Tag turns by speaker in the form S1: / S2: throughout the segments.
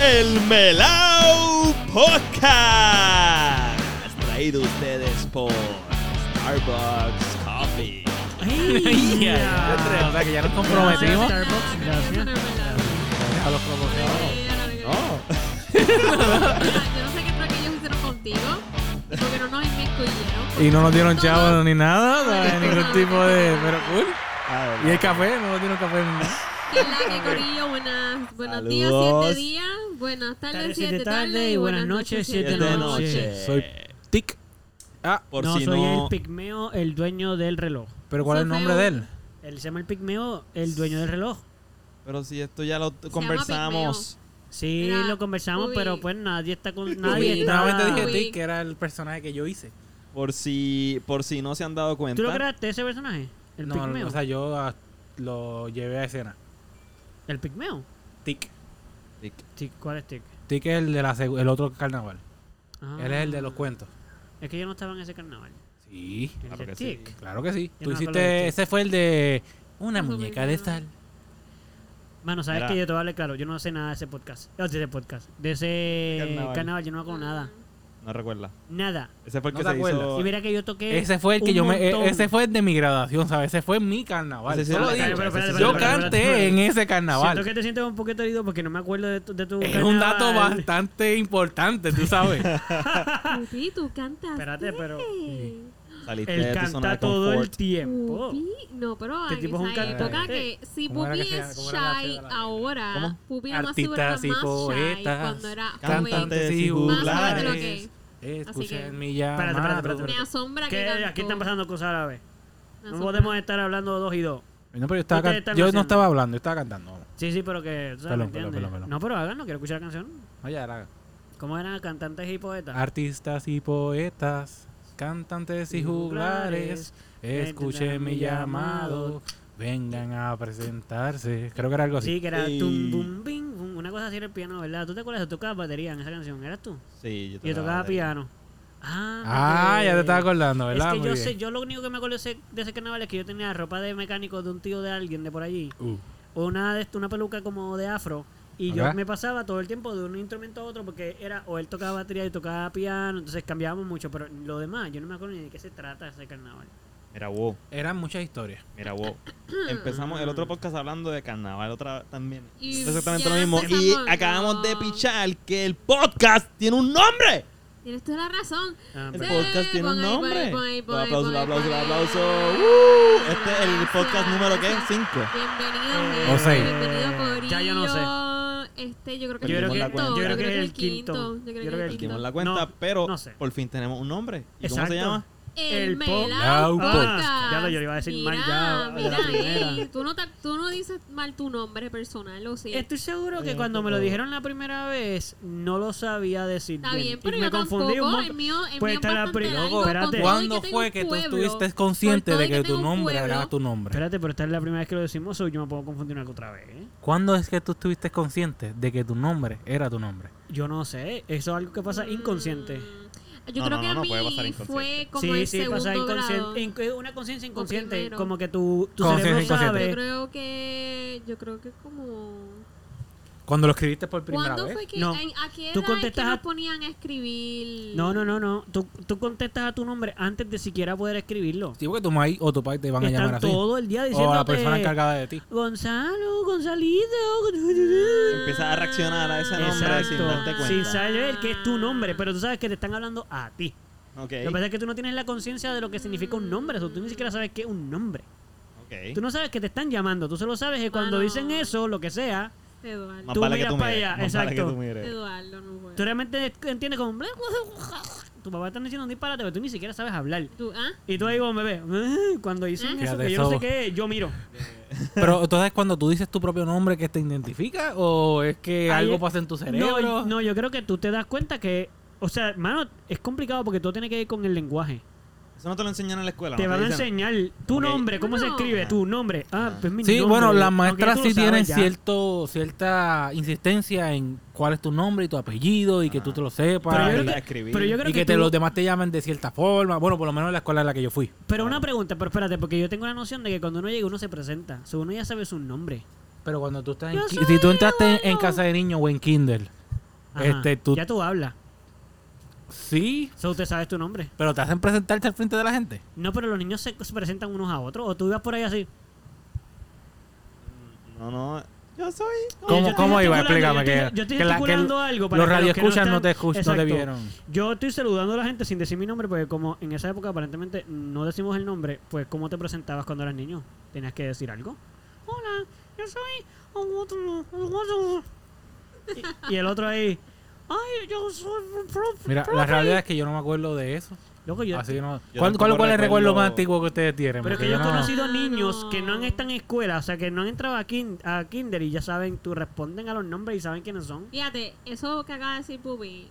S1: El Melao Podcast. Traído ustedes por Starbucks Coffee.
S2: Ay, ya. O sea, que ya nos comprometimos.
S3: Starbucks, gracias.
S2: A los promocionados.
S3: Yo no sé qué traquillos hicieron contigo, porque no nos inmiscuyeron.
S2: Y no nos dieron chavos ni nada, o sea, ningún tipo de. Pero cool.
S1: Ah,
S2: Y el café, no nos dieron café. ¿no?
S3: ¿Qué es la que, Corillo? Buenas, buenos
S1: Saludos.
S3: días, siete días. Buenas tardes, siete tarde. Y buenas noches, siete
S1: Es
S3: de
S1: de
S3: la
S1: noche.
S3: noche.
S2: Soy Tic. Ah,
S1: Por
S4: no,
S1: si
S4: soy
S1: no.
S4: el pigmeo, el dueño del reloj.
S2: pero ¿cuál es el nombre de él?
S4: Él se llama el pigmeo, el dueño del reloj.
S1: Pero si esto ya lo conversamos.
S4: Sí,
S3: Mira,
S4: lo conversamos,
S3: uy.
S4: pero pues nadie está con nadie.
S3: Uy.
S2: Nuevamente
S4: está...
S2: dije
S3: Uy.
S2: Tic, que era el personaje que yo hice.
S1: Por si, por si no se han dado cuenta.
S4: ¿Tú lo creaste ese personaje? El
S2: No,
S4: pigmeo.
S2: o sea, yo ah, lo llevé a escena.
S4: el pigmeo.
S2: Tic.
S1: Tic.
S4: Sí, ¿Cuál es Tic?
S2: Tic es el, de la, seg- el otro carnaval.
S4: Ah.
S2: Él es el de los cuentos.
S4: Es que yo no estaba en ese carnaval.
S2: Sí.
S4: El
S1: Claro
S4: de
S1: que sí.
S4: Tic.
S2: Claro que sí.
S4: Yo
S2: Tú
S4: no me acuerdo de
S2: hiciste.
S4: Tic.
S2: Ese fue el de. Una
S3: No me
S2: muñeca de
S3: acuerdo.
S2: sal.
S4: Mano, sabes
S1: Era-
S4: que yo te voy a hablar claro, yo no sé nada de ese podcast. No, de ese podcast. De ese
S1: Carnaval.
S4: carnaval, yo no hago nada.
S1: No recuerda.
S4: Nada.
S1: Ese fue el
S2: ¿No
S1: que
S2: te
S1: se
S2: acuerdas?
S1: hizo.
S4: Y mira que yo toqué.
S2: Ese fue el que
S4: un
S2: yo me. e-
S4: montón.
S2: Ese fue el de mi graduación, ¿sabes? Ese fue mi carnaval.
S1: Ese sí
S2: Yo
S1: lo
S2: lo
S1: dije.
S2: digo.
S1: Pero, pero,
S2: Yo
S1: pero,
S2: canté en ese carnaval.
S4: Siento que te sientes un poquito herido porque no me acuerdo de tu, de tu
S2: Es un dato
S4: carnaval.
S2: bastante importante, tú sabes.
S3: Pupi, tú cantas.
S4: Espérate, pero
S1: Saliste de
S4: él
S1: tu zona de
S4: canta todo el
S1: confort.
S4: tiempo.
S3: Pupi, no, pero
S4: Este
S3: en
S4: tipo es un
S3: esa época
S4: cantante.
S3: que si
S2: ¿Cómo era
S3: Pupi
S2: que se llama?
S3: es
S2: ¿Cómo era la
S3: shy
S2: ciudad?
S3: ahora,
S1: ¿Cómo?
S3: Pupi nada más se hubiera más
S2: Artistas y
S3: shy
S2: poetas,
S3: cuando era joven.
S1: Cantante.
S2: cantantes
S1: Más
S2: y
S3: joven de lo que
S2: juglares.
S3: es. Así que-
S2: Escuchen mi llamado.
S4: Espérate, espérate, espérate,
S3: Me asombra
S4: Que
S3: que tanto.
S4: aquí están pasando cosas a la vez.
S3: Me
S4: No
S3: asombra.
S4: podemos estar hablando dos y dos.
S2: No, pero yo, estaba
S4: Ustedes
S2: can-
S4: están
S2: yo no
S4: haciendo.
S2: estaba hablando, yo estaba cantando.
S4: Sí, sí, pero que. ¿sabes?
S2: Perdón, perdón,
S4: ¿Me entiendes?
S2: perdón, perdón.
S4: No, pero hagan, no quiero escuchar la canción.
S2: Oye, ahora,
S4: ¿Cómo eran cantantes y poetas?
S2: Artistas y poetas, cantantes y juglares, escuchen mi llamado, vengan a presentarse. Creo que era algo así.
S4: Sí, que era
S1: Sí.
S4: tum, bum, bing, bum, una cosa así era el piano, ¿verdad? ¿Tú te acuerdas? Tú tocabas batería en esa canción, ¿eras tú?
S1: Sí, yo
S4: Y yo tocaba
S1: de-
S4: piano. Ah,
S2: Ah, ya te estaba
S4: acordando
S2: acordando, ¿verdad?
S4: Es que
S2: Muy
S4: yo
S2: bien.
S4: sé, yo lo único que me acuerdo de ese, de ese carnaval es que yo tenía ropa de mecánico de un tío de alguien de por allí,
S2: Uh,
S4: o una de esto- una peluca como de afro, y
S2: Ajá.
S4: yo me pasaba todo el tiempo de un instrumento a otro porque era o él tocaba batería y tocaba piano, entonces cambiábamos mucho, pero lo demás, yo no me acuerdo ni de qué se trata ese carnaval.
S1: Mira, wow.
S2: Eran muchas historias.
S1: Mira, wow. Empezamos el otro podcast hablando de carnaval otra también.
S3: Y
S1: Es exactamente
S3: ya
S1: lo mismo. Y
S3: empezamos,
S1: acabamos
S3: no.
S1: de pichar que el podcast tiene un nombre.
S3: Tienes toda la razón.
S4: Ah,
S1: El
S4: pero-
S3: Sí,
S1: podcast tiene un
S3: voy,
S1: nombre.
S3: voy, voy,
S1: Los aplausos, los
S3: voy,
S1: aplausos, los
S3: voy.
S1: aplausos. ¡Uh! Este es el
S3: Gracias,
S1: podcast número ¿qué?
S3: gracias.
S1: Cinco.
S3: Bienvenido,
S4: Eh,
S3: Miguel,
S2: o seis.
S3: bienvenido, Corillo.
S4: Ya yo no
S3: Este, yo creo que
S4: yo creo
S1: Perdimos
S4: que,
S3: es
S1: la
S3: el
S1: cuenta.
S3: quinto.
S4: yo creo que es el
S3: quinto.
S4: quinto. Yo creo que es el
S1: Perdimos
S4: quinto.
S1: la cuenta,
S4: No,
S1: pero
S4: no sé.
S1: por fin tenemos un nombre. ¿Y cómo se
S4: Exacto.
S1: llama?
S3: El
S4: El po-
S2: Melao
S3: Melao
S4: Podcast.
S3: Podcast.
S4: Ya lo- yo le iba a decir mal ya,
S3: Mira,
S4: a la
S3: mira,
S4: primera.
S3: ey, tú, no te- tú no dices mal tu nombre personal, o sí.
S4: Estoy seguro que cuando me lo dijeron la primera vez, no lo sabía decir
S3: Está
S4: bien.
S3: bien,
S4: Y
S3: pero
S4: me
S3: yo
S4: confundí
S3: tampoco.
S4: un
S3: el
S4: montón.
S3: mío, el
S4: Pues
S3: mío
S4: está la
S3: es bastante
S4: pri-
S3: largo,
S4: Loco,
S3: con
S4: espérate.
S3: todo y
S2: ¿Cuándo
S3: tengo
S2: fue
S3: un
S2: que tú
S3: pueblo,
S2: estuviste
S3: con
S2: consciente
S3: todo
S2: de
S3: y
S2: que
S3: tengo
S2: tu
S3: un
S2: nombre era
S3: pueblo,
S2: tu nombre?
S4: Espérate, pero esta es la primera vez que lo decimos, so yo me puedo confundir una que otra vez. ¿eh?
S2: ¿Cuándo es que tú estuviste consciente de que tu nombre era tu nombre?
S4: Yo no sé, eso es algo que pasa inconsciente.
S3: Mm, Yo
S1: No,
S3: creo
S1: no,
S3: que
S1: no,
S3: a
S1: no
S3: mí
S1: puede pasar inconsciente.
S3: fue como
S4: sí,
S3: el
S4: sí,
S3: segundo
S4: pasa
S3: grado.
S4: inconsciente. in- una conciencia inconsciente,
S3: primero.
S4: como que tu, tu
S2: Conciencia
S4: cerebro
S2: inconsciente.
S3: Yo
S4: sabe.
S3: creo que yo creo que como
S2: Cuando lo escribiste por primera
S3: ¿Cuándo
S2: vez.
S3: fue que
S4: No.
S3: en- a qué edad
S4: Tú
S3: es que
S4: contestas
S3: nos
S4: a-
S3: ponían a escribir?
S4: No, no, no, no. Tú, tú contestas a tu nombre antes de siquiera poder escribirlo.
S2: Sí, porque tu maíz o tu país te van a llamar
S4: Están
S2: así.
S4: todo el día
S2: O
S4: diciendo
S2: la persona encargada de ti.
S4: Gonzalo, Gonzalito.
S1: Empiezas a reaccionar a ese nombre sin darte
S4: Exacto.
S1: cuenta.
S4: Sin saber que es tu nombre, pero tú sabes que te están hablando a ti.
S1: Ok.
S4: Lo que pasa es que tú no tienes la conciencia de lo que significa un nombre. O sea, tú ni siquiera sabes qué es un nombre. Tú
S1: Ok.
S4: no sabes que te están llamando. Tú solo sabes que cuando
S1: Ah,
S3: Mano.
S4: dicen eso, lo que sea,
S3: Eduardo.
S1: Más
S4: tú
S1: vale que
S4: miras
S1: tú
S4: para
S1: mires.
S4: allá,
S1: Más vale que
S4: exacto.
S1: tú mires.
S3: Eduardo no fue.
S4: tú realmente entiendes como... Tu papá está diciendo un disparate, pero tú ni siquiera sabes hablar.
S3: ¿Tú, ah?
S4: Y tú ahí como bebé, "Ah", cuando dicen
S3: Ah.
S4: eso,
S2: Fíjate,
S4: que yo no sé
S2: eso-
S4: qué, yo miro.
S2: Pero entonces cuando tú dices tu propio nombre que te identifica o es que
S4: Ahí
S2: algo
S4: es-
S2: pasa en tu cerebro.
S4: No, no, yo creo que tú te das cuenta que, o sea, mano, es complicado porque todo tiene que ver con el lenguaje.
S1: Eso no te lo enseñan en la escuela.
S4: te
S1: ¿no?
S4: van a
S1: dicen-
S4: enseñar tu
S1: Ok.
S4: nombre, cómo se
S3: No.
S4: escribe, tu nombre. Ah, pues mi
S2: Sí,
S4: nombre.
S2: bueno, las
S4: Aunque
S2: maestras
S4: tú lo
S2: sí tienen
S4: sabes ya.
S2: cierto, cierta insistencia en cuál es tu nombre y tu apellido y que tú te lo sepas.
S4: Pero
S2: y-
S4: yo creo
S1: aprender a
S4: que-
S1: escribir.
S4: pero yo creo
S2: y que,
S4: que
S2: te-
S4: tú-
S2: los demás te llamen de cierta forma. Bueno, por lo menos en la escuela en la que yo fui.
S4: Pero una pregunta, pero espérate, porque yo tengo la noción de que cuando uno llega uno se presenta. O sea, uno ya sabe su nombre.
S2: Pero cuando tú estás en
S4: Yo
S2: ki-
S4: soy
S2: Si tú entraste en- en
S4: Eduardo.
S2: casa de niño o en kinder
S4: Ajá.
S2: Este, tú-
S4: Ya tú hablas.
S2: Sí,
S4: So, usted sabes tu nombre.
S2: pero te hacen presentarte al frente de la gente.
S4: No, pero los niños se, se presentan unos a otros. O tú ibas por ahí así.
S1: No, no. Yo soy.
S2: ¿Cómo,
S4: Yo estoy
S2: cómo iba? Explícame
S4: gesticulando, yo
S2: que,
S4: estoy- yo estoy
S2: que la- que
S4: gesticulando algo para
S2: los
S4: que los que no
S2: radioescuchas no,
S4: están-
S2: te escuch- no te
S4: Exacto.
S2: vieron.
S4: Yo estoy saludando a la gente sin decir mi nombre, porque como en esa época aparentemente no decimos el nombre, pues ¿cómo te presentabas cuando eras niño? ¿Tenías que decir algo? Hola, yo soy... Y, y el otro ahí... Ay, yo soy...
S2: Mira, la realidad es que yo no me acuerdo de eso.
S4: Loco, yo...
S2: Así que no.
S1: yo
S2: ¿Cuál, cuál,
S1: tampoco
S2: cuál es el recuerdo
S1: recuerdo-
S2: más antiguo que ustedes tienen?
S4: Pero es que
S2: Porque
S4: yo he
S2: no-
S4: conocido
S3: Ah,
S4: niños
S3: no.
S4: que no han estado en escuela, o sea, que no han entrado a, kin- a kinder y ya saben, tú responden a los nombres y saben quiénes son.
S3: Fíjate, eso que acaba de decir Pupi.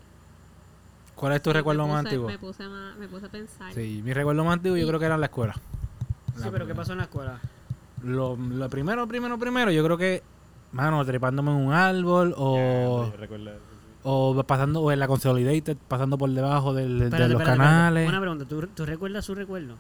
S2: ¿Cuál es tu
S3: me
S2: recuerdo más
S3: puse-
S2: antiguo?
S3: Me puse, ma- me puse a pensar.
S2: Sí, mi recuerdo más antiguo yo creo que era en la escuela.
S4: Sí,
S2: La
S4: pero ¿qué
S2: primera.
S4: pasó en la escuela?
S2: Lo, lo primero, primero, primero, yo creo que, mano, trepándome en un árbol
S4: pues.
S2: o,
S1: Yo recuerdo eso, sí.
S2: o pasando o en la Consolidated, pasando por debajo del- de
S4: Espérate,
S2: los
S4: espérate, espérate.
S2: canales.
S4: Una pregunta, ¿tú, tú recuerdas su recuerdo?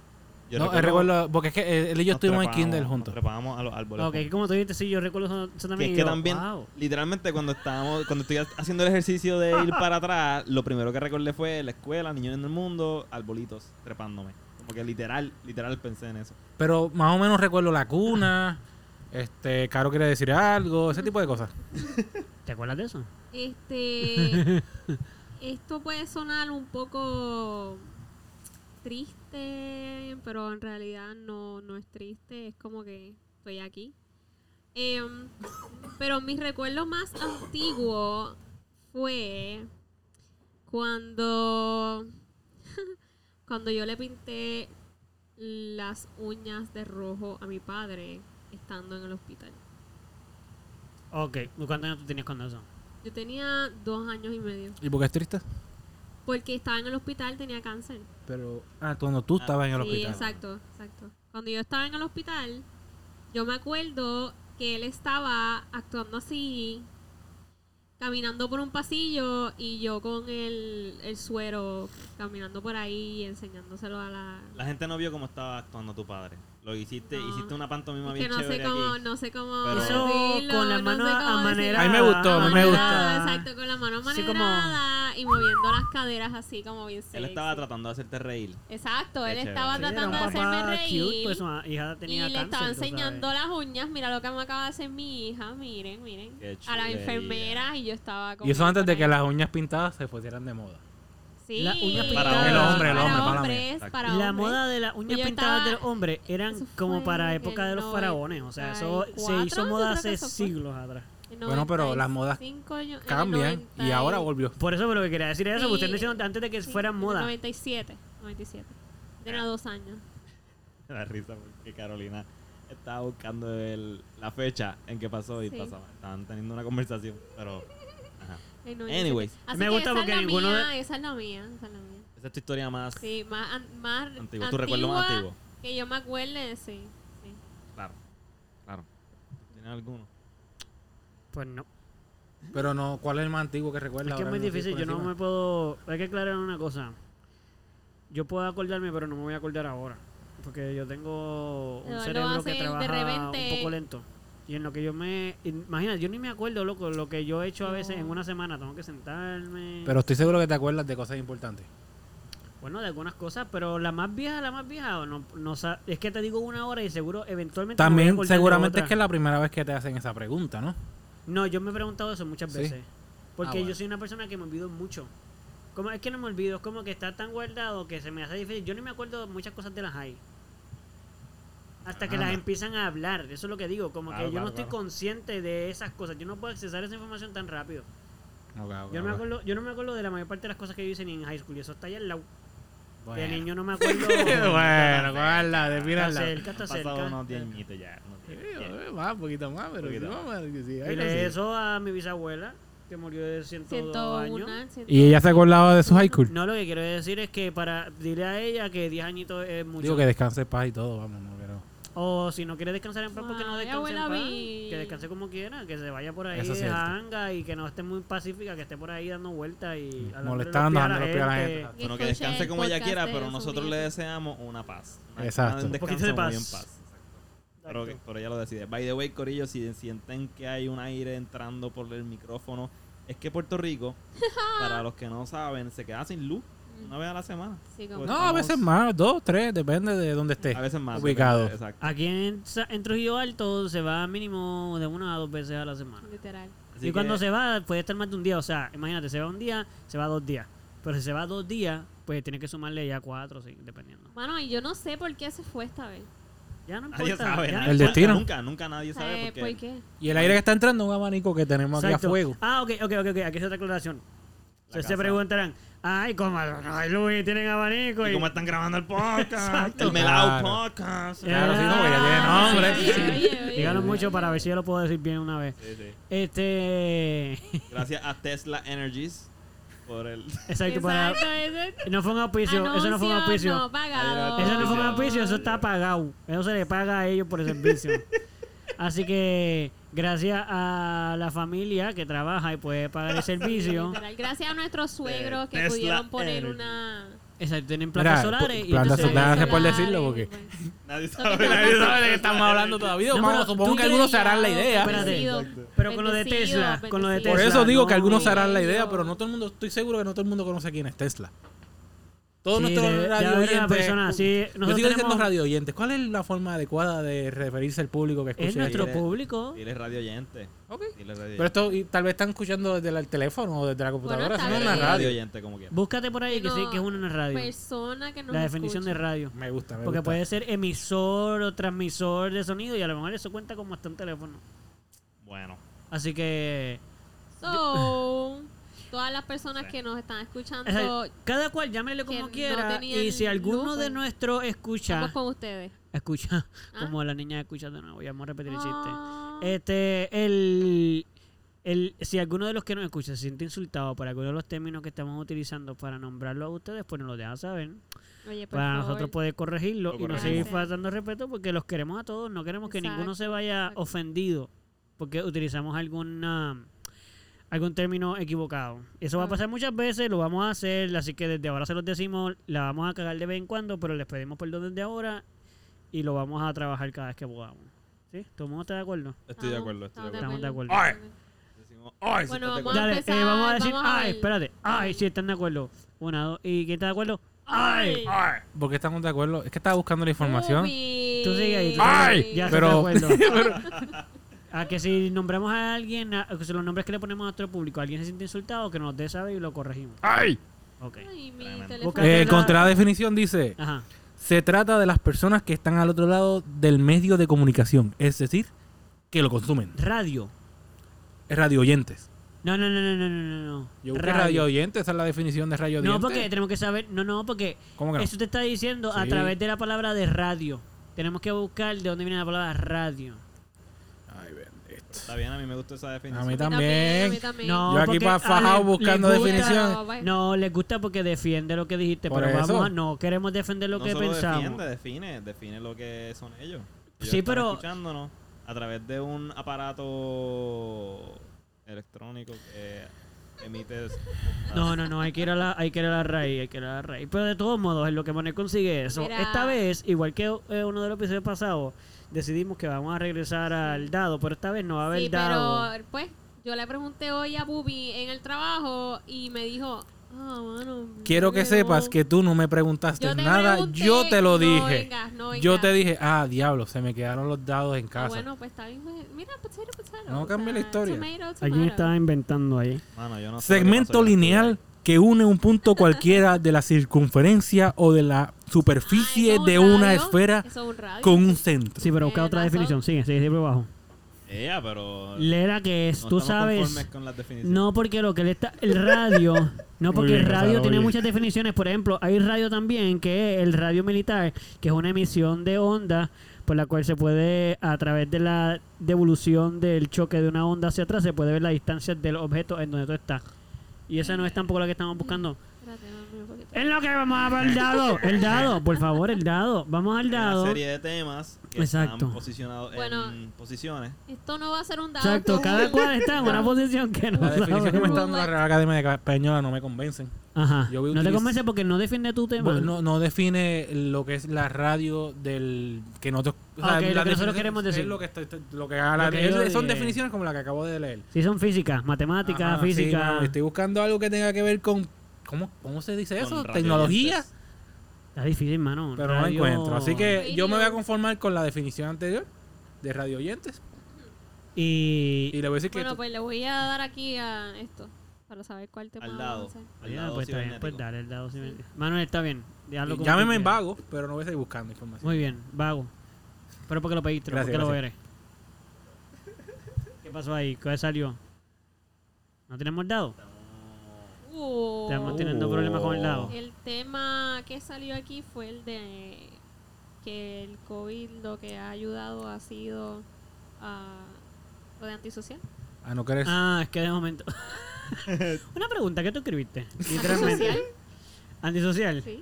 S1: Yo
S2: no, el recuerdo, porque es que eh, él y yo
S1: nos
S2: estuvimos en
S1: trepábamos,
S2: Kindle
S1: nos
S2: juntos.
S1: Trepábamos a los árboles.
S4: Ok, que como tú dijiste, sí, yo recuerdo eso,
S1: Que
S4: eso también.
S1: es
S4: y
S1: que
S4: yo,
S1: también,
S4: wow.
S1: literalmente, cuando estábamos, cuando estoy haciendo el ejercicio de ir para atrás, lo primero que recordé fue la escuela, niños en el mundo, arbolitos, trepándome. Como que literal, literal pensé en eso.
S2: Pero más o menos recuerdo la cuna, este, Caro quiere decir algo, ese tipo de cosas.
S4: ¿Te acuerdas de eso?
S3: Este. esto puede sonar un poco triste, pero en realidad no, no es triste, es como que estoy aquí. Em, pero mi recuerdo más antiguo fue cuando. cuando yo le pinté las uñas de rojo a mi padre estando en el hospital.
S4: Ok, ¿cuántos años tú tenías cuando eso?
S3: Yo tenía dos años y medio.
S2: ¿Y por qué es triste?
S3: Porque estaba en el hospital, tenía cáncer.
S2: Pero, ah, cuando tú estabas en el
S3: sí,
S2: hospital.
S3: exacto, exacto. Cuando yo estaba en el hospital, yo me acuerdo que él estaba actuando así, caminando por un pasillo y yo con el, el suero caminando por ahí, enseñándoselo a la...
S1: La gente no vio cómo estaba actuando tu padre. Lo hiciste,
S3: No.
S1: hiciste una pantomima
S3: Es que
S1: bien
S3: no sé
S1: chévere
S3: cómo,
S1: aquí.
S3: no sé cóómo
S1: Pero-
S4: Eso
S3: decirlo,
S4: con la
S3: no
S4: mano
S3: sé cómo
S4: a
S3: decirlo.
S4: manera.
S2: A mí me gustó, a mí me gustó.
S3: Amanerada, Exacto, con la mano
S4: Sí, como-
S3: manerada y moviendo las caderas así como bien
S1: Él
S3: sexy.
S1: estaba tratando de hacerte reír.
S3: Exacto,
S1: Qué
S3: él
S1: chévere.
S3: estaba
S1: Sí,
S4: era un
S3: tratando de hacerme
S4: papá
S3: reír.
S4: cute, pues su hija
S3: Y
S4: tenía
S3: le estaba
S4: cáncer, tú
S3: enseñando
S4: sabes.
S3: las uñas. Mira lo que me acaba de hacer mi hija. Miren, miren.
S1: Qué
S3: A la
S1: chulería.
S3: enfermera y yo estaba como
S2: Y eso antes de que
S3: por
S2: las uñas pintadas se pusieran de moda.
S3: ahí. Sí.
S4: las uñas
S1: Para pintadas.
S2: el hombre, el
S3: Para
S2: hombre, para
S3: hombres,
S1: mí. Exacto.
S3: para
S4: La
S3: hombres.
S4: moda de las uñas
S3: yo
S4: pintadas
S3: estaba-
S4: del hombre eran
S3: eso
S4: como
S3: fue
S4: para
S3: en
S4: época de los
S3: el
S4: faraones. O sea, eso se
S3: 94,
S4: hizo
S3: yo
S4: moda
S3: creo que
S4: hace
S3: eso fue.
S4: siglos atrás.
S3: En
S2: Bueno, pero las modas
S3: 95 yo- en el
S2: Cambian. Y
S3: 90
S2: ahora volvió.
S4: Por eso, pero lo que quería decir era
S3: Sí.
S4: eso, porque ustedes lo hicieron antes de que
S3: sí,
S4: fuera
S3: en el
S4: moda.
S3: 97. 97. Tenía dos años.
S1: La risa porque Carolina estaba buscando el- la fecha en que pasó y
S3: Sí.
S1: pasaba. Estaban teniendo una conversación, pero... Ajá.
S3: En
S1: Anyways.
S3: 97. Así
S4: Me
S3: que
S4: gusta
S3: esa
S4: porque
S3: es la
S4: ninguno de-
S3: mía, Esa es la mía. Esa es la mía.
S1: Esa es tu historia más
S3: Sí, más, an- más
S1: antigua. Tu recuerdo más
S3: antigua
S1: antiguo.
S3: Que yo me acuerde, sí. sí.
S1: Claro, claro. ¿Tienes alguno?
S4: Pues no.
S2: Pero no, ¿cuál es el más antiguo que recuerdas?
S4: Es que es muy difícil, yo no me puedo... Hay que aclarar una cosa. Yo puedo acordarme, pero no me voy a acordar ahora. Porque yo tengo un
S3: Pero lo
S4: cerebro
S3: hace
S4: que
S3: de
S4: trabaja
S3: repente.
S4: un poco lento. Y en lo que yo me... Imagínate, yo ni me acuerdo, loco, lo que yo he hecho a veces
S3: No.
S4: en una semana. Tengo que sentarme.
S2: Pero estoy seguro que te acuerdas de cosas importantes.
S4: Bueno, de algunas cosas, pero la más vieja, la más vieja, no, no sa- es que te digo una hora y seguro eventualmente... me voy a
S2: También,
S4: acordar de
S2: seguramente
S4: otra.
S2: es que es la primera vez que te hacen esa pregunta, ¿no?
S4: No, yo me he preguntado eso muchas
S2: Sí.
S4: veces. Porque
S2: Ah, bueno.
S4: yo soy una persona que me olvido mucho. Como, es que no me olvido, es como que está tan guardado que se me hace difícil. Yo no me acuerdo de muchas cosas de las hay. Hasta que
S2: Anda.
S4: las empiezan a hablar, eso es lo que digo, como
S2: Ah,
S1: Claro,
S4: que yo no
S1: claro,
S4: estoy
S1: claro.
S4: consciente de esas cosas, yo no puedo accesar esa información tan rápido.
S2: Ok, ok,
S4: Yo no,
S2: ok.
S4: me acuerdo, yo no me acuerdo de la mayor parte de las cosas que yo hice ni en high school, y eso está allá al lado. De
S2: Bueno,
S4: niño no me acuerdo.
S2: bueno, guarda, de
S4: está
S2: mírala.
S4: cerca, está
S1: Han
S4: cerca.
S1: pasado unos 10 añitos ya. unos
S2: Sí,
S1: 10,
S2: eh, Más, un poquito más, pero
S1: Poquito
S2: sí,
S1: más.
S2: más, que sí,
S4: Y
S2: hay
S4: le
S2: que sí.
S4: eso a mi bisabuela, que murió de 102 años.
S3: 101, 102.
S2: ¿Y ella se acordaba de su high school?
S4: No, lo que quiero decir es que para dile a ella que 10 añitos es mucho.
S2: Digo que descanse en paz y todo, vamos, no creo.
S4: O si no quiere descansar en paz, porque no
S3: Ay,
S4: descanse en
S3: abuela,
S4: paz.
S3: vi.
S4: Que descanse como quiera, que se vaya por ahí
S2: Eso es
S4: de
S2: cierto.
S4: hanga y que no esté muy pacífica, que esté por ahí dando vueltas y alándole
S2: Mm. Molestando,
S4: los pies
S2: alándole los pies a la gente.
S3: Y
S1: Bueno, que
S3: escuché
S1: descanse
S3: el
S1: como ella
S3: podcast
S1: quiera,
S3: de
S1: pero
S3: su
S1: nosotros le
S3: nieto.
S1: deseamos una paz. Una-
S2: Exacto.
S1: Un
S2: Un
S1: descanso
S4: poquito de
S1: muy
S4: paz.
S1: en paz. Pero,
S4: Exacto.
S1: pero ella lo decide. By the way, Corillo, si sienten que hay un aire entrando por el micrófono es que Puerto Rico, para los que no saben, se queda sin luz una vez a la semana.
S3: Sí, como-
S1: Pues
S2: No, a veces más, dos, tres, depende de dónde esté.
S1: A veces más.
S2: Ubicado.
S1: depende, exacto.
S4: Aquí en, Sa- en Trujillo Alto se va mínimo de una a dos veces a la
S1: Pues,
S4: semana.
S3: Literal.
S1: Así
S4: y cuando
S1: que-
S4: se va, puede estar más de un día. O sea, imagínate, se va un día, se va dos días. Pero si se va dos días, pues tienes que sumarle ya cuatro, sí, dependiendo.
S3: Mano, y yo no sé por qué se fue esta vez.
S4: Ya no importa.
S1: Nadie sabe.
S4: ya no
S1: nadie-
S2: El
S4: importa.
S2: destino.
S1: Nunca, nunca nadie sabe
S3: ¿Sabes
S1: por qué.
S3: eh, por qué?
S2: Y el aire que está entrando, un abanico que tenemos aquí
S4: Exacto.
S2: a fuego.
S4: Ah, ok, ok, ok, ok. Aquí es otra aclaración. Se, se
S1: casa.
S4: preguntarán, ay, como ay, Luis, tienen abanico.
S1: Y
S4: Y
S1: cómo están grabando el podcast.
S4: Exacto.
S1: el Melao
S2: Claro.
S1: Podcast.
S4: Ya. Claro, sí, no, porque
S2: ya tiene nombre.
S3: Sí, Ah, oye, oye,
S4: Díganlo
S3: oye.
S4: mucho para ver si yo lo puedo decir bien una vez.
S1: Sí, sí.
S4: Este.
S1: Gracias a Tesla Energies por el.
S4: Exacto, para.
S3: Exacto, exacto.
S4: No fue un auspicio, eso no fue
S3: Anuncio
S4: un auspicio.
S3: no pagado.
S4: Eso no fue un
S1: Auspicio.
S4: auspicio, eso está pagado. Eso se le paga a ellos por el servicio. Así que gracias a la familia que trabaja y puede pagar el servicio.
S3: Literal. Gracias a nuestros suegros que
S1: Tesla
S3: pudieron poner
S1: Energy.
S3: una.
S4: Exacto, tienen
S2: Mira,
S4: plantas
S2: pu-
S4: solares. y
S2: plantas
S4: entonces-
S2: solares. Gracias por
S3: solares,
S2: decirlo,
S3: y
S2: porque-
S3: pues-
S1: Nadie sabe.
S2: Nadie sabe de qué estamos hablando todavía.
S4: No,
S2: Vamos,
S4: pero
S2: supongo
S4: tú
S2: que algunos se harán la idea.
S4: Espérate.
S3: Bendecido,
S1: Exacto.
S4: Pero con lo de
S3: bendecido,
S4: Tesla, con lo de
S3: bendecido.
S2: Por
S4: Tesla,
S2: eso digo que
S4: no.
S2: algunos se harán la idea, pero no todo el mundo, estoy seguro que no todo el mundo conoce quién es Tesla. Todos
S4: Sí,
S2: nuestros
S4: debe- debe
S2: radio
S4: haber una
S2: oyentes.
S4: persona, sí,
S2: yo
S4: nosotros
S2: sigo diciendo
S4: tenemos-
S2: radio oyentes. ¿Cuál es la forma adecuada de referirse al público que escucha
S4: Es nuestro
S1: Dile-
S4: público.
S1: Dile radio oyente.
S2: Ok.
S1: Dile radio oyente.
S2: Pero esto y tal vez están escuchando desde el teléfono o desde la computadora,
S3: está
S2: sino en
S1: Dile
S2: la
S3: bien.
S1: radio
S2: radio.
S1: oyente como quieras.
S4: Búscate por ahí que
S3: No,
S4: sí que es una radio.
S3: Persona que nos
S4: La definición de
S3: Pues, escucha.
S4: radio.
S2: Me gusta, me
S4: Porque
S2: gusta.
S4: puede ser emisor o transmisor de sonido y a lo mejor eso cuenta como hasta un teléfono.
S1: Bueno.
S4: Así que
S3: So, todas las personas que nos están escuchando,
S4: Exacto. cada cual llámele
S3: Que
S4: como
S3: no
S4: quiera y
S3: tenían
S4: si alguno
S3: luz,
S4: de
S3: pues.
S4: nuestros escucha
S3: estamos con ustedes.
S4: escucha
S3: Ah.
S4: como la niña escucha de nuevo, ya vamos a repetir el chiste.
S3: Ah,
S4: Este el el, si alguno de los que nos escucha se siente insultado por alguno de los términos que estamos utilizando para nombrarlo a ustedes, pues nos lo dejan saber.
S3: oye, por favor.
S4: para Pues, nosotros poder corregirlo
S1: Lo
S4: y no
S1: corregimos.
S4: seguir
S3: Gracias.
S4: faltando respeto porque los queremos a todos. No queremos que ninguno se vaya
S3: exacto.
S4: ofendido porque utilizamos alguna algún término equivocado. Eso va a
S3: Ah.
S4: pasar muchas veces, lo vamos a hacer, así que desde ahora se los decimos, la vamos a cagar de vez en cuando, pero les pedimos perdón desde ahora y lo vamos a trabajar cada vez que podamos. ¿Sí? ¿Todo el mundo está de acuerdo?
S1: Estoy
S3: Ah,
S1: de acuerdo. Estoy de acuerdo.
S4: Estamos de acuerdo.
S1: Decimos, "Ay, si
S3: Bueno,
S1: estás de
S3: Vamos a
S4: Dale, eh,
S3: empezar,
S4: vamos a decir,
S3: vamos a
S4: ay,
S3: ver.
S4: espérate, ay, si están de acuerdo. Una, dos, ¿y quién está de acuerdo?
S3: ¡Ay!
S2: Porque estamos de acuerdo. Es que estaba buscando la información.
S3: Ubi.
S4: Tú sigue ahí. tú sigue
S2: ¡Ay!
S4: ahí. Ya
S2: Pero-
S4: pero... estoy de acuerdo. a que si nombramos a alguien, a- o sea, los nombres que le ponemos a nuestro público, alguien se siente insultado, que nos dé saber y lo corregimos.
S2: ¡Ay!
S4: Ok.
S3: Ay, mi
S1: Tremendo.
S3: teléfono.
S4: Busca-
S2: Eh,
S4: Catedral.
S2: contra la definición dice,
S4: Ajá.
S2: se trata de las personas que están al otro lado del medio de comunicación, es decir, que lo consumen.
S4: Radio.
S2: Radio oyentes.
S4: No, no, no, no, no, no, no, no.
S2: Yo busqué radio. oyentes, esa es la definición de radio oyentes.
S4: No, porque tenemos que saber. No, no, porque
S2: ¿Cómo que no?
S4: eso te está diciendo a
S2: Sí.
S4: través de la palabra de radio. Tenemos que buscar de dónde viene la palabra radio.
S2: Ay, bendito.
S1: Está bien, a mí me gusta esa definición.
S2: A mí
S3: A mí
S2: también.
S3: a mí también.
S4: No,
S2: Yo aquí
S4: porque
S2: pa'
S4: a
S2: fajado
S4: les- les
S2: buscando
S4: gusta-
S2: definición.
S3: Pero, bueno,
S4: No, les gusta porque defiende lo que dijiste,
S2: Por
S4: pero
S2: eso.
S4: vamos, a- no queremos defender lo
S1: no
S4: que
S1: solo
S4: pensamos.
S1: defiende, define, define lo que son ellos. Ellos
S4: Sí,
S1: están
S4: pero-
S1: escuchándonos a través de un aparato electrónico que emite
S4: No, no, no, hay que ir a la, hay que ir a la raíz, hay que ir a la raíz. Pero de todos modos, en lo que Manuel consigue eso.
S3: Mira.
S4: Esta vez, igual que eh, uno de los episodios pasados, decidimos que vamos a regresar al dado, pero esta vez no va a haber
S3: sí,
S4: dado.
S3: pero pues yo le pregunté hoy a Bubi en el trabajo y me dijo, ah, mano,
S2: Quiero que
S3: no".
S2: sepas que tú no me preguntaste
S3: Yo te
S2: nada,
S3: pregunté,
S2: yo te lo
S3: no
S2: dije.
S3: vengas, no
S2: Yo
S3: vengas.
S2: te dije, ah, diablo, se me quedaron los dados en
S3: Ah,
S2: casa.
S3: bueno, pues está bien. pues, Mira, potato, potato.
S2: No
S3: o
S2: cambie la
S3: sea,
S2: historia.
S3: tomato, tomato.
S4: Alguien estaba inventando ahí.
S1: Mano, yo no sé lo que pasó, yo
S2: Segmento
S1: no estuve
S2: lineal que une un punto cualquiera de la circunferencia o de la
S3: Ah,
S2: superficie
S3: eso es
S2: de
S3: un
S2: una
S3: radio,
S2: esfera
S3: eso es un radio.
S2: con un centro.
S4: Sí, pero busca
S3: Tienes
S4: otra
S3: razón.
S4: definición. Sigue, sigue, sigue por abajo.
S1: ahí. Ea, pero
S4: Lera que es,
S1: no
S4: tú
S1: estamos conformes
S4: sabes.
S1: con las definiciones.
S4: No, porque lo que le está. El radio. No,
S2: Muy
S4: porque
S2: bien,
S4: el radio
S2: Gonzalo,
S4: tiene
S2: oye.
S4: muchas definiciones. Por ejemplo, hay radio también, que es el radio militar, que es una emisión de onda por la cual se puede, a través de la devolución del choque de una onda hacia atrás, se puede ver la distancia del objeto en donde tú estás. Y esa no es tampoco la que estamos buscando.
S3: Espérate, mami, un poquito.
S4: Es lo que vamos a ver el dado. El dado, por favor, el dado. Vamos al
S1: Una
S4: dado.
S1: serie de temas que
S4: Exacto.
S1: están posicionados en
S3: Bueno.
S1: posiciones.
S3: Esto no va a ser un dado.
S4: Exacto, cada cual está en una posición que no
S2: La definición que me
S4: sabemos.
S2: está dando la Real Academia de Española no me convencen.
S4: Ajá.
S2: Yo voy a
S4: no te
S2: utilizar-
S4: convence porque no defiende tu tema.
S2: Bueno, no, no define lo que es la radio del que nosotros o
S4: Ok, lo
S2: la
S4: que nosotros
S2: definición
S4: queremos
S2: es
S4: decir.
S2: lo que, está- está- lo que haga la-
S4: Lo que yo
S2: es- son
S4: dije.
S2: definiciones como la que acabo de leer
S4: Sí, son físicas, matemáticas,
S2: Ajá, sí,
S4: física.
S2: mano, estoy buscando algo que tenga que ver con cómo, cómo se dice
S1: Con
S2: eso
S1: radio
S2: tecnología
S1: dientes.
S4: Está difícil, mano.
S2: pero no la
S4: Radio-
S2: encuentro así que yo me voy a
S3: Radio.
S2: conformar con la definición anterior de radio oyentes
S4: Y.
S2: y le voy a decir que
S3: Bueno,
S2: esto-
S3: pues le voy a dar aquí a esto para saber cuál te
S1: Al lado. Al
S4: Ya,
S1: lado
S4: pues, está bien, pues,
S1: cibernético.
S4: dale el dado ciber- Manuel, está bien. déjalo como
S2: llámeme
S4: tú
S2: en
S4: quieras.
S2: vago pero no voy a seguir buscando información
S4: Muy bien, vago. Pero porque lo pediste, no
S2: Gracias,
S4: porque lo eres.
S2: gracias.
S4: ¿Qué pasó ahí? ¿Qué salió? ¿No tenemos el dado?
S3: Uh,
S2: Oh.
S4: Estamos teniendo problemas con el dado.
S3: el tema que salió aquí fue el de que el COVID lo que ha ayudado ha sido a lo de antisocial.
S2: a no querer
S4: Ah, es que de momento. Una pregunta, ¿qué tú escribiste?
S3: ¿Antisocial?
S4: Antisocial.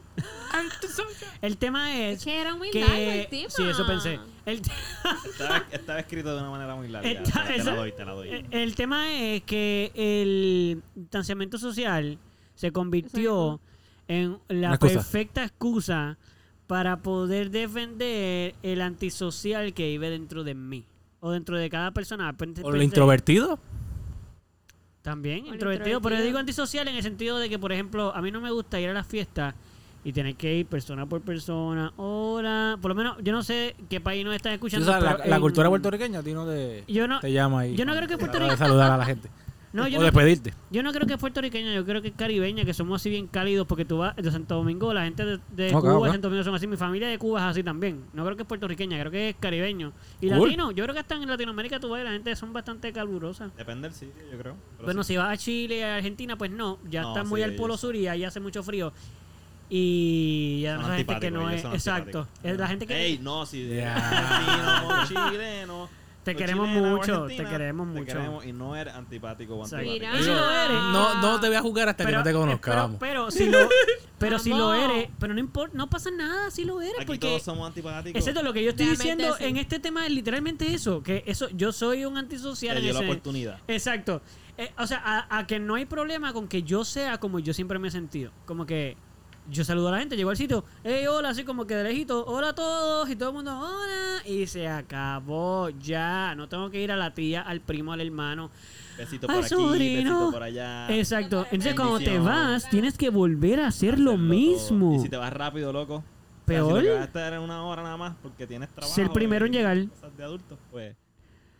S3: Sí.
S4: El tema
S3: Es
S4: es
S3: que era muy largo
S4: que.
S3: el tema.
S4: Sí, eso pensé. El, te-
S1: Estaba, estaba escrito de una manera muy larga.
S4: Está-
S1: o sea, te
S4: eso- eh,
S1: la doy, te la doy.
S4: el- el tema es que el distanciamiento social se convirtió en la
S2: Una cosa.
S4: perfecta excusa para poder defender el antisocial que vive dentro de mí o dentro de cada persona. Pues,
S2: o lo introvertido
S4: También,
S3: O el
S4: introvertido, pero yo
S3: introvertido.
S4: digo antisocial en el sentido de que, por ejemplo, a mí no me gusta ir a las fiestas y tener que ir persona por persona, hora, por lo menos, yo no sé qué país nos están
S2: Tú
S4: escuchando.
S2: sabes, la,
S4: pero
S2: la
S4: en-
S2: cultura puertorriqueña a ti no te,
S4: Yo no,
S2: te llama ahí.
S4: yo no creo que Puerto
S2: para
S4: Rico-
S2: saludar a la gente.
S4: no, yo
S2: o
S4: no,
S2: despedirte.
S4: yo no creo que es puertorriqueña, yo creo que es caribeña, que somos así bien cálidos, porque tú vas de Santo Domingo, la gente de, de
S2: Ok,
S4: Cuba,
S2: ok.
S4: de Santo Domingo son así, mi familia de Cuba es así también. No creo que es puertorriqueña, creo que es caribeño. Y
S2: Cool.
S4: latino, yo creo que hasta en Latinoamérica tú ves, la gente son bastante calurosas.
S1: Depende del sitio, yo creo. pero
S4: Bueno,
S1: sí.
S4: si vas a Chile, a Argentina, pues no, ya
S1: No,
S4: está
S1: sí,
S4: muy al
S1: ellos
S4: polo
S1: son-
S4: sur y ahí hace mucho frío. Y ya
S1: Son
S4: no gente que
S1: antipáticos,
S4: no
S1: ellos
S4: es.
S1: son
S4: Exacto.
S1: antipáticos.
S4: Es la gente que.
S1: Ey, no, si de
S2: Ya.
S1: argentino, chileno.
S4: Te
S1: o
S4: queremos
S1: chilena o
S4: mucho, te
S1: argentina,
S4: queremos mucho.
S1: queremos y no eres antipático o
S4: Exacto.
S1: antipática.
S3: Mira.
S4: Y si lo eres.
S2: No, no te voy a jugar hasta Este, que no te conozca,
S4: Ah, pero,
S2: vamos.
S4: pero si lo, pero si lo
S3: Vamos.
S4: eres, pero no importa, no pasa nada si lo eres,
S1: Aquí
S4: porque
S1: todos somos antipáticos.
S4: excepto lo que yo estoy
S3: Realmente
S4: diciendo
S3: sí.
S4: en este tema es literalmente eso, que eso, yo soy un antisocial
S1: Te
S4: en
S1: dio la
S4: ese-
S1: oportunidad.
S4: Exacto. Eh, o sea, a, a que no hay problema con que yo sea como yo siempre me he sentido. Como que yo saludo a la gente, llego al sitio, hey, hola, así como que de lejito, hola a todos, y todo el mundo, hola, y se acabó ya. No tengo que ir a la tía, al primo, al hermano.
S1: Besito
S4: Ay,
S1: por aquí,
S4: sobrino.
S1: besito por allá.
S4: Exacto. Entonces, cuando te
S1: Ah. Bendición.
S4: vas, tienes que volver a hacer lo
S1: Hacerlo
S4: mismo.
S1: todo. Y si te vas rápido, loco. o sea,
S4: Peor.
S1: si lo que vas a estar en una hora nada más porque tienes trabajo.
S4: Ser primero en
S1: y
S4: llegar.
S1: cosas de adulto, pues.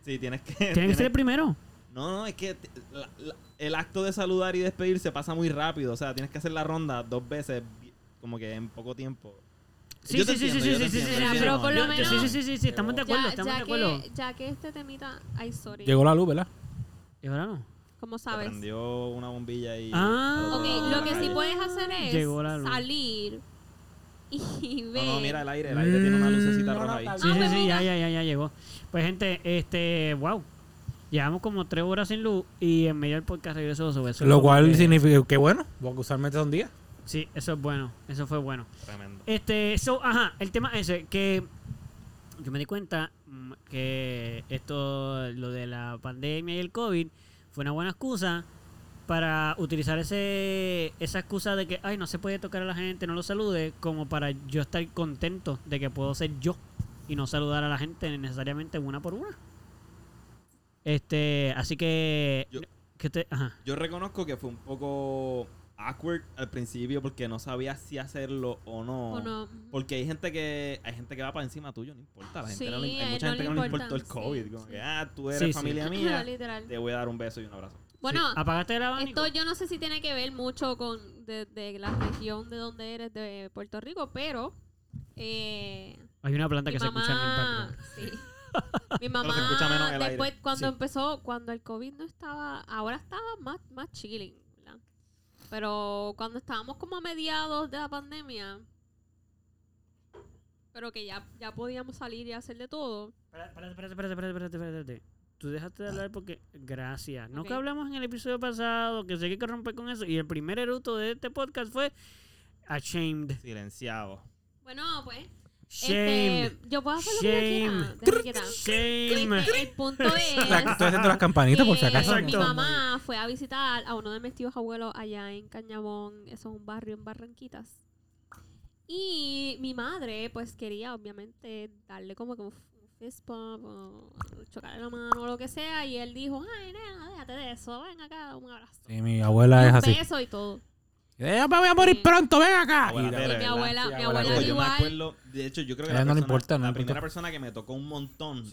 S1: Sí, tienes que.
S4: Tienes que ser el primero.
S1: No, no, es que t- la- la- el acto de saludar y despedirse pasa muy rápido. O sea, tienes que hacer la ronda dos veces, bi- como que en poco tiempo.
S4: Sí,
S1: Yo te
S4: sí, sí, sí,
S1: entiendo,
S4: sí,
S1: yo te
S4: sí,
S1: entiendo, yo
S4: sí, sí, sí,
S1: te
S3: pero
S1: entiendo.
S3: por lo
S1: Yo- yo-
S3: menos-
S4: Sí, sí, sí, sí, sí, estamos de acuerdo, estamos de acuerdo.
S3: que, ya que este temita, ay, sorry,
S2: Llegó la luz, ¿verdad?
S4: Y ahora no.
S3: como
S1: Se
S3: sabes.
S1: prendió una bombilla y.
S4: Ah.
S1: al otro
S3: Ok,
S1: lado de
S3: lo
S1: la
S3: que sí
S1: calle.
S3: puedes hacer
S4: Llegó la
S3: es
S4: luz.
S3: salir y ver.
S1: No, no, mira el aire, el aire tiene una lucecita
S2: Mm, no,
S1: roja
S2: no,
S1: ahí.
S2: está
S4: Sí,
S3: Ah,
S4: sí,
S3: pues
S4: sí, ya,
S3: mira.
S4: ya, ya, ya llegó. Pues gente, este, wow. Llevamos como tres horas sin luz y en medio del podcast regresó sobre eso.
S2: Lo
S4: Como
S2: cual
S4: que-
S2: significa que bueno, porque usualmente son días.
S4: Sí, eso es bueno, eso fue bueno.
S1: Tremendo.
S4: Este, so, ajá, el tema ese, que yo me di cuenta mm, que esto, lo de la pandemia y el COVID, fue una buena excusa para utilizar ese, esa excusa de que, ay, no se puede tocar a la gente, no lo salude, como para yo estar contento de que puedo ser yo y no saludar a la gente necesariamente una por una. Este, así que...
S1: Yo-
S4: que te- ajá.
S1: Yo reconozco que fue un poco awkward al principio porque no sabía si hacerlo o no.
S3: O no.
S1: Porque hay gente que hay gente que va para encima tuyo, no importa. La gente
S3: Sí,
S1: no le-
S3: a
S1: hay
S3: él
S1: mucha
S3: no
S1: gente
S3: le
S1: que no le
S3: importa,
S1: importó el
S3: sí,
S1: COVID. como
S3: sí.
S1: que, ah, tú eres
S4: Sí, sí.
S1: familia mía,
S3: Literal.
S1: te voy a dar un beso y un abrazo.
S3: Bueno,
S4: Sí, apagaste la
S3: Esto yo no sé si tiene que ver mucho con de, de la región de donde eres de Puerto Rico, pero eh,
S4: Hay una planta
S3: mi
S4: que se escucha en el background.
S3: mamá, sí. mi mamá
S1: se escucha menos en el
S3: después
S1: aire.
S3: cuando
S4: Sí.
S3: empezó, cuando el COVID no estaba, ahora estaba más más chilling, ¿verdad? Pero cuando estábamos como a mediados de la pandemia, pero que ya ya podíamos salir y hacer de todo.
S4: Espera, Espérate, espérate, espérate, espérate, espérate, espérate. Tú dejaste de hablar porque. Gracias. No
S3: Ah. Ok.
S4: que hablamos en el episodio pasado, que sé que hay que romper con eso. Y el primer eruto de este podcast fue Ashamed.
S1: Silenciado.
S3: Bueno, pues
S4: Shame.
S3: Este, ah, yo puedo hacer lo que yo quiera, desde que era.
S4: Shame.
S3: Este, el punto es
S2: La- estoy haciendo las campanitas por si
S1: Eh,
S3: que
S2: acaso.
S4: Exacto.
S3: mi mamá fue a visitar a uno de mis tíos abuelos allá en Cañabón, eso es un barrio en Barranquitas. Y mi madre, pues quería obviamente darle como que un f- un fist bump o chocarle la mano o lo que sea. Y él dijo: Ay, nena, déjate de eso, ven acá, un abrazo.
S2: Sí, mi
S3: Y
S2: abuela es
S3: un
S2: así.
S3: beso y todo.
S2: Eh, me voy a morir pronto, ven acá.
S1: Abuela,
S2: Y la-
S1: De
S3: Y mi
S1: verdad,
S3: abuela,
S2: sí,
S3: mi
S2: abuela,
S3: abuela
S1: Loco,
S3: era
S1: yo me
S3: igual.
S1: acuerdo, de hecho, yo creo que
S2: A ella
S1: la,
S2: no le
S1: persona,
S2: importa, no
S1: la
S2: le importa.
S1: primera persona que me tocó un montón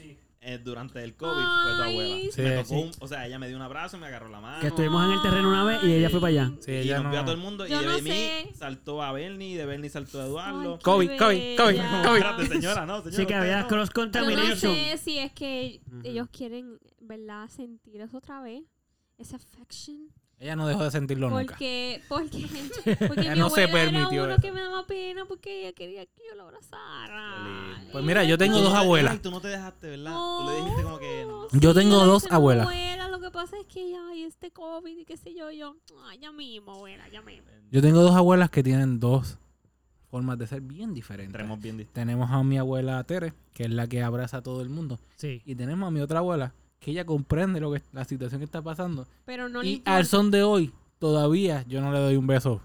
S1: eh, durante el COVID fue tu
S3: Ay.
S1: abuela.
S2: Sí,
S1: me tocó
S2: sí.
S1: un- o sea, ella me dio un abrazo, me agarró la mano.
S4: Que estuvimos en el terreno una vez y ella fue para allá.
S2: Sí,
S1: y
S2: ella
S1: nos vio a todo el
S2: no.
S1: mundo. Y
S3: Yo
S1: de
S3: no
S1: mí
S3: sé.
S1: saltó a Bernie, de Bernie saltó a Eduardo.
S3: Ay,
S2: Kobe,
S3: qué
S2: Kobe, Kobe,
S3: bella.
S2: Kobe.
S1: Espérate, señora, no, señora.
S4: Sí, que
S1: usted
S4: había
S1: no.
S4: cross
S3: Yo no
S4: contamination.
S3: sé si es que
S4: Ujú.
S3: ellos quieren, ¿verdad? Sentir eso otra vez. Ese affection.
S2: Ella no dejó de sentirlo nunca.
S3: Porque, porque, porque
S2: Ella
S3: mi
S2: no se
S3: abuela era
S2: permitió
S3: uno
S2: eso.
S3: que me daba pena porque ella quería que yo lo abrazara.
S1: Qué lindo.
S2: Pues mira, yo tengo
S1: Tú
S2: dos
S1: no te-
S2: abuelas.
S1: ay, tú no te dejaste, ¿verdad?
S3: No,
S1: Tú le dijiste como que. no.
S3: sí,
S2: Yo tengo
S3: le
S2: dos
S3: dicen,
S2: abuelas.
S3: Abuela, lo que pasa es que ya hay este COVID y qué sé yo, y yo, ay, ya mismo, abuela, ya mismo.
S2: Yo tengo dos abuelas que tienen dos formas de ser bien diferentes.
S1: Entremos bien distintos.
S2: Tenemos a mi abuela Tere, que es la que abraza a todo el mundo.
S4: Sí.
S2: Y tenemos a mi otra abuela, que ella comprende lo que la situación que está pasando.
S3: Pero no le
S2: y
S3: importa.
S2: al son de hoy, todavía yo no le doy un beso,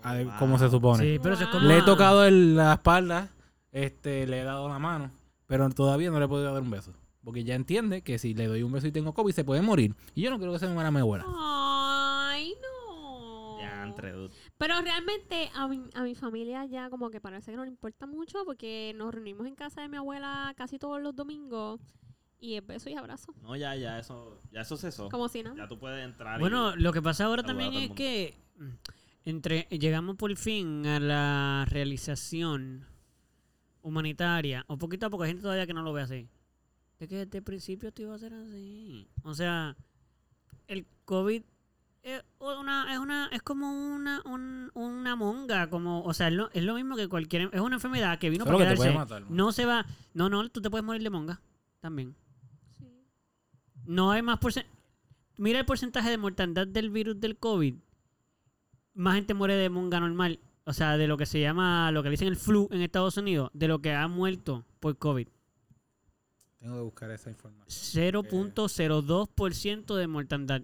S2: a-
S1: Wow.
S2: como se supone.
S4: Sí, pero eso es como.
S2: Le he tocado el- la espalda, este, le he dado la mano, pero todavía no le he podido dar un beso. Porque ya entiende que si le doy un beso y tengo COVID, se puede morir. Y yo no quiero que se me muera mi abuela.
S3: Ay, no.
S1: Ya, entre dude.
S3: Pero realmente a mi, a mi familia ya como que parece que no le importa mucho porque nos reunimos en casa de mi abuela casi todos los domingos y es beso y abrazo.
S1: No, ya, ya, eso, ya eso cesó.
S3: Como si nada.
S1: Ya tú puedes entrar. y-
S4: Bueno, lo que pasa ahora
S1: Saludar a
S4: también
S1: todo el
S4: es
S1: mundo.
S4: que mm, entre llegamos por fin a la realización humanitaria, o poquito a poco hay gente todavía que no lo ve así. Es que desde el principio esto iba a ser así. O sea, el COVID es una, es una, es como una, un- una monga, como, o sea, es lo, es lo mismo que cualquier, es una enfermedad que vino
S2: Solo
S4: para
S2: que te puede
S4: quedarse.
S2: matar, man.
S4: No se va, no, no, tú te puedes morir de monga también.
S3: Sí.
S4: No hay más porcentaje. Mira el porcentaje de mortandad del virus del COVID. Más gente muere de monga normal. O sea, de lo que se llama, lo que le dicen el flu en Estados Unidos, de lo que ha muerto por COVID.
S2: Tengo que buscar esa información.
S4: 0.02% de mortandad.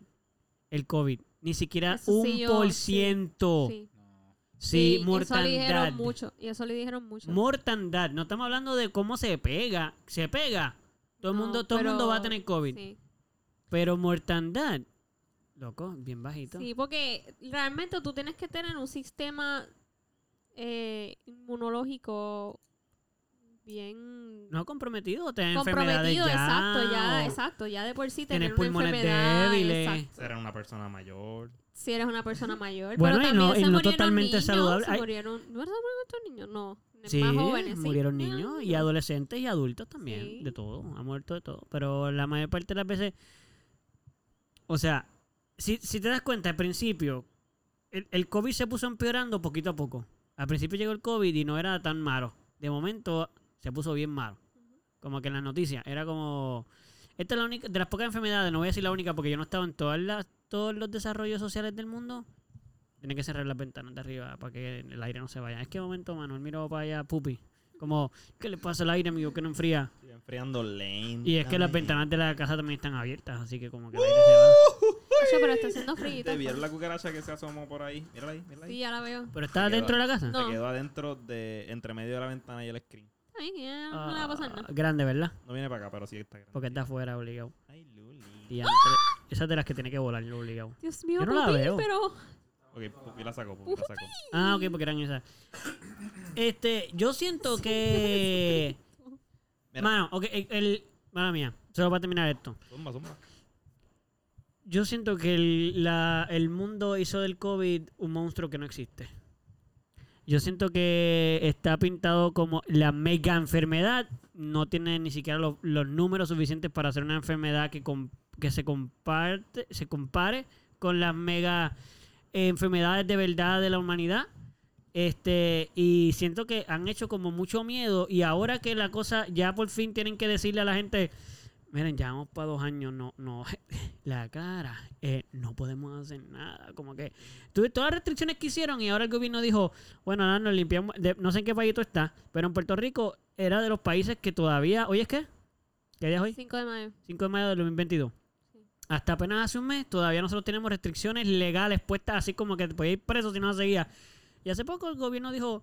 S4: El COVID. Ni siquiera
S3: Eso
S4: un
S3: sí, yo-
S4: por
S3: sí,
S4: ciento. Sí,
S3: Sí. Sí, eso le
S4: Oh. mortandad.
S3: dijeron mucho. Y eso le dijeron mucho.
S4: Mortandad. No estamos hablando de cómo se pega. Se pega. Todo el
S3: No,
S4: mundo, todo el mundo
S3: pero-
S4: va a tener COVID.
S3: Sí.
S4: Pero mortandad. Loco, bien bajito.
S3: Sí, porque realmente tú tienes que tener un sistema eh, inmunológico bien
S4: No comprometido, o tener enfermedades
S3: comprometido,
S4: ya.
S3: exacto, ya,
S4: o-
S3: exacto, ya de por sí
S4: Tienes
S3: tener una
S4: pulmones
S3: enfermedad,
S4: débiles.
S3: exacto.
S1: Será una persona mayor.
S3: si eres una persona mayor.
S4: Bueno,
S3: pero
S4: y no-
S3: también se
S4: y no
S3: murieron
S4: totalmente
S3: niños,
S4: saludable.
S3: Se
S4: Ay.
S3: murieron, no se murieron estos niños, no.
S4: Sí,
S3: más jóvenes, sí. Ah,
S4: murieron niños y adolescentes y adultos también,
S3: Sí.
S4: de todo, ha muerto de todo. Pero la mayor parte de las veces, o sea, si, si te das cuenta, al principio, el, el COVID se puso empeorando poquito a poco. Al principio llegó el COVID y no era tan malo. De momento se puso bien malo. Como que en las noticias, era como... Esta es la única, de las pocas enfermedades, no voy a decir la única porque yo no estaba en todas las, todos los desarrollos sociales del mundo. Tienen que cerrar las ventanas de arriba para que el aire no se vaya. Es que de momento, Manuel, miro para allá, pupi. Como, ¿qué le pasa al aire, amigo? Que no enfría.
S1: Estoy enfriando lane.
S4: Y es que las ventanas de la casa también están abiertas, así que como que el aire se va.
S3: Oye, pero está haciendo frío.
S1: ¿Te vieron la cucaracha que se asomó por ahí? Mírala ahí, mírala ahí.
S3: Sí, ya la veo.
S4: Pero está
S1: Se quedó
S4: dentro de la casa.
S3: No.
S1: Se quedó adentro de entre medio de la ventana y el screen.
S3: Ay, ya, no le va a
S4: Ah,
S3: pasar nada.
S4: grande, ¿verdad?
S1: No viene para acá, pero sí está grande.
S4: Porque está afuera, obligado.
S1: Ay, Luli.
S3: ¡Ah!
S4: Diantre. Esas de las que tiene que volar, lo obligado.
S3: Dios mío,
S4: Yo no la
S3: Pupi,
S4: veo.
S3: pero
S1: Ok, Pupi la sacó, Pupi la sacó.
S4: Ah, ok, porque eran esas. Este, yo siento que.
S1: Mira.
S4: Mano, ok, el. el- mala mía, solo para terminar esto.
S1: Zumba, zumba.
S4: Yo siento que el, la- el mundo hizo del COVID un monstruo que no existe. Yo siento que está pintado como la mega enfermedad. No tiene ni siquiera los, los números suficientes para ser una enfermedad que, com- que se, comparte, se compare con las mega eh, enfermedades de verdad de la humanidad. Este, y siento que han hecho como mucho miedo. Y ahora que la cosa ya por fin tienen que decirle a la gente, miren, ya vamos para dos años, no, no, la cara, eh, no podemos hacer nada. Como que tu- todas las restricciones que hicieron y ahora el gobierno dijo, bueno, nada, nos limpiamos, de- no sé en qué país tú estás, pero en Puerto Rico era de los países que todavía, ¿hoy es qué? ¿Qué día es hoy?
S3: 5 de mayo.
S4: 5 de mayo del 2022.
S3: Sí.
S4: Hasta apenas hace un mes, todavía nosotros tenemos restricciones legales puestas, así como que te podías ir preso si no seguías. Y hace poco el gobierno dijo,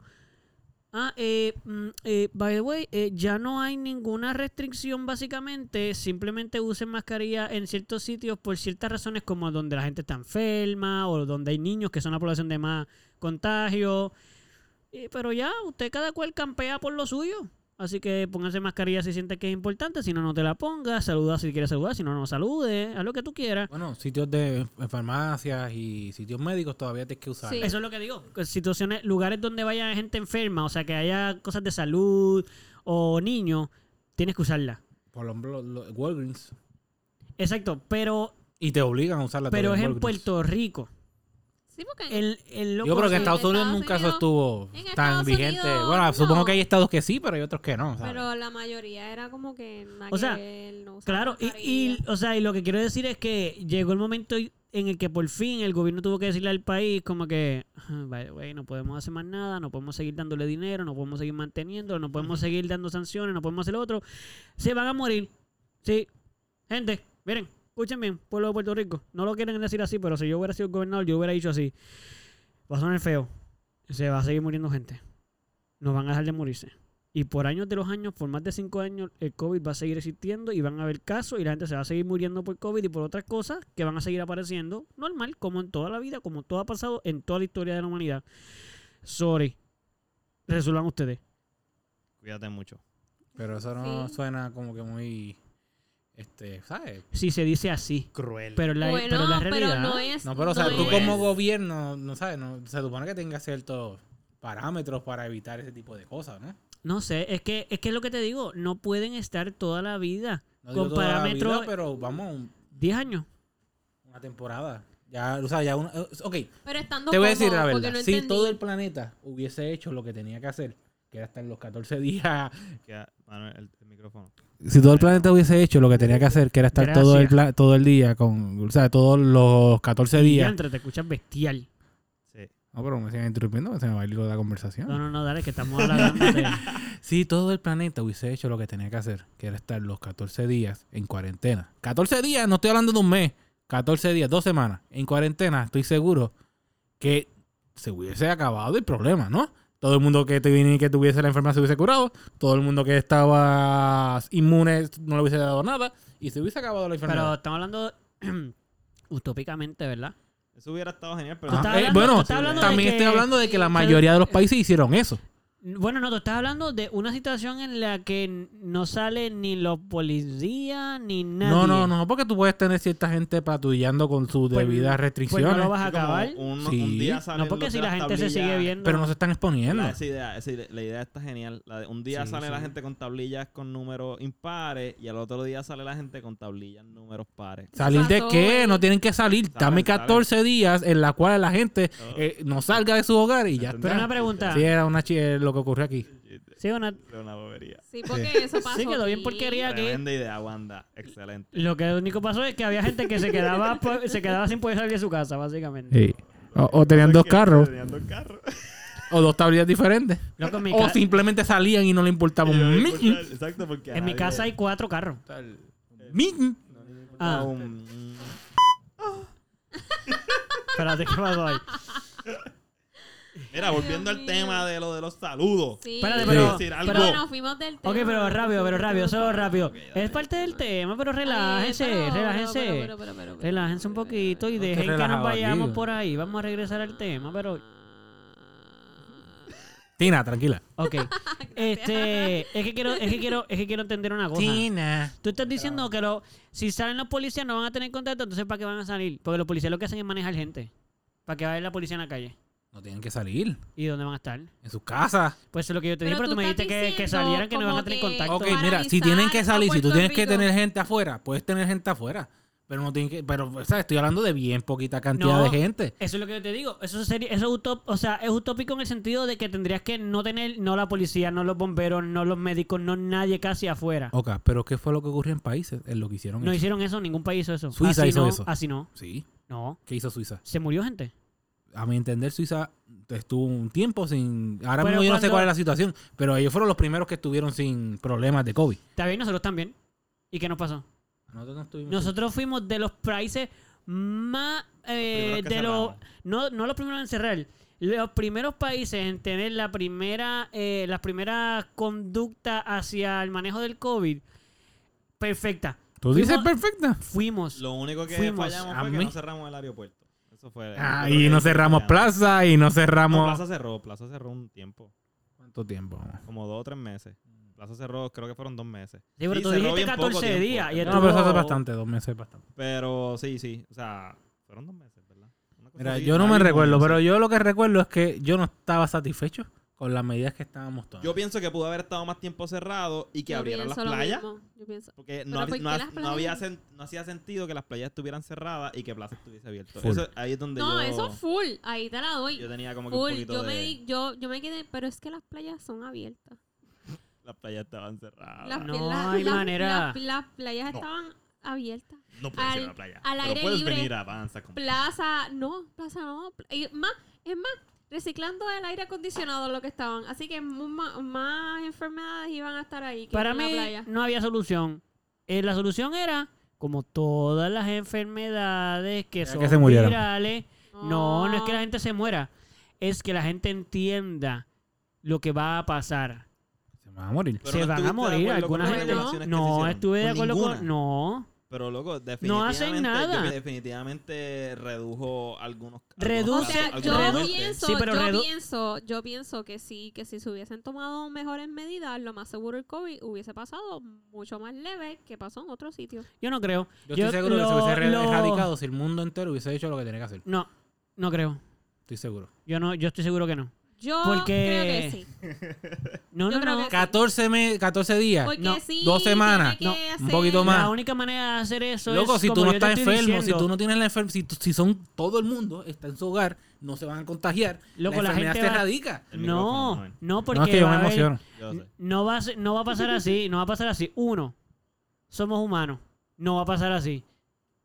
S4: ah, eh, mm, eh, by the way, eh, ya no hay ninguna restricción básicamente, simplemente usen mascarilla en ciertos sitios por ciertas razones como donde la gente está enferma o donde hay niños que son la población de más contagio. Eh, pero ya, usted cada cual campea por lo suyo. Así que póngase mascarilla si siente que es importante. Si no, no te la ponga. Saluda si quieres saludar. Si no, no salude. Haz lo que tú quieras.
S2: Bueno, sitios de eh, farmacias y sitios médicos todavía tienes que usar. ¿eh?
S3: Sí.
S4: Eso es lo que digo. Que Situaciones, lugares donde vaya gente enferma, o sea, que haya cosas de salud o niños, tienes que usarla.
S2: Por ejemplo, los Walgreens.
S4: Exacto, pero,
S2: Y te obligan a usarla
S4: pero es
S2: todavía
S4: en
S2: Walgreens.
S4: Puerto Rico.
S3: Sí, porque en-
S4: El, el loco
S2: Yo creo que
S4: se-
S2: en Estados
S3: en
S2: Unidos
S3: Estados
S2: nunca
S3: Unidos-
S2: eso estuvo
S3: en
S2: tan
S3: Estados
S2: vigente.
S3: Unidos,
S2: bueno,
S3: no.
S2: supongo que hay estados que sí, pero hay otros que no. ¿sabes?
S3: pero la mayoría era como que nada
S4: O
S3: que
S4: sea,
S3: ver, no usar
S4: Claro, y, y,
S3: mascarilla.
S4: o sea, y lo que quiero decir es que llegó el momento en el que por fin el gobierno tuvo que decirle al país como que, "Ah, by the way, no podemos hacer más nada, no podemos seguir dándole dinero, no podemos seguir manteniéndolo, no podemos seguir dando sanciones, no podemos hacer lo otro. Se van a morir. Sí. Gente, miren, escuchen bien, pueblo de Puerto Rico. No lo quieren decir así, pero si yo hubiera sido el gobernador, yo hubiera dicho así. Va a sonar feo. Se va a seguir muriendo gente. Nos van a dejar de morirse. Y por años de los años, por más de cinco años, el COVID va a seguir existiendo y van a haber casos y la gente se va a seguir muriendo por COVID y por otras cosas que van a seguir apareciendo. Normal, como en toda la vida, como todo ha pasado en toda la historia de la humanidad. Sorry. Resuelvan ustedes.
S1: Cuídate mucho.
S2: Pero eso no
S3: Sí.
S2: suena como que muy. Este, ¿sabes?
S4: Si se dice así.
S1: Cruel.
S4: Pero la,
S3: bueno,
S4: pero
S3: pero,
S4: la realidad...
S3: no es.
S2: No, pero o sea,
S3: no
S2: tú
S3: es-
S2: como gobierno, no sabes, no, se supone que tengas ciertos parámetros para evitar ese tipo de cosas, ¿no?
S4: No sé, es que es que es lo que te digo. No pueden estar toda la vida
S2: No digo
S4: con
S2: toda la vida,
S4: parámetros...
S2: pero vamos, un-
S4: 10 años.
S2: una temporada. Ya, o sea, ya una. eh, Ok,
S3: Pero estando
S2: te voy a decir
S3: cómodo,
S2: la
S3: porque
S2: verdad.
S3: no
S2: si
S3: entendí.
S2: todo el planeta hubiese hecho lo que tenía que hacer, que era estar los 14 días
S1: Queda- Manuel, el, el micrófono.
S2: Si todo el planeta hubiese hecho lo que tenía que hacer, que era estar todo el,
S4: Gracias.
S2: pla- todo el día, con, o sea, todos los 14 días.
S4: Diantre, te escuchas bestial.
S1: Sí.
S2: No, pero me siguen interrumpiendo, se me va a ir la conversación.
S4: No, no, no, dale, que estamos hablando de...
S2: Si todo el planeta hubiese hecho lo que tenía que hacer, que era estar los 14 días en cuarentena. 14 días, no estoy hablando de un mes. 14 días, dos semanas en cuarentena, estoy seguro que se hubiese acabado el problema, ¿no? Todo el mundo que te viniera y que tuviese la enfermedad se hubiese curado, todo el mundo que estaba inmune no le hubiese dado nada y se hubiese acabado la enfermedad.
S4: Pero estamos hablando utópicamente, ¿verdad?
S1: Eso hubiera estado genial, pero.
S2: Ah,
S4: Tú estás
S2: eh,
S4: hablando- tú
S2: bueno,
S4: estás hablando de
S2: también
S4: que- eh,
S2: estoy hablando de que la
S4: que-
S2: mayoría de los países hicieron eso.
S4: Bueno, no, tú estás hablando de una situación en la que n- no sale ni los policías ni nadie.
S2: No, no, no, porque tú puedes tener cierta gente patrullando con sus
S4: Pues-
S2: debidas
S4: Pues no
S2: restricciones,
S4: lo vas a
S1: Sí, como
S4: acabar.
S1: Un,
S2: Sí.
S1: un día salen
S4: No, porque
S1: los
S4: si
S1: de
S4: la
S1: las
S4: gente se sigue
S1: tablillas-
S4: viendo.
S2: pero no se están exponiendo.
S1: La, esa idea, esa idea- la idea está genial. La de- un día
S2: Sí,
S1: sale la
S2: sí.
S1: gente con tablillas con números impares y al otro día sale la gente con tablillas números pares.
S2: ¿Salir de
S3: Pasó,
S2: qué?
S3: eh.
S2: No tienen que salir. Dame
S1: Salen,
S2: 14 días en la cual la gente
S1: Oh.
S2: eh, no salga de su hogar y ya
S1: Entendí.
S4: Pero una
S2: está.
S4: pregunta.
S2: Sí, era una chi- eh, lo que ocurrió aquí.
S4: Sí, una-
S1: Era una bobería.
S3: Sí, porque eso pasó.
S4: sí, quedó bien
S3: aquí.
S4: porquería que
S1: Tremenda idea, Wanda. Excelente.
S4: lo que único pasó es que había gente que se quedaba po- se quedaba sin poder salir de su casa, básicamente.
S2: O, o tenían dos carros,
S1: Tenían dos carros.
S2: o dos tablillas diferentes.
S4: Loco, en mi,
S2: O
S4: ca-
S2: simplemente salían y no le importaba un min.
S1: Exacto, porque. a
S4: en mi
S1: nadie-
S4: casa hay cuatro carros.
S2: Min.
S1: Ah,
S4: Ah,
S1: un-
S4: espérate, ¿qué pasó ahí?
S1: Mira, volviendo al
S3: mío.
S1: tema de lo de los saludos.
S3: Sí.
S4: Espérate,
S1: Quiero
S4: pero-
S1: decir algo.
S4: pero-
S3: Bueno, nos fuimos del tema.
S4: Ok, pero rápido, pero rápido, solo rápido. Es parte del tema, pero
S3: Ay,
S4: relájense,
S3: pero, pero,
S4: relájense.
S3: pero, pero, pero, pero,
S4: Relájense un
S3: pero,
S4: poquito y
S2: No te
S4: dejen que nos
S2: relajaba aquí.
S4: vayamos por ahí. Vamos a regresar al tema, pero...
S2: Tina, tranquila.
S4: Ok. este, es que quiero, es que quiero, es que quiero entender una cosa.
S2: Tina.
S4: Tú estás diciendo que lo, si salen los policías no van a tener contacto, entonces ¿para qué van a salir? Porque los policías lo que hacen es manejar gente. Para que vaya la policía en la calle.
S2: No tienen que salir.
S4: ¿Y dónde van a estar?
S2: En sus casas.
S4: Pues eso es lo que yo te
S3: Pero
S4: dije, pero
S3: tú
S4: tú me
S3: estás
S4: dijiste que, que
S3: diciendo
S4: salieran que no van
S3: como
S4: a tener
S3: que-
S4: contacto.
S2: Ok,
S3: Para
S2: mira, si
S3: avisar
S2: tienen que
S3: a
S2: salir, si tú
S3: Puerto
S2: tienes que
S3: Rico.
S2: tener gente afuera, puedes tener gente afuera. Pero no tiene que. Pero, o sea, estoy hablando de bien poquita cantidad
S4: No.
S2: de gente.
S4: Eso es lo que yo te digo. Eso sería, eso es utop- o sea, es utópico en el sentido de que tendrías que no tener, no la policía, no los bomberos, no los médicos, no nadie casi afuera.
S2: Ok, pero ¿qué fue lo que ocurrió en países? Es lo que hicieron.
S4: No
S2: eso.
S4: hicieron eso, ningún país hizo eso.
S2: Suiza
S4: así
S2: hizo
S4: no,
S2: eso.
S4: Así no.
S2: Sí.
S4: No.
S2: ¿Qué hizo Suiza?
S4: Se murió gente.
S2: A mi entender, Suiza estuvo un tiempo sin. Ahora
S4: Pero
S2: mismo yo no sé
S4: cuando-
S2: cuál es la situación, pero ellos fueron los primeros que estuvieron sin problemas de COVID.
S4: Está bien, nosotros también. ¿Y qué nos pasó?
S2: Nosotros no estuvimos.
S4: Nosotros fuimos de los países más. eh,
S1: Los primeros que
S4: de los,
S1: cerraron.
S4: no, no los primeros en cerrar. Los primeros países en tener la primera, eh, la primera conducta hacia el manejo del COVID perfecta.
S2: ¿Tú dices
S4: Fuimos-
S2: perfecta?
S4: Fuimos.
S1: Lo único que
S4: Fuimos
S1: fallamos
S2: a
S1: fue que
S2: mí.
S1: no cerramos el aeropuerto. Eso fue.
S2: Ah,
S1: yo creo
S2: y
S1: que
S2: no
S1: eso
S2: cerramos
S1: fallamos.
S2: plaza y no
S1: No,
S2: cerramos.
S1: Plaza cerró, Plaza cerró un tiempo.
S2: ¿Cuánto tiempo?
S1: Como dos o tres meses. Plaza cerró, creo que fueron dos meses.
S4: Sí, pero tú
S1: cerró
S4: dijiste
S1: bien poco
S4: 14
S1: tiempo.
S4: días, y
S2: No,
S4: estuvo-
S2: pero eso es bastante, dos meses es bastante.
S1: Pero sí, sí. O sea, fueron dos meses, ¿verdad? Una cosa
S2: Mira,
S1: así,
S2: yo no me
S1: nadie
S2: recuerdo,
S1: movió,
S2: pero
S1: sí.
S2: yo lo que recuerdo es que yo no estaba satisfecho con las medidas que estábamos tomando.
S1: Yo pienso que pudo haber estado más tiempo cerrado y que
S3: Yo
S1: abrieran las
S3: pienso lo
S1: playas.
S3: mismo, Yo pienso.
S1: Porque
S3: Pero
S1: no, hab-
S3: ¿por
S1: no
S3: qué
S1: ha-
S3: las
S1: no
S3: playas?
S1: había sen- no hacía sentido que las playas estuvieran cerradas y que Plaza estuviese abierto.
S2: Full.
S1: Eso, ahí es donde
S3: No,
S1: yo,
S3: eso full. Ahí te la doy.
S1: yo tenía como que un
S3: full.
S1: poquito
S3: Yo,
S1: de...
S3: me di- yo, yo me quedé, pero es que las playas son abiertas.
S1: Las playas estaban cerradas.
S3: Las,
S4: No
S3: las-
S4: hay
S3: las-
S4: manera.
S3: Las, las playas
S1: Ah. No.
S3: estaban abiertas.
S1: No puedes
S3: al-
S1: ir a la playa.
S3: al
S1: pero
S3: aire
S1: puedes
S3: libre.
S1: venir a Avanza con...
S3: Plaza, no, plaza no. pl- y más, es más, reciclando el aire acondicionado lo que estaban. Así que mu- ma- más, enfermedades iban a estar ahí que
S4: Para
S3: en la
S4: mí
S3: playa.
S4: no había solución. Eh, la solución era, como todas las enfermedades que
S2: Era
S4: son
S2: que se murieran.
S4: virales, No, no es que
S3: Ah.
S4: la gente se muera. Es que la gente entienda lo que va a pasar.
S2: Se me va a morir.
S1: Pero
S4: se
S1: no
S4: van a
S1: estuviste de
S4: morir.
S1: acuerdo con
S4: Alguna
S1: las
S4: gente no.
S1: regulaciones que se
S4: No,
S1: hicieron.
S4: estuve de
S1: Con
S4: acuerdo
S1: ninguna.
S4: con. No.
S1: Pero loco, definitivamente.
S4: No hacen nada.
S1: yo que definitivamente redujo algunos.
S3: O
S4: Reduce-
S3: sea,
S1: algunos-
S3: yo
S1: algunos
S4: reduce-
S1: muertes.
S3: pienso,
S4: Sí, pero
S3: yo
S4: redu-
S3: pienso, yo pienso que sí, que si se hubiesen tomado mejores medidas, lo más seguro el COVID hubiese pasado mucho más leve que pasó en otros sitios.
S4: Yo no creo.
S2: Yo estoy seguro que se
S4: lo-
S2: hubiese re-
S4: lo-
S2: erradicado si el mundo entero hubiese hecho lo que tenía que hacer.
S4: No, no creo.
S2: Estoy seguro.
S4: Yo no, yo estoy seguro que no.
S3: Yo
S4: Porque-
S3: creo que sí.
S4: No,
S3: Yo
S4: no,
S3: creo
S4: no.
S3: que-
S2: 14, me- 14 días.
S3: Porque
S4: no,
S3: sí.
S2: dos semanas,
S3: tiene
S4: no,
S3: que
S2: un
S3: hacer-
S2: poquito más.
S4: La única manera de hacer eso
S2: Loco,
S4: es
S2: si tú
S4: como
S2: no
S4: yo te
S2: estás
S4: estoy
S2: enfermo, si
S4: diciendo.
S2: tú no tienes la enfermedad, si, tú- si son todo el mundo, está en su hogar, no se van a contagiar.
S4: Loco, la
S2: la enfermedad
S4: gente
S2: se
S4: va-
S2: erradica.
S1: El micrófono,
S4: No,
S1: joven.
S4: no, porque
S2: no, es que yo
S4: va
S2: me
S4: a haber-
S2: emociono.
S1: Yo sé.
S4: No va, a ser- no va a pasar así, no va a pasar así. Uno, somos humanos, no va a pasar así.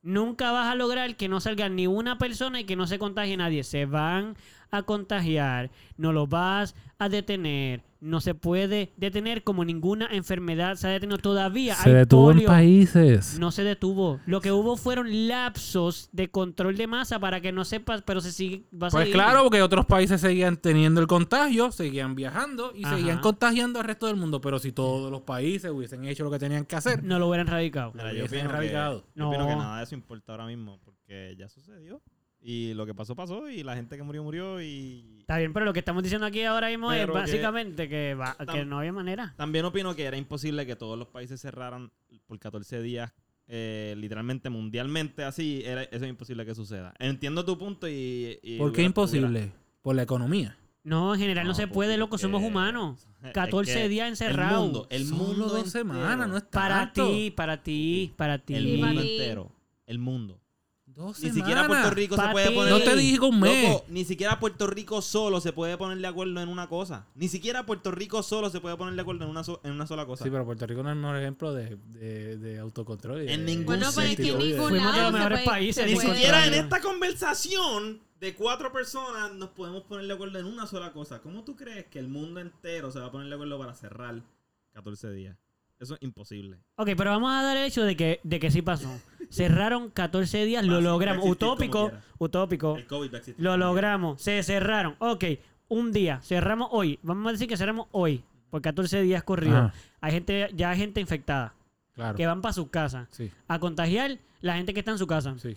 S4: Nunca vas a lograr que no salga ni una persona y que no se contagie nadie. Se van a contagiar, no lo vas a detener. No se puede detener como ninguna enfermedad se ha detenido todavía. Hay polio.
S2: países.
S4: No se detuvo. Lo que hubo fueron lapsos de control de masa para que no sepas, pero se sigue. Va a
S2: Pues
S4: seguir.
S2: claro, porque otros países seguían teniendo el contagio, seguían viajando y
S4: Ajá.
S2: seguían contagiando al resto del mundo. Pero si todos los países hubiesen hecho lo que tenían que hacer,
S4: No lo hubieran radicado.
S1: Mira,
S2: Lo
S1: yo
S2: hubiesen
S1: opino, que,
S2: erradicado.
S1: yo opino que
S4: No.
S1: nada de eso importa ahora mismo. Porque ya sucedió. Y lo que pasó, pasó. Y la gente que murió, murió. Y
S4: Está bien, pero lo que estamos diciendo aquí ahora mismo es
S1: Pero que-
S4: básicamente que, va- que
S1: Tam-
S4: no había manera.
S1: también opino que era imposible que todos los países cerraran por 14 días. eh, literalmente, mundialmente, así. era- eso es imposible que suceda. Entiendo tu punto y. y
S2: ¿por qué
S1: hubiera-
S2: imposible? Por la economía.
S4: No, en general no,
S1: No,
S4: se puede,
S1: porque-
S4: loco, somos humanos.
S1: hubiera-
S4: 14
S1: es que
S4: días
S1: El
S4: encerrados.
S1: mundo, el mundo.
S2: dos
S1: entero.
S2: semanas, no es
S4: Para
S2: tanto.
S4: ti, para ti, para
S1: El
S3: Y
S4: ti.
S3: para
S1: mundo
S3: ti.
S1: entero. El mundo.
S2: Dos
S1: Ni siquiera
S2: semanas.
S1: Puerto Rico
S4: Pa'
S1: se puede
S4: ti.
S1: poner.
S2: No te digo un mes.
S1: Loco, ni siquiera Puerto Rico solo se puede poner de acuerdo en una cosa. Ni siquiera Puerto Rico solo se puede poner de acuerdo en una, so- en una sola cosa.
S2: Sí, pero Puerto Rico no es el mejor ejemplo de, de, de autocontrol. y de-
S1: En ningún
S3: Bueno, pues es que en
S1: sentido.
S3: ningún
S4: Fuimos de
S3: lado
S4: los
S3: se
S4: mejores
S3: puede-
S4: países,
S3: se
S1: ni
S4: Pues-
S3: puede.
S1: siquiera en esta conversación de cuatro personas nos podemos poner de acuerdo en una sola cosa. ¿Cómo tú crees que el mundo entero se va a poner de acuerdo para cerrar 14 días? Eso es imposible.
S4: Ok, pero vamos a dar el hecho de que, de que sí pasó. Cerraron 14 días,
S1: Fácil,
S4: lo
S1: va a
S4: logramos.
S1: existir como
S4: Utópico,
S1: quiera.
S4: utópico.
S1: El COVID va a existir.
S4: Oh. Lo logramos, se cerraron. Ok, un día, cerramos hoy. Vamos a decir que cerramos hoy, por 14 días corridos.
S2: Ajá.
S4: Hay gente, ya hay gente infectada,
S2: Claro.
S4: que van para sus casas
S2: Sí,
S4: a contagiar la gente que está en su casa.
S2: sí.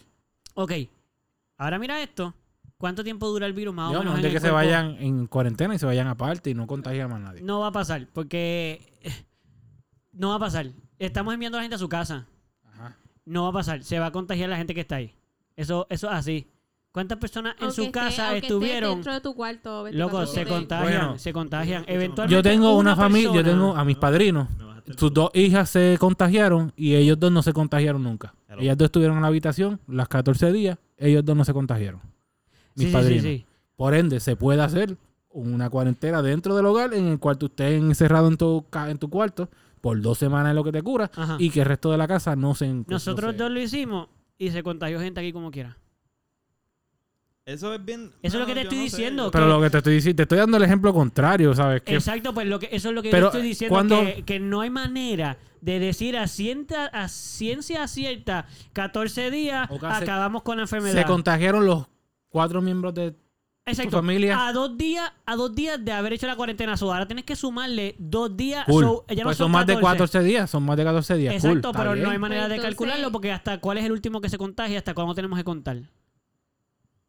S4: Ok, ahora mira esto. ¿Cuánto tiempo dura el virus más o
S2: Digamos,
S4: menos? en
S2: de
S4: el
S2: que se
S4: cuerpo?
S2: vayan en cuarentena y se vayan aparte y no contagian a nadie.
S4: No va a pasar, porque no va a pasar. Estamos enviando a la gente a su casa.
S2: Ajá.
S4: No va a pasar. Se va a contagiar la gente que está ahí. Eso, eso es así. ¿Cuántas personas en
S3: Aunque
S4: su
S3: esté-
S4: casa
S3: aunque esté
S4: estuvieron?
S3: dentro de tu cuarto.
S4: Loco, se
S3: 24/7.
S4: contagian,
S2: Bueno.
S4: se contagian.
S1: Escúchame.
S4: Eventualmente
S2: Yo tengo una, familia,
S4: persona-
S2: yo tengo a mis padrinos
S1: Me vas a hasta el
S2: Sus dos hijas se contagiaron y ellos dos no se contagiaron nunca.
S1: Hello.
S2: Ellas dos estuvieron en la habitación las 14 días, ellos dos no se contagiaron. Mis
S4: Sí, sí, sí,
S2: padrinos.
S4: sí.
S2: Por ende, se puede hacer una cuarentena dentro del hogar en el cual tú estés encerrado en tu, ca- en tu cuarto por dos semanas en lo que te cura
S4: Ajá.
S2: y que el resto de la casa no se... pues, no
S4: Nosotros
S2: se-
S4: dos lo hicimos y se contagió gente aquí como quiera.
S1: Eso es bien.
S4: es lo que te
S1: yo
S4: estoy
S1: sé,
S4: diciendo.
S1: yo-
S2: Pero lo que te estoy diciendo, te estoy dando el ejemplo contrario, ¿sabes? Que
S4: Exacto, pues lo que, eso es lo que
S2: Pero,
S4: yo estoy diciendo,
S2: ¿cuándo-
S4: que, que no hay manera de decir a, cienta- a ciencia cierta 14 días
S2: O casi-
S4: acabamos con la enfermedad.
S2: se contagiaron los cuatro miembros de...
S4: Exacto.
S2: tu familia.
S4: A dos días, a dos días de haber hecho la cuarentena so, Ahora tienes que sumarle dos días.
S2: Cool.
S4: Ah, so, ya no
S2: pues son, más de 14 días, son más de 14 días. cool,
S4: Exacto,
S2: está
S4: pero
S2: bien.
S4: no hay manera
S3: Pues
S4: de
S3: entonces-
S4: calcularlo porque hasta cuál es el último que se contagia, hasta cuándo tenemos que contar.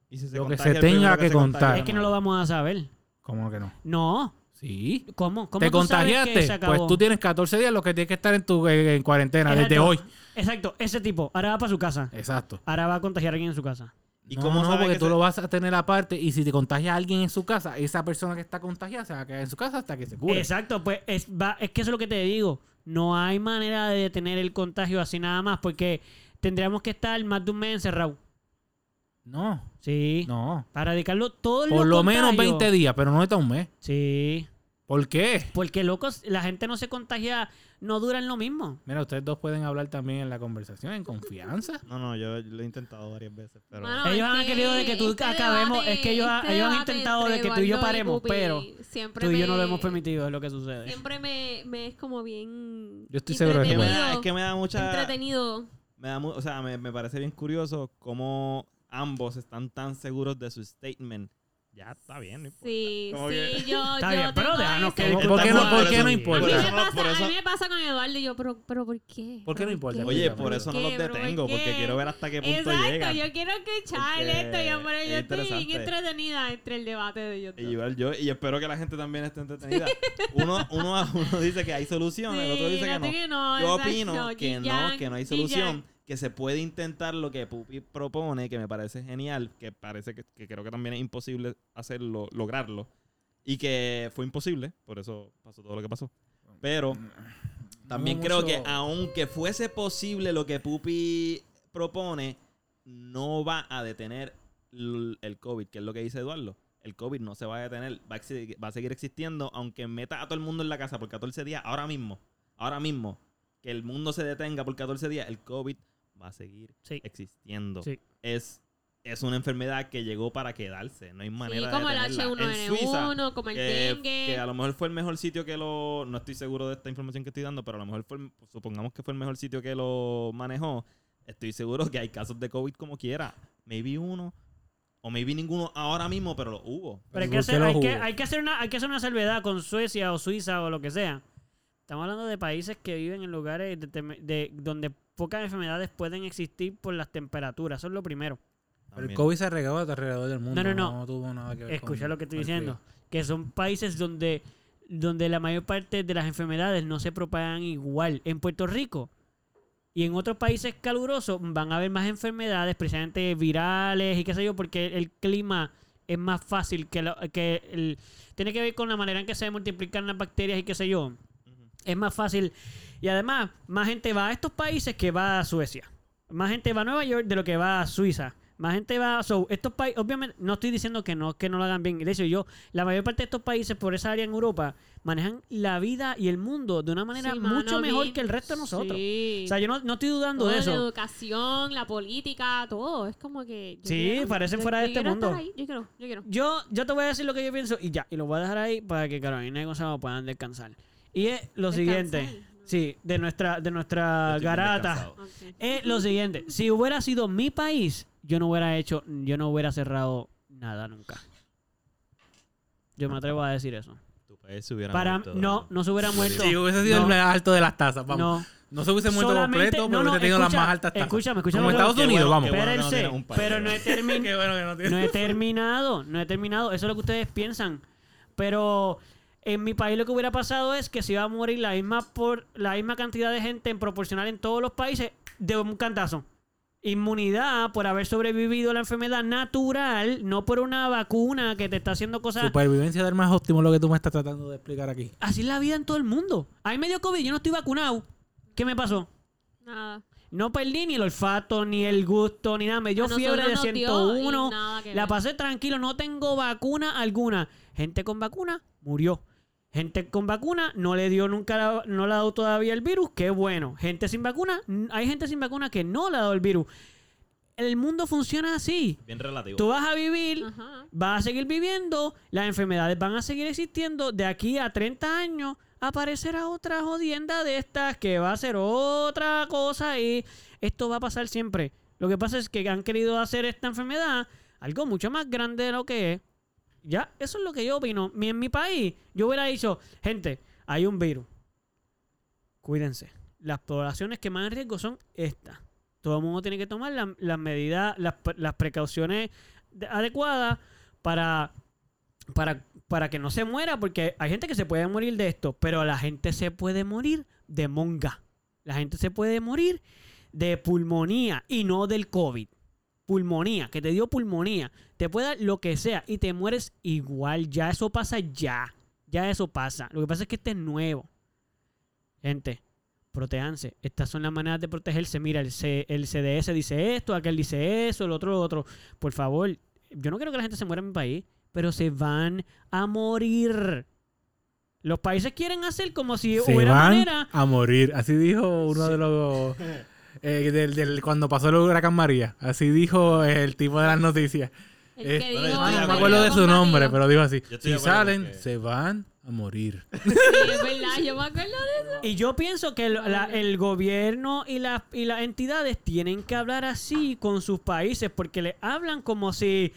S1: Y si
S2: Lo que
S1: contagia
S2: se
S1: el primero
S2: tenga que
S1: se contagia,
S2: contar.
S4: Es que no lo vamos a saber.
S2: ¿Cómo que no?
S4: No.
S2: Sí.
S4: ¿Cómo? ¿Cómo
S2: ¿Te
S4: tú sabes que
S2: contagiaste?
S4: se acabó?
S2: Pues tú tienes 14 días los que tienes que estar en tu en, en cuarentena desde
S4: Exacto.
S2: hoy.
S4: Exacto, ese tipo. Ahora va para su casa.
S2: Exacto.
S4: Ahora va a contagiar a alguien en su casa.
S1: ¿Y
S2: no,
S1: cómo
S2: no,
S1: sabe
S2: porque
S1: que
S2: tú
S1: se-
S2: lo vas a tener aparte y si te contagia a alguien en su casa, esa persona que está contagiada se va a quedar en su casa hasta que se cure.
S4: Exacto, pues es, va- es que eso es lo que te digo. No hay manera de detener el contagio así nada más porque tendríamos que estar más de un mes encerrado.
S2: No,
S4: Sí.
S2: no.
S4: Para dedicarlo todo
S2: Por lo menos 20 días, pero no está un mes.
S4: Sí.
S2: ¿Por qué?
S4: Porque, locos, la gente no se contagia, no duran lo mismo.
S2: Mira, ustedes dos pueden hablar también en la conversación, en confianza.
S1: No, no, yo lo he intentado varias veces, pero.
S3: Mano,
S4: Ellos
S3: es este
S4: han querido de que tú acabemos, es que ellos ha- ellos han
S3: debate
S4: intentado de
S3: entre
S4: que tú y yo
S3: Eduardo
S4: paremos,
S3: Pupi
S4: pero
S3: siempre
S4: Tú y yo no
S3: me-
S4: lo hemos permitido, es lo que sucede.
S3: Siempre me, me es como bien.
S2: Yo estoy seguro
S1: es,
S2: de
S1: que
S2: que
S1: me
S2: bueno.
S1: da,
S3: entretenido,
S1: es que me da mucha.
S3: Entretenido.
S1: Me da mu- o sea, me, me parece bien curioso cómo ambos están tan seguros de su statement. Ya está bien, no importa.
S3: Sí,
S1: Como
S3: sí,
S1: que-
S3: yo.
S4: Está
S3: yo
S4: bien, pero
S3: tengo
S4: déjanos
S3: ese-
S4: que-
S2: ¿Por,
S1: Estamos-
S2: por qué no,
S1: por
S2: por qué
S1: eso-
S2: no
S3: A mí,
S1: por
S3: me
S1: eso
S2: importa?
S1: no-
S3: pasa,
S1: por eso-
S3: a mí me pasa con Eduardo y yo, pero, pero ¿por qué?
S2: ¿Por qué no
S3: ¿Pero
S2: importa?
S3: qué?
S1: Oye, por eso no los
S3: qué, bro?
S1: detengo,
S3: ¿Por qué?
S1: porque quiero ver hasta qué punto
S3: Exacto,
S1: llega.
S3: yo quiero escuchar
S1: Porque
S3: esto, yo, pero
S1: es
S3: yo estoy bien
S1: interesante.
S3: entretenida entre el debate de ellos.
S1: Y
S3: dos.
S1: igual yo, y espero que la gente también esté entretenida. Uno, uno, uno dice que hay solución, el otro dice que
S3: fíjate
S1: no.
S3: que no,
S1: Yo
S3: exacto,
S1: opino que no,
S3: Yin-yang,
S1: que no hay
S3: yin-yang.
S1: solución, que se puede intentar lo que Pupi propone, que me parece genial, que parece que, que creo que también es imposible hacerlo, lograrlo, y que fue imposible, por eso pasó todo lo que pasó. Pero también
S2: No
S1: creo que
S2: mucho.
S1: aunque fuese posible lo que Pupi propone, no va a detener l- el COVID, que es lo que dice Eduardo. El COVID no se va a detener, va a, exi- va a seguir existiendo, aunque meta a todo el mundo en la casa por 14 días, ahora mismo, ahora mismo, que el mundo se detenga por 14 días, el COVID va a seguir
S4: Sí.
S1: existiendo.
S4: Sí.
S1: Es, es una enfermedad que llegó para quedarse, no hay
S3: Sí,
S1: manera
S3: como
S1: de
S3: el
S1: detenerla. En Suiza,
S3: H1N1, como el
S1: que,
S3: dengue.
S1: Eh, que a lo mejor fue el mejor sitio que lo. No estoy seguro de esta información que estoy dando, pero a lo mejor fue. el- Supongamos que fue el mejor sitio que lo manejó. Estoy seguro que hay casos de COVID como quiera. Maybe uno. O maybe ninguno ahora mismo, pero lo hubo.
S4: Pero hay
S2: ¿Por
S4: que,
S2: qué
S4: hacer,
S2: los
S4: hay, que,
S2: hubo?
S4: hay que hacer una, hay que hacer una salvedad con Suecia o Suiza o lo que sea. Estamos hablando de países que viven en lugares de teme- de- donde pocas enfermedades pueden existir por las temperaturas. Eso es lo primero.
S2: Pero el
S1: También.
S2: COVID se regaba alrededor del mundo.
S4: No, no, no.
S2: tuvo nada que ver
S4: Escucha
S2: con-
S4: lo que estoy
S2: con el
S4: diciendo. Que son países donde, donde la mayor parte de las enfermedades no se propagan igual. En Puerto Rico y en otros países calurosos van a haber más enfermedades, precisamente virales y qué sé yo, porque el clima es más fácil que, la- que el- tiene que ver con la manera en que se multiplican las bacterias y qué sé yo.
S1: Ujú.
S4: Es más fácil. Y además, más gente va a estos países que va a Suecia. Más gente va a Nueva York de lo que va a Suiza. Más gente va a... so, estos países, obviamente, no estoy diciendo que no, que no lo hagan bien. De hecho, yo, la mayor parte de estos países por esa área en Europa manejan la vida y el mundo de una manera
S3: Sí, mano,
S4: mucho mejor
S3: bien.
S4: que el resto de nosotros.
S3: Sí.
S4: O sea, yo no, no estoy dudando
S3: Todo,
S4: de
S3: La
S4: eso.
S3: educación, la política, todo. Es como que. yo
S4: Sí,
S3: quiero-
S4: parecen
S3: yo-
S4: fuera de
S3: yo
S4: este
S3: quiero
S4: mundo.
S3: estar ahí, Yo quiero, yo quiero.
S4: Yo, yo te voy a decir lo que yo pienso y ya. Y lo voy a dejar ahí para que Carolina y Gonzalo puedan descansar. Y es
S3: Descansar,
S4: lo siguiente.
S3: ¿no?
S4: Sí, de nuestra, de
S1: Yo
S4: nuestra
S1: estoy bien
S4: garata.
S1: descansado.
S3: Ok.
S4: Es Eh, lo siguiente, si hubiera sido mi país, yo no hubiera hecho, yo no hubiera cerrado nada nunca. Yo me atrevo a decir eso.
S1: Tu país se hubiera
S4: Para
S1: muerto,
S4: no,
S1: ¿verdad?
S4: no se hubiera muerto.
S2: Sí, hubiese sido
S4: No,
S2: el más alto de las tasas, vamos. No,
S4: No,
S2: se hubiese muerto
S4: Solamente-
S2: completo, pero
S4: no, no,
S2: hubiese tenido las
S4: escucha,
S2: más altas tasas.
S4: escúchame, escúchame
S2: Como
S4: lo que-
S2: Estados
S1: Qué
S2: Unidos,
S1: bueno,
S2: vamos.
S1: qué bueno que no
S4: espérense,
S1: tienes un país,
S4: pero no
S1: ¿verdad?
S4: he terminado.
S2: Qué bueno que no tiene-
S4: No he terminado, no he terminado. Eso es lo que ustedes piensan. Pero en mi país lo que hubiera pasado es que se iba a morir la misma por la misma cantidad de gente en proporcional en todos los países de un cantazo. Inmunidad por haber sobrevivido a la enfermedad natural, no por una vacuna que te está haciendo cosas.
S2: Supervivencia del más óptimo lo que tú me estás tratando de explicar aquí.
S4: Así es la vida en todo el mundo. A mí me dio COVID, yo no estoy vacunado. ¿Qué me pasó?
S3: Nada.
S4: No perdí ni el olfato, ni el gusto, ni nada. Me dio
S3: A
S4: fiebre de
S3: nosotros nos dio
S4: 101.
S3: y nada que
S4: La
S3: ver.
S4: pasé tranquilo, no tengo vacuna alguna. Gente con vacuna murió. Gente con vacuna no le dio nunca, la- no le ha dado todavía el virus. Qué bueno. Gente sin vacuna, n- hay gente sin vacuna que no le ha dado el virus. El mundo funciona así.
S1: Bien relativo.
S4: Tú vas a vivir,
S3: Ajá.
S4: vas a seguir viviendo, las enfermedades van a seguir existiendo. De aquí a 30 años aparecerá otra jodienda de estas que va a ser otra cosa y esto va a pasar siempre. Lo que pasa es que han querido hacer esta enfermedad algo mucho más grande de lo que es. Ya, eso es lo que yo opino. Mi- En mi país, yo hubiera dicho, gente, hay un virus. Cuídense. Las poblaciones que más en riesgo son estas. Todo el mundo tiene que tomar la- las medidas, las, pre- las precauciones de- adecuadas para, para, para que no se muera, porque hay gente que se puede morir de esto, pero la gente se puede morir de monga. La gente se puede morir de pulmonía y no del COVID. Pulmonía, que te dio pulmonía. Te puede dar lo que sea y te mueres igual. Ya eso pasa ya. Ya eso pasa. Lo que pasa es que este es nuevo. Gente, proteanse. Estas son las maneras de protegerse. Mira, el, C- el CDS dice esto, aquel dice eso, el otro lo otro. Por favor, yo no quiero que la gente se muera en mi país, pero se van a morir. Los países quieren hacer como si
S2: se
S4: hubiera
S2: van
S4: manera.
S2: a morir. Así dijo uno de los... eh, del, del- cuando pasó el huracán María. Así dijo el tipo de las noticias.
S3: El
S2: Eh,
S3: que
S1: bueno,
S3: digo,
S1: yo
S2: Ah,
S1: estoy
S2: no
S1: de
S2: me
S1: acuerdo.
S2: acuerdo de su nombre,
S3: combatido.
S2: pero dijo así.
S1: Yo estoy de
S2: Si
S1: acuerdo
S2: salen,
S1: porque-
S2: se van a morir.
S3: Sí, es verdad, yo me acuerdo de eso.
S4: Y yo pienso que el, la- el gobierno y, las y las entidades tienen que hablar así con sus países porque le hablan como si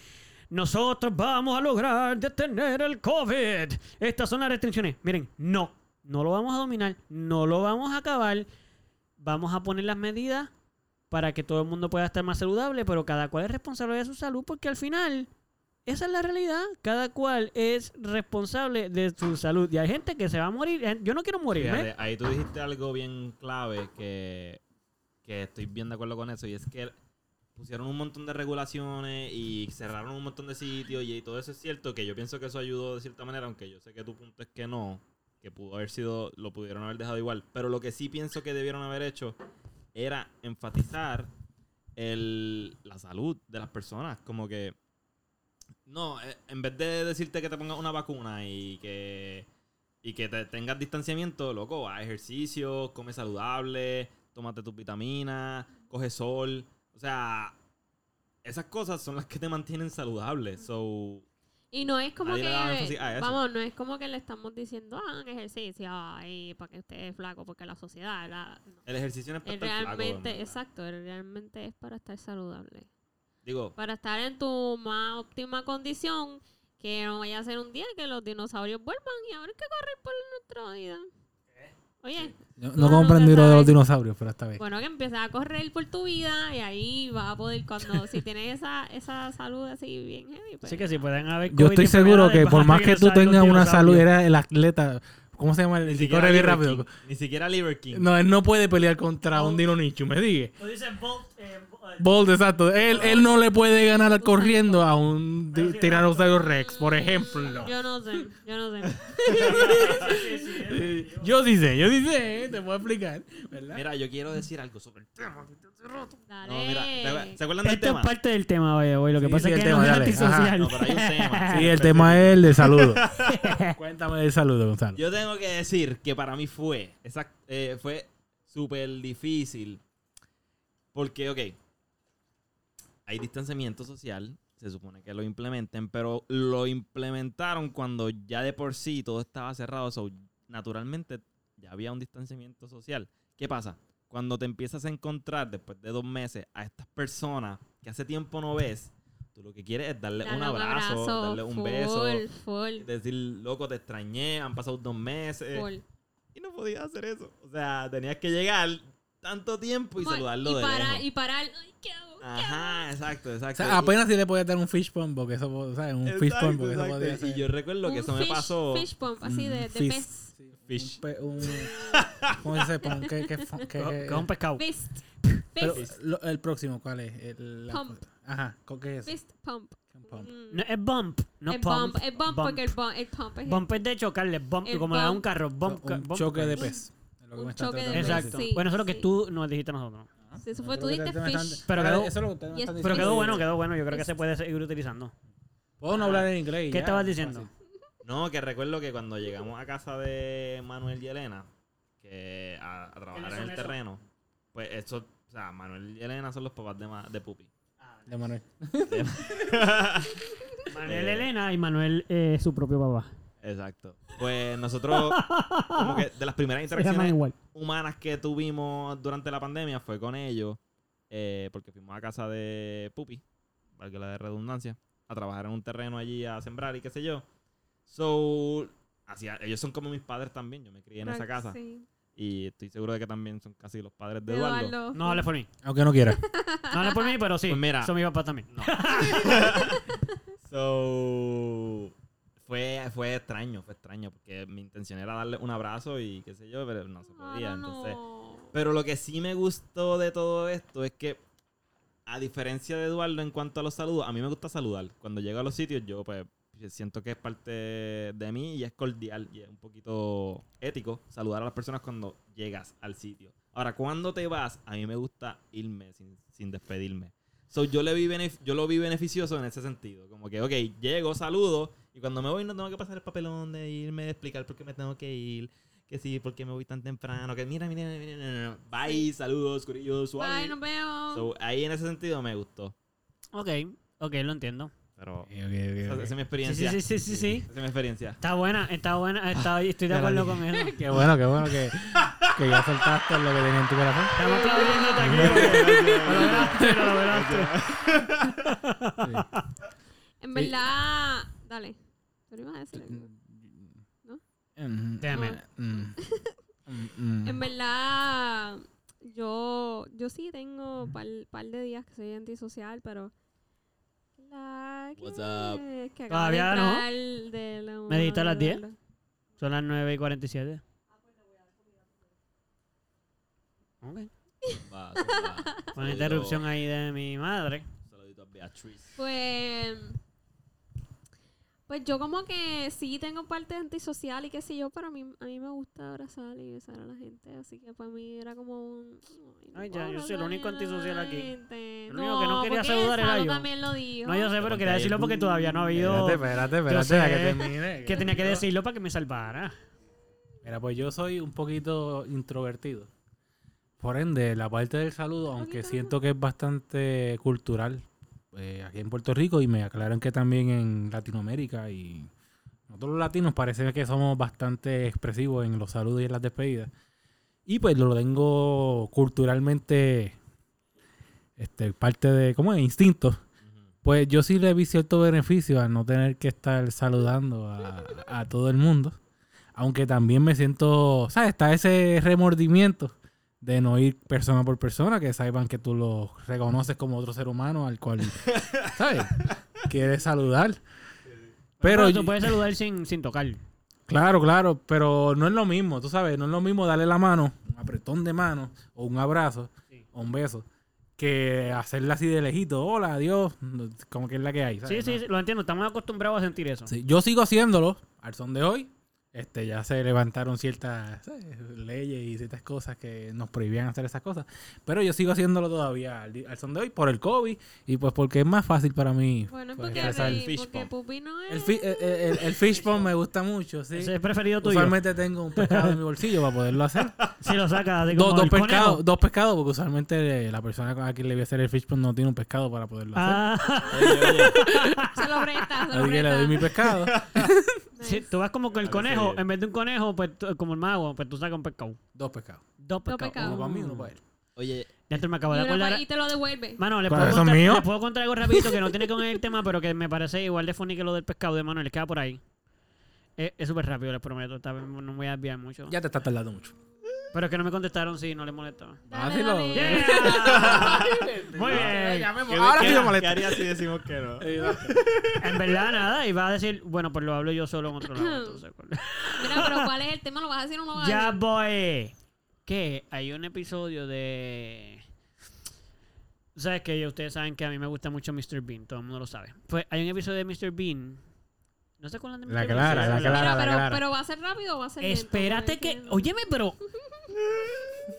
S4: nosotros vamos a lograr detener el COVID. Estas son las restricciones. Miren, no, no lo vamos a dominar, no lo vamos a acabar. Vamos a poner las medidas para que todo el mundo pueda estar más saludable, pero cada cual es responsable de su salud porque al final esa es la realidad. Cada cual es responsable de su salud. Y hay gente que se va a morir. Eh, Yo no quiero morirme.
S1: Fíjate, ahí tú dijiste algo bien clave que, que estoy bien de acuerdo con eso. Y es que pusieron un montón de regulaciones y cerraron un montón de sitios y, todo eso es cierto. Que yo pienso que eso ayudó de cierta manera, aunque yo sé que tu punto es que no. Que pudo haber sido, lo pudieron haber dejado igual. Pero lo que sí pienso que debieron haber hecho era enfatizar el, la salud de las personas. Como que. No, eh, en vez de decirte que te pongas una vacuna y que y que te tengas distanciamiento, loco, haz ejercicio, come saludable, tómate tus vitaminas, coge sol. O sea, esas cosas son las que te mantienen saludable. So,
S3: Y no es como
S1: Nadie le daba
S3: que.
S1: énfasis a eso.
S3: Vamos, no es como que le estamos diciendo, "Ah, hagan ejercicio, ay, para que usted es flaco, porque la sociedad. La, no.
S1: el ejercicio no es para
S3: Él
S1: estar flaco, en
S3: realmente,
S1: verdad.
S3: exacto, él realmente es para estar saludable.
S1: Digo,
S3: Para estar en tu más óptima condición, que no vaya a ser un día que los dinosaurios vuelvan y habrá que correr por nuestra vida. Oye,
S2: No,
S3: Tú no
S2: comprendí
S3: te
S2: lo de los
S3: sabes.
S2: dinosaurios, pero esta vez.
S3: bueno, que empiezas a correr por tu vida y ahí vas a poder, cuando si tienes esa, esa salud así bien heavy, pues,
S4: Así que si pueden haber
S2: Yo
S4: COVID
S2: estoy seguro que
S4: enfermedades, pues,
S2: por
S4: van a
S2: más que tú
S4: regresar los
S2: tengas una salud,
S4: dinosaurios.
S2: era el atleta. ¿Cómo se llama? El que corre bien
S1: Liver
S2: rápido.
S1: King, ni siquiera Liver King.
S2: No, él no puede pelear contra un Dino Nichu, me diga.
S4: Tú dices Bolt, eh,
S2: Bolt, exacto. Él, él no le puede ganar corriendo a un di- Tyrannosaurus Rex, por ejemplo.
S3: Yo no sé, yo no sé.
S2: Eh, Yo sí sé, yo sí sé, eh, te puedo explicar. ¿verdad?
S1: Mira, yo quiero decir algo sobre el tema.
S3: Dale.
S1: No, mira, ¿se acuer- ¿se acuerdan del
S4: Esto es
S1: tema?
S4: parte del tema, vaya, güey. Lo que
S2: Sí,
S4: pasa
S2: sí,
S4: es
S2: el
S4: que
S2: tema,
S4: no es
S2: dale.
S4: antisocial.
S1: No, pero hay un tema.
S2: Sí, el tema es el de saludo. Cuéntame del saludo, Gonzalo.
S1: Yo tengo que decir que para mí fue, exact- eh, fue súper difícil. Porque, ok, hay distanciamiento social, se supone que lo implementen, pero lo implementaron cuando ya de por sí todo estaba cerrado. so, naturalmente ya había un distanciamiento social. ¿Qué pasa? Cuando te empiezas a encontrar después de dos meses a estas personas que hace tiempo no ves, tú lo que quieres es darle,
S3: Dale
S1: un abrazo, darle un
S3: full,
S1: beso,
S3: Full,
S1: decir, loco, te extrañé, han pasado dos meses.
S3: full.
S1: Y no podías hacer eso. O sea, tenías que llegar tanto tiempo y
S3: Bueno,
S1: saludarlo de
S3: y para,
S1: lejos.
S3: Y parar, ay, ¿qué hago? ¿Qué hago?
S1: Ajá, exacto,
S2: O
S1: exacto.
S2: sea, apenas si le podía dar un fish pump, porque eso, po- ¿sabes? Un
S1: Exacto,
S2: fish pump, porque eso
S1: exacto.
S2: podía ser.
S1: Y yo recuerdo que
S3: Un
S1: eso me
S3: fish-
S1: pasó.
S3: Fish pump, así de, de
S2: Fist.
S3: pez.
S1: Fish, Fish.
S2: pe- un- ¿Cómo se dice? Pon- ¿Qué, qué, fon- qué-
S4: Co-
S2: qué-
S4: Con un pescado.
S3: Fist.
S2: pero,
S3: Fist.
S2: lo- el próximo, ¿cuál es? El, la-
S3: Pump.
S2: Ajá, ¿con qué es?
S3: Fist pump.
S2: Pump.
S3: Mm.
S4: No, es bump, no
S3: el
S4: es
S3: bump,
S4: pump.
S3: el bump, porque el bump, el pump es
S4: Bump es de chocarle, bump,
S3: El
S4: como le da un
S3: bump.
S4: carro, bump.
S2: un
S4: bump
S2: choque de
S4: crash.
S2: pez. Es lo que
S3: Un
S2: me están
S3: choque de
S2: tratando
S3: pez,
S4: Exacto.
S2: decir.
S3: sí,
S4: bueno, eso es lo que
S3: sí.
S4: tú nos dijiste a nosotros.
S3: Sí, Eso fue,
S2: Eso
S3: tú
S2: es lo que
S3: diste
S2: ustedes me están-
S3: fish.
S4: Pero quedó-
S2: eso es lo que ustedes me
S3: Yes,
S2: están
S3: fish.
S4: Pero
S2: diciendo.
S4: quedó bueno, quedó bueno. Yo creo que
S3: Es-
S4: se puede seguir utilizando.
S2: Puedo no hablar en inglés. y
S4: ¿Qué
S2: ya,
S4: estabas
S2: es
S4: diciendo?
S2: fácil.
S1: No, que recuerdo que cuando llegamos a casa de Manuel y Elena, que a, a trabajar en el terreno, pues eso, o sea, Manuel y Elena son los papás de, ma- de Pupi.
S2: De Manuel.
S4: Manuel
S1: Eh,
S4: Elena y Manuel eh, su propio papá.
S1: Exacto. Pues nosotros, como que de las primeras
S4: Se llaman
S1: interacciones
S4: igual.
S1: humanas que tuvimos durante la pandemia fue con ellos, eh, porque fuimos a casa de Pupi, valga la de redundancia, a trabajar en un terreno allí, a sembrar y qué sé yo. So, hacia, ellos son como mis padres también, yo me crié en esa casa.
S3: Sí.
S1: Y estoy seguro de que también son casi los padres de Eduardo.
S3: Eduardo.
S4: No hables por mí.
S2: Aunque no quiera.
S4: No hables por mí, pero sí.
S1: Pues mira.
S4: Son mis papás también.
S1: So, fue, fue extraño, fue extraño, porque mi intención era darle un abrazo y qué sé yo, pero no se podía.
S3: Ah, no,
S1: entonces,
S3: no.
S1: Pero lo que sí me gustó de todo esto es que, a diferencia de Eduardo en cuanto a los saludos, a mí me gusta saludar. Cuando llego a los sitios, yo pues siento que es parte de mí y es cordial y es un poquito ético saludar a las personas cuando llegas al sitio. Ahora, cuando te vas, a mí me gusta irme sin, sin despedirme. So, yo, le vi benef- yo lo vi beneficioso en ese sentido. Como que, ok, llego, saludo, y cuando me voy no tengo que pasar el papelón de irme, de explicar por qué me tengo que ir, que sí, por qué me voy tan temprano, que mira, mira, mira, mira, mira, bye, saludos, curillo, suave.
S3: Ay, nos vemos.
S1: So, ahí en ese sentido me gustó.
S4: Ok, ok, lo entiendo.
S1: Pero
S2: Ok, ok,
S1: esa,
S2: ok.
S1: esa es mi
S4: Sí,
S1: experiencia.
S4: sí, sí, sí, sí. sí.
S1: Esa es mi experiencia.
S4: Está buena, está buena. está- estoy de
S2: Ya la
S4: acuerdo con eso.
S2: Qué bueno, qué bueno que, que ya soltaste lo que tenía en tu corazón.
S4: Estamos aplaudiéndote aquí. Lo lograste, lo lograste.
S3: En
S2: Sí.
S3: verdad, dale. Tú no ibas a decir algo. ¿No?
S2: Mm,
S4: Damn it.
S2: mm, mm,
S3: En
S2: mm.
S3: verdad, yo, yo sí tengo un par, par de días que soy antisocial, pero. La que,
S1: What's up?
S3: que acabo
S4: Todavía
S3: de
S4: no.
S3: entrar de la
S4: ¿Me dijiste a las
S3: de
S4: 10?
S3: Eduardo.
S4: Son las 9 y 47. Ok.
S1: Va, so, va.
S4: Fue una interrupción ahí de mi madre.
S1: Saludito a Beatriz.
S3: Pues. Pues yo como que sí tengo parte antisocial y qué sé yo, pero a mí, a mí me gusta abrazar y besar a la gente, así que para mí era como un...
S4: Ay,
S3: puedo
S4: ya, yo soy el
S3: abrazar
S4: único
S3: bien a la
S4: antisocial aquí.
S3: gente.
S4: El único que no quería
S3: porque
S4: saludar era
S3: Salo
S4: yo.
S3: también lo dijo.
S4: No, yo sé, pero quería decirlo porque todavía no ha habido.
S2: Espérate, espérate,
S4: Yo
S2: espérate,
S4: sé
S2: a que termine.
S4: Que tenía que decirlo para que me salvara.
S2: Mira, pues yo soy un poquito introvertido. Por ende, la parte del saludo, aunque
S3: Poquito.
S2: siento que es bastante cultural eh, aquí en Puerto Rico y me aclaran que también en Latinoamérica y nosotros los latinos parece que somos bastante expresivos en los saludos y en las despedidas. Y pues lo tengo culturalmente este, parte de, ¿cómo es? Instinto. Pues yo sí le vi cierto beneficio a no tener que estar saludando a, a todo el mundo. Aunque también me siento, ¿sabes? Está ese remordimiento de no ir persona por persona, que sepan que tú lo reconoces como otro ser humano al cual, ¿sabes? Quieres saludar. Pero,
S4: Pero
S2: yo-
S4: tú puedes saludar sin, sin tocar.
S2: Claro, claro, pero no es lo mismo, tú sabes, no es lo mismo darle la mano, un apretón de mano, o un abrazo,
S4: Sí.
S2: o un beso, que hacerla así de lejito, hola, adiós, no, como que es la que hay.
S4: Sí,
S2: ¿sabes?
S4: sí, sí, lo entiendo. Estamos acostumbrados a sentir eso.
S2: Sí, Yo sigo haciéndolo, al son de hoy, este, ya se levantaron ciertas ¿sabes? leyes y ciertas cosas que nos prohibían hacer esas cosas, pero yo sigo haciéndolo todavía al, di- al son de hoy por el COVID y pues porque es más fácil para mí.
S3: Bueno, es
S2: pues,
S3: porque,
S2: rezar.
S1: el
S3: mi-
S1: fish
S3: porque
S1: pump.
S3: Pupi no es...
S2: el, fi- el, el- el fish pond me gusta mucho, sí.
S4: Ese es preferido tuyo.
S2: Usualmente tengo un pescado en mi bolsillo para poderlo hacer.
S4: Si lo sacas, así
S2: Dos,
S4: como
S2: dos
S4: el conejo.
S2: pescados, dos pescados, porque usualmente eh, la persona con la que le voy a hacer el fish pond no tiene un pescado para poderlo hacer.
S4: Ah,
S1: Oye, oye,
S3: Se lo presta, se
S2: Así
S3: lo
S2: que le
S3: presta.
S2: doy mi Pues, pescado.
S3: Nice.
S4: sí, tú vas como con el
S1: Parece
S4: conejo.
S1: bien.
S4: En vez de un conejo, pues tú- como el mago, pues tú sacas un pescado.
S2: Dos pescados.
S4: Dos pescados.
S3: pescados.
S2: Uno para mí, uno para él.
S1: oye,
S4: Ya te me
S3: Y
S4: acabo de
S3: una
S4: acordar.
S3: pa- Y pues, te lo devuelve.
S4: Mano, le
S2: ¿Cuál-
S4: puedo,
S2: son
S4: contar,
S2: míos?
S4: le puedo contar algo rapidito que no tiene que ver con el tema, pero que me parece igual de funny que lo del pescado de Manuel. Queda por ahí. Es es súper rápido, les prometo. Esta vez No me voy a desviar mucho.
S2: Ya te estás tardando mucho. Ah,
S4: Pero es que no me contestaron si no les molestó.
S3: Dale,
S2: hazlo.
S3: dale.
S4: Yeah. Muy bien.
S2: llamemos.
S1: ¿Qué-
S2: Ahora
S1: qué-
S2: sí me
S1: ¿Qué
S2: molesta.
S1: haría si decimos que no?
S4: En verdad, nada. Y va a decir, bueno, pues lo hablo yo solo en otro lado. entonces, ¿cuál es?
S3: Mira, pero ¿cuál es el tema? ¿Lo vas a decir o no lo vas a
S4: ya
S3: decir?
S4: voy. Que hay un episodio de. ¿Sabes que Ustedes saben que a mí me gusta mucho Mr. Bean. Todo el mundo lo sabe. Pues hay un episodio de Mr. Bean. ¿No se acuerdan de Mr.
S2: La
S4: Bean?
S2: clara,
S4: Sí,
S2: la
S4: sí,
S2: clara.
S3: Mira, pero,
S2: Clara.
S3: pero ¿va a ser rápido o va a ser lento?
S4: Espérate
S3: Porque-
S4: que. Óyeme, pero.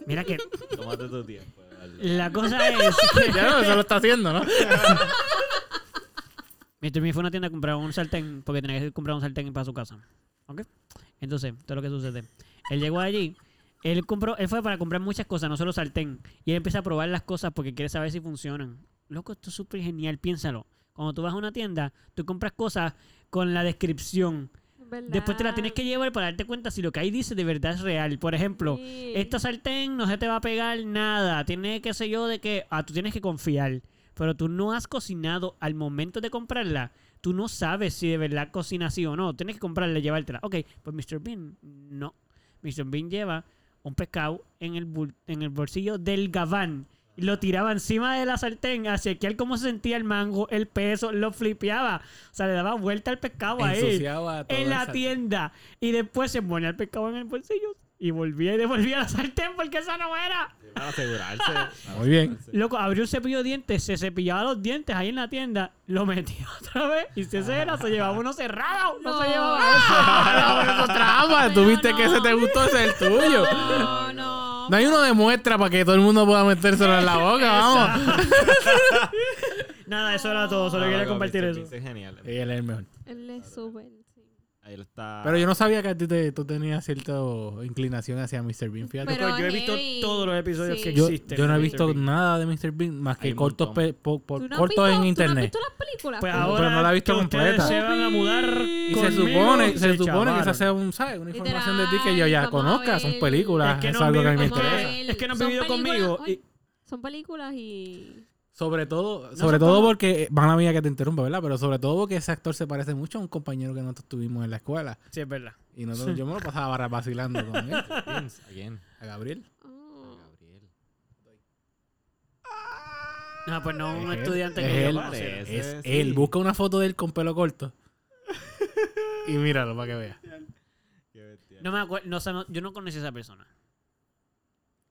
S4: Mira que.
S1: Tómate tu tiempo. dale.
S4: La cosa es. que-
S2: Ya no, eso lo está haciendo, ¿no?
S4: Mr. Bean fue a una tienda a comprar un sartén porque tenía que comprar un sartén para su casa. ¿Ok? Entonces, todo lo que sucede. Él llegó allí, él compró, él fue para comprar muchas cosas, no solo sartén. Y él empieza a probar las cosas porque quiere saber si funcionan. Loco, esto es súper genial, piénsalo. Cuando tú vas a una tienda, tú compras cosas con la descripción.
S3: ¿Verdad?
S4: Después te la tienes que llevar para darte cuenta si lo que ahí dice de verdad es real. Por ejemplo,
S3: Sí.
S4: esta sartén no se te va a pegar nada. Tiene, qué sé yo, de que. Ah, tú tienes que confiar. Pero tú no has cocinado al momento de comprarla. Tú no sabes si de verdad cocina así o no. Tienes que comprarla y llevártela. Ok, pues Mr. Bean, no. Mr. Bean lleva un pescado en el, bul- en el bolsillo del gabán. Y Lo tiraba encima de la sartén, hacia que él cómo se sentía el mango, el peso, lo flipeaba. O sea, le daba vuelta al pescado ahí
S2: Ensuciaba todo
S4: en
S2: el
S4: la
S2: sartén.
S4: tienda y después se ponía el pescado en el bolsillo y volvía y devolvía la sartén porque esa no era.
S1: Para asegurarse.
S2: Muy bien.
S4: Loco, abrió un cepillo de dientes, se cepillaba los dientes ahí en la tienda, lo metía otra vez y se cera, se llevaba uno cerrado, no, se
S3: No.
S4: llevaba eso.
S2: Ah, no, eso trama. Tú
S3: Pero
S2: viste que
S3: no.
S2: ese te gustó, ese es el tuyo.
S3: No, no.
S2: No hay uno de muestra para que todo el mundo pueda metérselo en la boca, vamos.
S4: Nada, eso era todo, solo
S1: Ah,
S4: quería
S1: loco,
S4: compartir
S1: Mr.
S4: eso. Eh,
S1: Beast Es genial.
S2: Sí, él es el mejor.
S3: Él es súper. sí.
S1: Ahí él está.
S2: Pero yo no sabía que a ti te- tú tenías cierta inclinación hacia Mr. Bean, fíjate.
S3: Pero
S4: yo he visto
S3: heavy.
S4: todos los episodios
S3: Sí.
S4: que
S2: yo,
S4: existen.
S2: yo no he
S4: de Mr.
S2: visto
S4: Bean.
S2: nada de Mr. Bean más
S1: Hay
S2: que
S1: un
S2: cortos,
S1: montón.
S2: pe- po- por-
S3: ¿Tú no has
S2: cortos
S3: visto-
S2: en
S3: ¿Tú no has
S2: internet.
S3: visto las películas?
S4: Pues
S2: Pero
S4: ahora
S2: no la he visto
S4: que
S2: completa.
S4: ustedes se van a mudar
S2: Y se
S4: conmigo,
S2: supone, se supone que
S4: chavaron.
S2: esa sea un, ¿sabes? una
S3: Literal,
S2: información de ti que yo ya
S3: vamos a
S2: conozca, son
S3: ver.
S2: películas,
S4: Es que
S2: eso
S4: no
S2: es algo que a mí me
S4: vi-
S3: Vamos a
S4: vamos
S2: interesa.
S3: ver.
S4: Es que no han
S3: Son
S4: vivido
S3: películas-
S4: conmigo y-
S3: Ay, Son películas y.
S2: Sobre todo,
S4: No
S2: sobre
S4: son
S2: todo
S4: como-
S2: porque, van a mía que te interrumpa, ¿verdad? Pero sobre todo porque ese actor se parece mucho a un compañero que nosotros tuvimos en la escuela.
S4: Sí, es verdad.
S2: Y nosotros, yo me lo pasaba barra- vacilando con él,
S1: Vince, again.
S2: a Gabriel.
S3: Oh.
S1: Gabriel.
S4: No, pues no, un
S2: Es él,
S4: estudiante
S2: es
S4: que yo
S2: él,
S4: conocía.
S1: es
S2: Es
S1: Ese sí.
S2: él, busca una foto de él con pelo corto. y míralo para que vea.
S1: Qué bestia.
S4: No me acuerdo, no, o sea, no- yo no conocí a esa persona.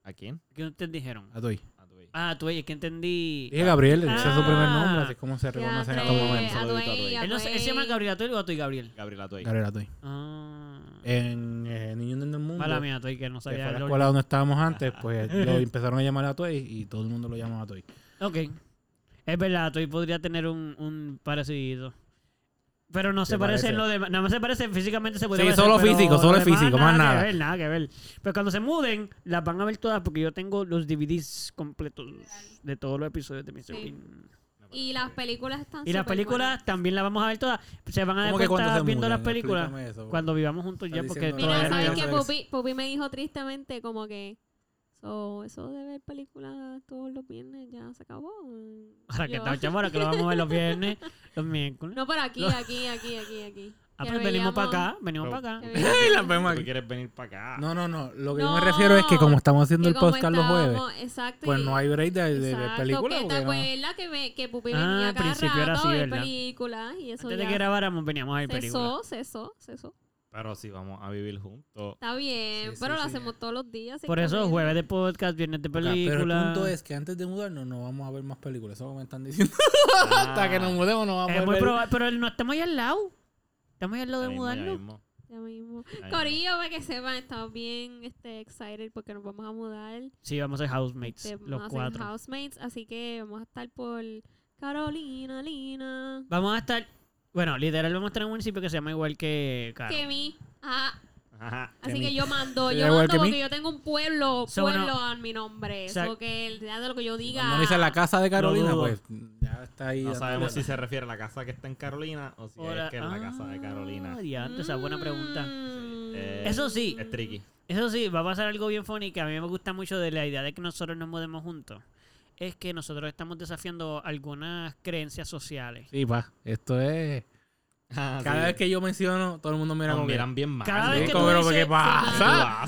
S1: ¿A quién?
S4: ¿Qué ustedes dijeron?
S2: A Toy.
S1: A tu hija.
S4: Ah, tú, oye, que entendí.
S2: Dije Gabriel, ese es su primer
S4: Ah.
S2: nombre, así es como se reconoce en
S3: Ya
S2: estos
S3: sé,
S2: momentos.
S1: momento,
S3: a
S1: saludito a
S3: Dwayne,
S1: Dwayne.
S3: a
S4: Él, no sé, él se llama
S3: Dwayne.
S4: Gabriel Atoy o Atoy Gabriel.
S1: Gabriel Atoy.
S2: Gabriel a Toy.
S4: Ah.
S2: En eh, Niños del Mundo,
S4: Mala mía, Atoy, que no
S2: que fue
S4: sabía.
S2: la
S4: el
S2: escuela donde estábamos antes, pues lo empezaron a llamar a Toy y todo el mundo lo llamaba a Toy.
S4: orden. Ok. Es verdad, Atoy podría tener un, un parecido. Pero no
S2: Se
S4: se parece en
S2: parece.
S4: lo demás. Nada más se parece físicamente. Se puede
S2: Sí,
S4: parecer,
S2: solo
S4: pero
S2: físico,
S4: lo
S2: solo es
S4: demás,
S2: físico, más nada.
S4: que ver, nada que ver. Pero cuando se muden, las van a ver todas porque yo tengo los DVDs completos de todos los episodios de Mr.
S3: Sí.
S4: Bean.
S3: Y las películas están.
S4: Y las
S3: súper
S4: películas también las vamos a ver todas. Se van a dar cuenta pues, viendo las películas cuando vivamos juntos ya,
S2: Estás
S4: porque
S2: diciendo-
S3: buenas. Mira,
S4: todavía no
S2: Todavía
S3: ¿sabes
S2: no
S3: qué?
S2: sabes.
S3: Pupi, Pupi me dijo tristemente, como que. "So, eso de ver películas todos los viernes ya se acabó.
S4: Ahora que
S3: Yo,
S4: estamos chamos, ahora que lo vamos a ver los viernes, los miércoles.
S3: No, pero aquí, aquí, aquí, aquí, aquí.
S4: ah,
S3: Que
S4: pues
S3: veíamos-
S4: venimos para acá, venimos
S1: No.
S4: para acá.
S3: que veíamos-
S1: ¿Tú quieres venir para acá?
S2: No, no, no. Lo que yo
S3: No,
S2: me refiero es que como estamos haciendo
S3: que
S2: el
S3: como
S2: podcast los jueves,
S3: estábamos- Exacto.
S2: pues
S3: y-
S2: no hay break de, de- de
S3: Exacto,
S2: película.
S3: que te
S2: porque no-
S3: acuerdas que, me, que Pupi
S4: Ah,
S3: venía
S4: al
S3: cada
S4: principio era
S3: rato
S4: así,
S3: a ver
S4: ¿verdad?
S3: películas y eso
S4: Antes de
S3: ya
S4: que grabáramos, veníamos a ver películas.
S3: cesó, cesó, cesó.
S1: Pero si vamos a vivir juntos.
S3: Está bien,
S2: Sí, sí,
S3: pero lo
S2: sí.
S3: hacemos todos los días. sin
S4: Por eso,
S3: comer.
S4: jueves de podcast, viernes de
S2: Ok, Pero el
S4: película.
S2: punto es que antes de mudarnos no vamos a ver más películas. Eso me están diciendo. Hasta que nos
S1: Ah,
S2: mudemos no vamos
S4: Es
S2: a
S4: muy
S2: ver.
S4: probable, pero no estamos ya al lado. Estamos ya al lado
S1: ya
S4: de
S1: mismo, ya
S4: mudarnos.
S1: mismo,
S3: Ya mismo.
S1: ya mismo.
S3: Corillo, para que sepan, estamos bien este, excited porque nos vamos a mudar.
S4: Sí, vamos a ser housemates,
S3: Este,
S4: los
S3: vamos a ser
S4: cuatro.
S3: housemates, así que vamos a estar por Carolina, Lina.
S4: Vamos a estar, bueno, literal, vamos a estar en un municipio que se llama igual que Caro.
S3: Que mi. Ah,
S1: Ajá.
S3: así
S2: mi.
S3: que yo mando,
S2: Igual
S3: yo mando
S2: que mi.
S3: porque yo tengo un pueblo,
S4: So,
S3: pueblo
S4: no.
S3: a mi nombre.
S4: Sa-
S3: Eso que el día de lo que yo diga.
S2: Cuando dice la casa de Carolina,
S4: dudo.
S2: pues ya está ahí.
S1: No
S2: dando
S1: sabemos si
S2: vueltas.
S1: se refiere a la casa que está en Carolina o si
S4: Ahora-
S1: es que es la casa de
S4: Ah,
S1: Carolina.
S4: diantre, esa buena pregunta.
S3: Mm.
S1: Eh,
S4: Eso sí,
S1: Es tricky.
S4: Eso sí, va a pasar algo bien funny que a mí me gusta mucho de la idea de que nosotros nos mudemos juntos. Es que nosotros estamos desafiando algunas creencias sociales.
S2: Sí, pa. Esto es
S1: Ah,
S2: Cada
S1: sí.
S2: vez que yo menciono, todo el mundo mira
S1: Nos
S2: como que-
S1: miran bien mal.
S4: Cada
S2: Sí,
S4: vez que
S2: como,
S4: tú
S2: pero,
S4: dices-
S2: ¿qué pasa?
S1: ¿Qué
S3: Sí,
S1: tú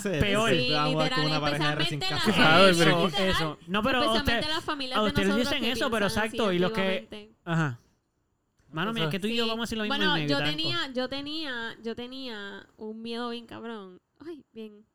S1: haces?
S4: Peor.
S1: Sí, tú vas a jugar
S3: literal,
S1: con una pareja de recién
S3: especialmente la
S1: casados.
S2: Claro,
S3: gente,
S2: pero-
S3: literal,
S4: Eso. No, pero
S3: especialmente
S4: usted-
S3: las familias
S4: a
S3: de
S4: ustedes
S3: nosotros
S4: dicen
S3: que
S4: eso, pero
S3: piensan
S4: exacto,
S3: así
S4: y los que-
S3: activamente.
S4: Ajá. Mano mía, es que tú y yo
S3: Sí.
S4: vamos a decir lo mismo
S3: Bueno,
S4: en negro y
S3: yo
S4: blanco.
S3: tenía, yo tenía, yo tenía un miedo bien cabrón. Ay, bien.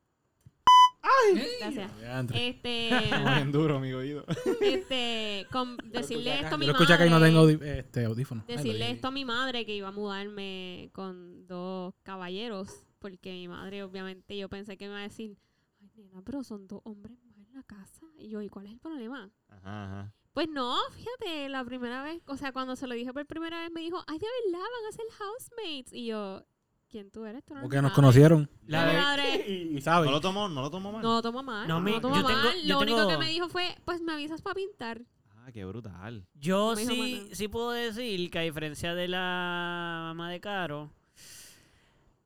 S3: Gracias.
S2: Diantre.
S3: Este,
S1: Como bien duro, mi oído.
S3: este, con decirle esto a mi
S2: Yo lo escuché acá y no
S3: madre,
S2: tengo audi- este, audífono. Ay,
S3: Decirle
S2: lo-
S3: esto a mi madre que iba a mudarme con dos caballeros, porque mi madre obviamente yo pensé que me iba a decir, ay nena, pero son dos hombres más en la casa. Y yo, ¿y cuál es el problema?
S1: Ajá, ajá.
S3: Pues no, fíjate, la primera vez, o sea, cuando se lo dije por primera vez me dijo, ay, de verdad, van a ser housemates. Y yo, ¿quién tú eres? Tú no
S2: Porque nos
S3: sabes".
S2: conocieron.
S4: La
S3: Mi
S4: de-
S3: madre,
S2: Y
S1: No
S2: saben.
S1: lo tomó, no lo tomó mal.
S3: no lo tomo mal,
S4: No,
S3: no,
S4: mi-
S3: lo tomo
S4: yo tengo-
S3: mal.
S4: yo
S3: lo único que
S4: tengo-
S3: me dijo fue, pues me avisas para pintar.
S1: Ah, qué brutal.
S4: Yo
S3: Como dijo
S4: sí,
S3: Manuel.
S4: sí puedo decir que a diferencia de la mamá de Caro,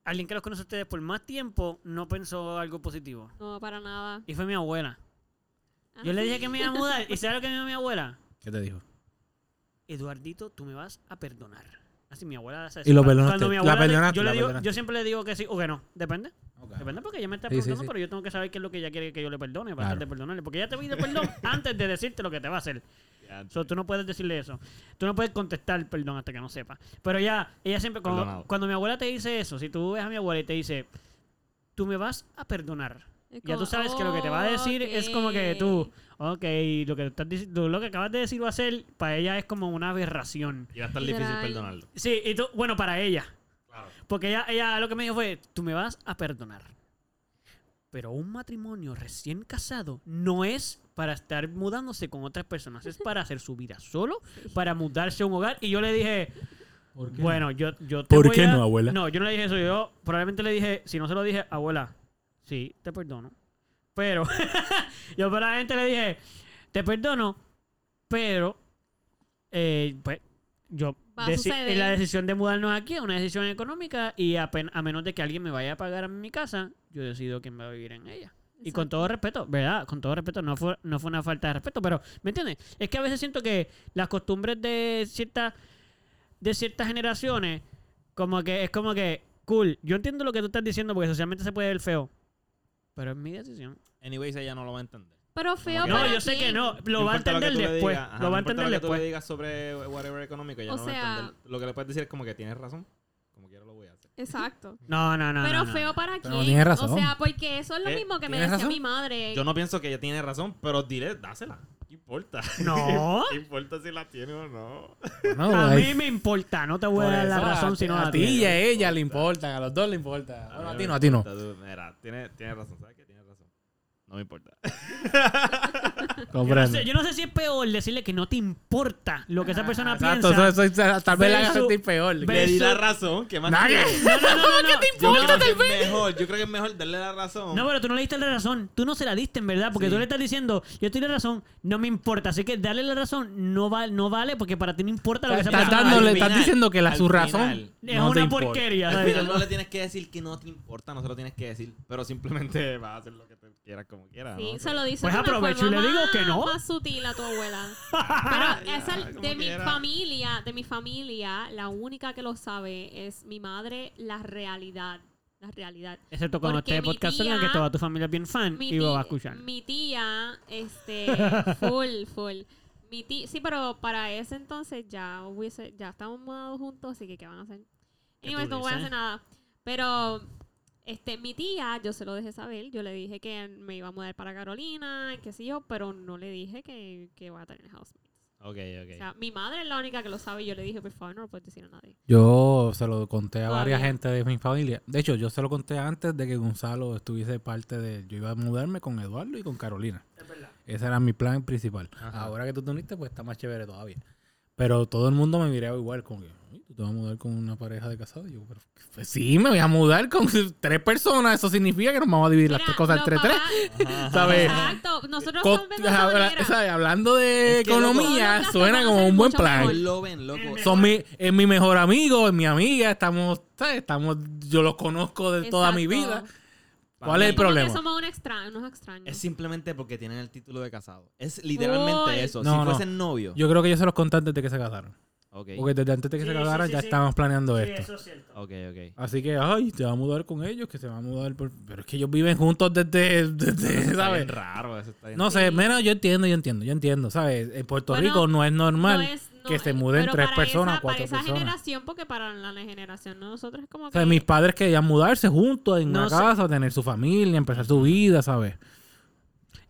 S4: alguien que los conoce a ustedes por más tiempo no pensó algo positivo.
S3: No, para nada.
S4: Y fue mi abuela.
S3: Ah,
S4: Yo le dije que me iba a mudar. ¿Y sabes lo que me dijo mi abuela?
S2: ¿Qué te dijo?
S4: Eduardito, tú me vas a perdonar. Así mi abuela se
S2: Y lo
S4: separa.
S2: perdonaste,
S4: Cuando mi
S2: la
S4: abuela le-
S2: perdonaste,
S4: yo, le
S2: la
S4: digo-
S2: perdonaste.
S4: yo siempre le digo que sí o que no. Depende. Depende porque ella me está
S2: Sí, sí,
S4: preguntando,
S2: sí.
S4: pero yo tengo que saber qué es lo que ella quiere que yo le perdone para
S2: Claro.
S4: tratar de perdonarle. Porque ella te pide perdón antes de decirte lo que te va a hacer. So, tú no puedes decirle eso. Tú no puedes contestar perdón hasta que no sepa. Pero ya, ella siempre, cuando,
S1: Perdonado.
S4: cuando mi abuela te dice eso, si tú ves a mi abuela y te dice, tú me vas a perdonar.
S3: Es
S4: Ya tú
S3: como,
S4: sabes que lo que te va a decir es como que tú, ok, lo que, estás dic- tú- lo que acabas de decir o hacer, para ella es como una aberración.
S1: Iba a estar
S3: Literal.
S1: difícil perdonarlo.
S4: Sí, y tú, bueno, para ella.
S1: Claro.
S4: Porque ella, ella lo que me dijo fue, tú me vas a perdonar. Pero un matrimonio recién casado no es para estar mudándose con otras personas, es para hacer su vida solo, para mudarse a un hogar. Y yo le dije, bueno, yo, yo te
S2: ¿Por
S4: voy
S2: qué
S4: a-
S2: no, abuela?
S4: No, yo no le dije eso, yo probablemente le dije, si no se lo dije, abuela, sí, te perdono. Pero, yo probablemente le dije, te perdono, pero, eh, pues, yo,
S3: Va a
S4: deci-
S3: suceder.
S4: la decisión de mudarnos aquí es una decisión económica y apen- a menos de que alguien me vaya a pagar a mi casa, yo decido quién va a vivir en ella. Y con todo respeto, ¿verdad? Con todo respeto, no fue, no fue una falta de respeto, pero, ¿me entiendes? Es que a veces siento que las costumbres de ciertas de ciertas generaciones, como que es como que, cool, yo entiendo lo que tú estás diciendo porque socialmente se puede ver feo, pero es mi decisión.
S1: Anyways, ella no lo va a entender.
S3: Pero feo
S4: No,
S3: para
S4: yo sé
S3: quién.
S4: que no, lo va
S1: importa
S4: a entender
S1: que tú le
S4: después,
S1: digas, ajá,
S4: lo va a
S1: no importa lo
S4: entender
S1: que tú le
S4: después.
S1: digas sobre whatever económico, ella
S3: O
S1: no lo va
S3: sea-
S1: a entender. Lo que le puedes decir es como que tienes razón, como quiera lo voy a hacer.
S3: Exacto.
S4: No, no, no. no,
S3: pero
S4: no,
S3: feo
S4: no.
S3: para
S2: Pero
S3: quién.
S2: tienes razón.
S3: O sea, porque eso es lo
S1: ¿Eh?
S3: mismo que me
S2: ¿Tienes
S3: decía
S2: razón?
S3: mi madre.
S1: Yo no pienso que ella tiene razón, pero dile, dásela. ¿Qué importa?
S4: No.
S1: ¿Qué importa si la tiene o no?
S2: No,
S4: a
S2: ahí-
S4: mí me importa, no te voy a
S2: Por
S4: dar la
S2: eso,
S4: razón si no
S2: a
S4: la
S2: ti y
S4: tienes.
S2: a ella le importan, a los dos le importa. Bueno, a
S1: mí
S2: ti
S1: me
S2: no, a ti no.
S1: importa, dude. Mira, tiene, tiene razón, ¿sabes qué? Tiene razón. No me importa.
S4: Yo no,
S2: Comprendo.
S4: sé, yo no sé si es peor decirle que no te importa lo que esa persona
S2: Ah, Exacto,
S4: piensa.
S2: eso- eso- eso- tal vez la haga
S4: Versus-
S2: sentir peor.
S1: Le di la
S4: Eso-
S1: razón, ¿qué más?
S2: Nadie.
S1: quieres?
S4: No, no, no, no, no.
S1: Yo creo que es mejor, yo creo que es mejor darle la razón.
S4: No, pero tú no le diste la razón. Tú no se la diste, en verdad, porque
S1: Sí.
S4: tú le estás diciendo, yo estoy la razón, no me importa. Así que darle la razón no, va, no vale porque para ti no importa lo que esa
S2: Estás
S4: persona
S2: dándole,
S1: al
S2: estás
S1: final,
S2: diciendo que la
S1: al
S2: su razón
S1: final.
S4: Es
S2: no te
S4: una
S2: importa.
S4: porquería.
S1: Al
S4: ¿sabes?
S1: final no le tienes que decir que no te importa, no se lo tienes que decir, pero simplemente vas a hacer lo que te quieras como quieras.
S3: Sí,
S1: ¿no?
S3: se lo dice
S4: Pues
S3: de una
S4: aprovecho y le
S3: forma
S4: digo
S3: más-
S4: que no.
S3: más sutil a tu abuela. Pero esa es
S1: como
S3: de mi
S1: quiera.
S3: familia, de mi familia, la única que lo sabe es mi madre, la realidad. La realidad.
S4: Excepto cuando
S3: Porque
S4: esté
S3: mi
S4: podcast en el que
S3: tía-
S4: toda tu familia es bien fan
S3: Mi
S4: y lo va a
S3: ti-
S4: escuchar.
S3: Mi tía, este, full, full. Mi tía, sí, pero para ese entonces ya hubiese, ya estamos mudados juntos, así que ¿qué van a hacer?
S1: ¿Qué
S3: Anyways,
S1: tú
S3: no voy a
S1: dices?
S3: hacer nada. Pero, este, mi tía, yo se lo dejé saber, yo le dije que me iba a mudar para Carolina, qué sé yo, pero no le dije que, que voy a tener housemates.
S1: Ok,
S3: O
S1: ok.
S3: sea, mi madre es la única que lo sabe y yo le dije, por favor, no lo puedes decir a nadie.
S2: Yo se lo conté a
S3: Todavía.
S2: varias gente de mi familia. De hecho, yo se lo conté antes de que Gonzalo estuviese parte de... Yo iba a mudarme con Eduardo y con Carolina. Ese era mi plan principal.
S1: Ajá.
S2: Ahora que tú te uniste, pues está más chévere todavía. Pero todo el mundo me miraba igual, como que, "Ay, ¿tú te vas a mudar con una pareja de casados? Y yo, pero, pues sí, me voy a mudar con tres personas. Eso significa que nos vamos a dividir las
S3: Mira,
S2: tres cosas
S3: los
S2: entre tres.
S3: papás-
S2: ¿Sabes?
S3: Exacto, nosotros
S2: Co-
S3: somos de esa
S2: habla-
S3: manera.
S2: ¿sabes? Hablando de
S1: Es que, loco,
S2: economía,
S3: todos los
S2: suena
S3: gastos
S2: como
S3: van a
S2: un buen
S3: ser mucho
S2: plan.
S3: mejor.
S1: lo ven, loco.
S2: Son mi, es mi mejor amigo, es mi amiga, estamos, ¿sabes? estamos, yo los conozco de toda mi vida.
S3: Exacto.
S2: ¿Cuál es el
S3: Como que
S2: problema?
S3: somos un extra- unos extraños.
S1: Es simplemente porque tienen el título de casado. Es literalmente
S3: Uy.
S1: eso.
S2: No,
S1: si
S2: no.
S1: fuesen novios.
S2: Yo creo que yo se los conté antes de que se casaron.
S1: Ok,
S2: Porque desde antes de que
S4: Sí,
S2: se
S4: sí,
S2: acabaran
S4: sí,
S2: ya
S4: sí.
S2: estábamos planeando
S4: Sí,
S2: esto.
S4: eso es cierto.
S1: ok, ok.
S2: Así que, ay, te va a mudar con ellos, que se va a mudar. por- Pero es que ellos viven juntos desde, desde
S1: Está
S2: ¿sabes?
S1: bien raro, eso está bien
S2: No sé,
S3: Sí.
S2: menos yo entiendo, yo entiendo, yo entiendo, ¿sabes? En Puerto
S3: Bueno,
S2: Rico no es normal
S3: No es- no
S2: que se
S3: es-
S2: muden
S3: pero
S2: tres
S3: para
S2: personas
S3: esa-
S2: o cuatro
S3: Para esa
S2: personas.
S3: generación, porque para la generación de nosotros es como
S2: O
S3: que...
S2: sea, mis padres querían mudarse juntos en
S4: No
S2: una
S4: sé.
S2: casa, tener su familia, empezar su vida, ¿sabes?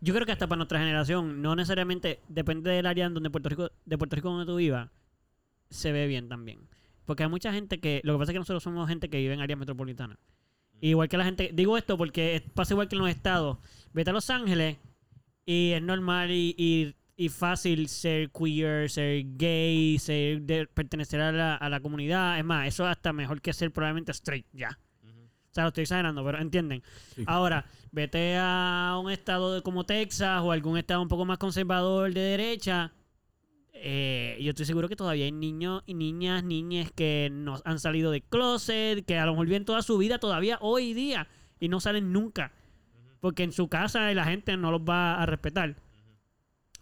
S4: Yo creo que hasta para nuestra generación, no necesariamente, depende del área en donde Puerto Rico, de Puerto Rico donde tú vivas, se ve bien también. Porque hay mucha gente que, lo que pasa es que nosotros somos gente que vive en áreas metropolitanas. Igual que la gente, digo esto porque es- pasa igual que en los estados. Vete a Los Ángeles y es normal y, y- y fácil ser queer, ser gay, ser de- pertenecer a la, a la comunidad. Es más, eso es hasta mejor que ser probablemente straight ya.
S1: Ujú.
S4: O sea, lo estoy exagerando, pero entienden.
S2: Sí.
S4: Ahora, vete a un estado de- como Texas o algún estado un poco más conservador de derecha. eh, yo estoy seguro que todavía hay niños y niñas, niñas que no han salido de closet, que a lo mejor viven toda su vida todavía hoy día y no salen nunca. Porque en su casa la gente no los va a respetar.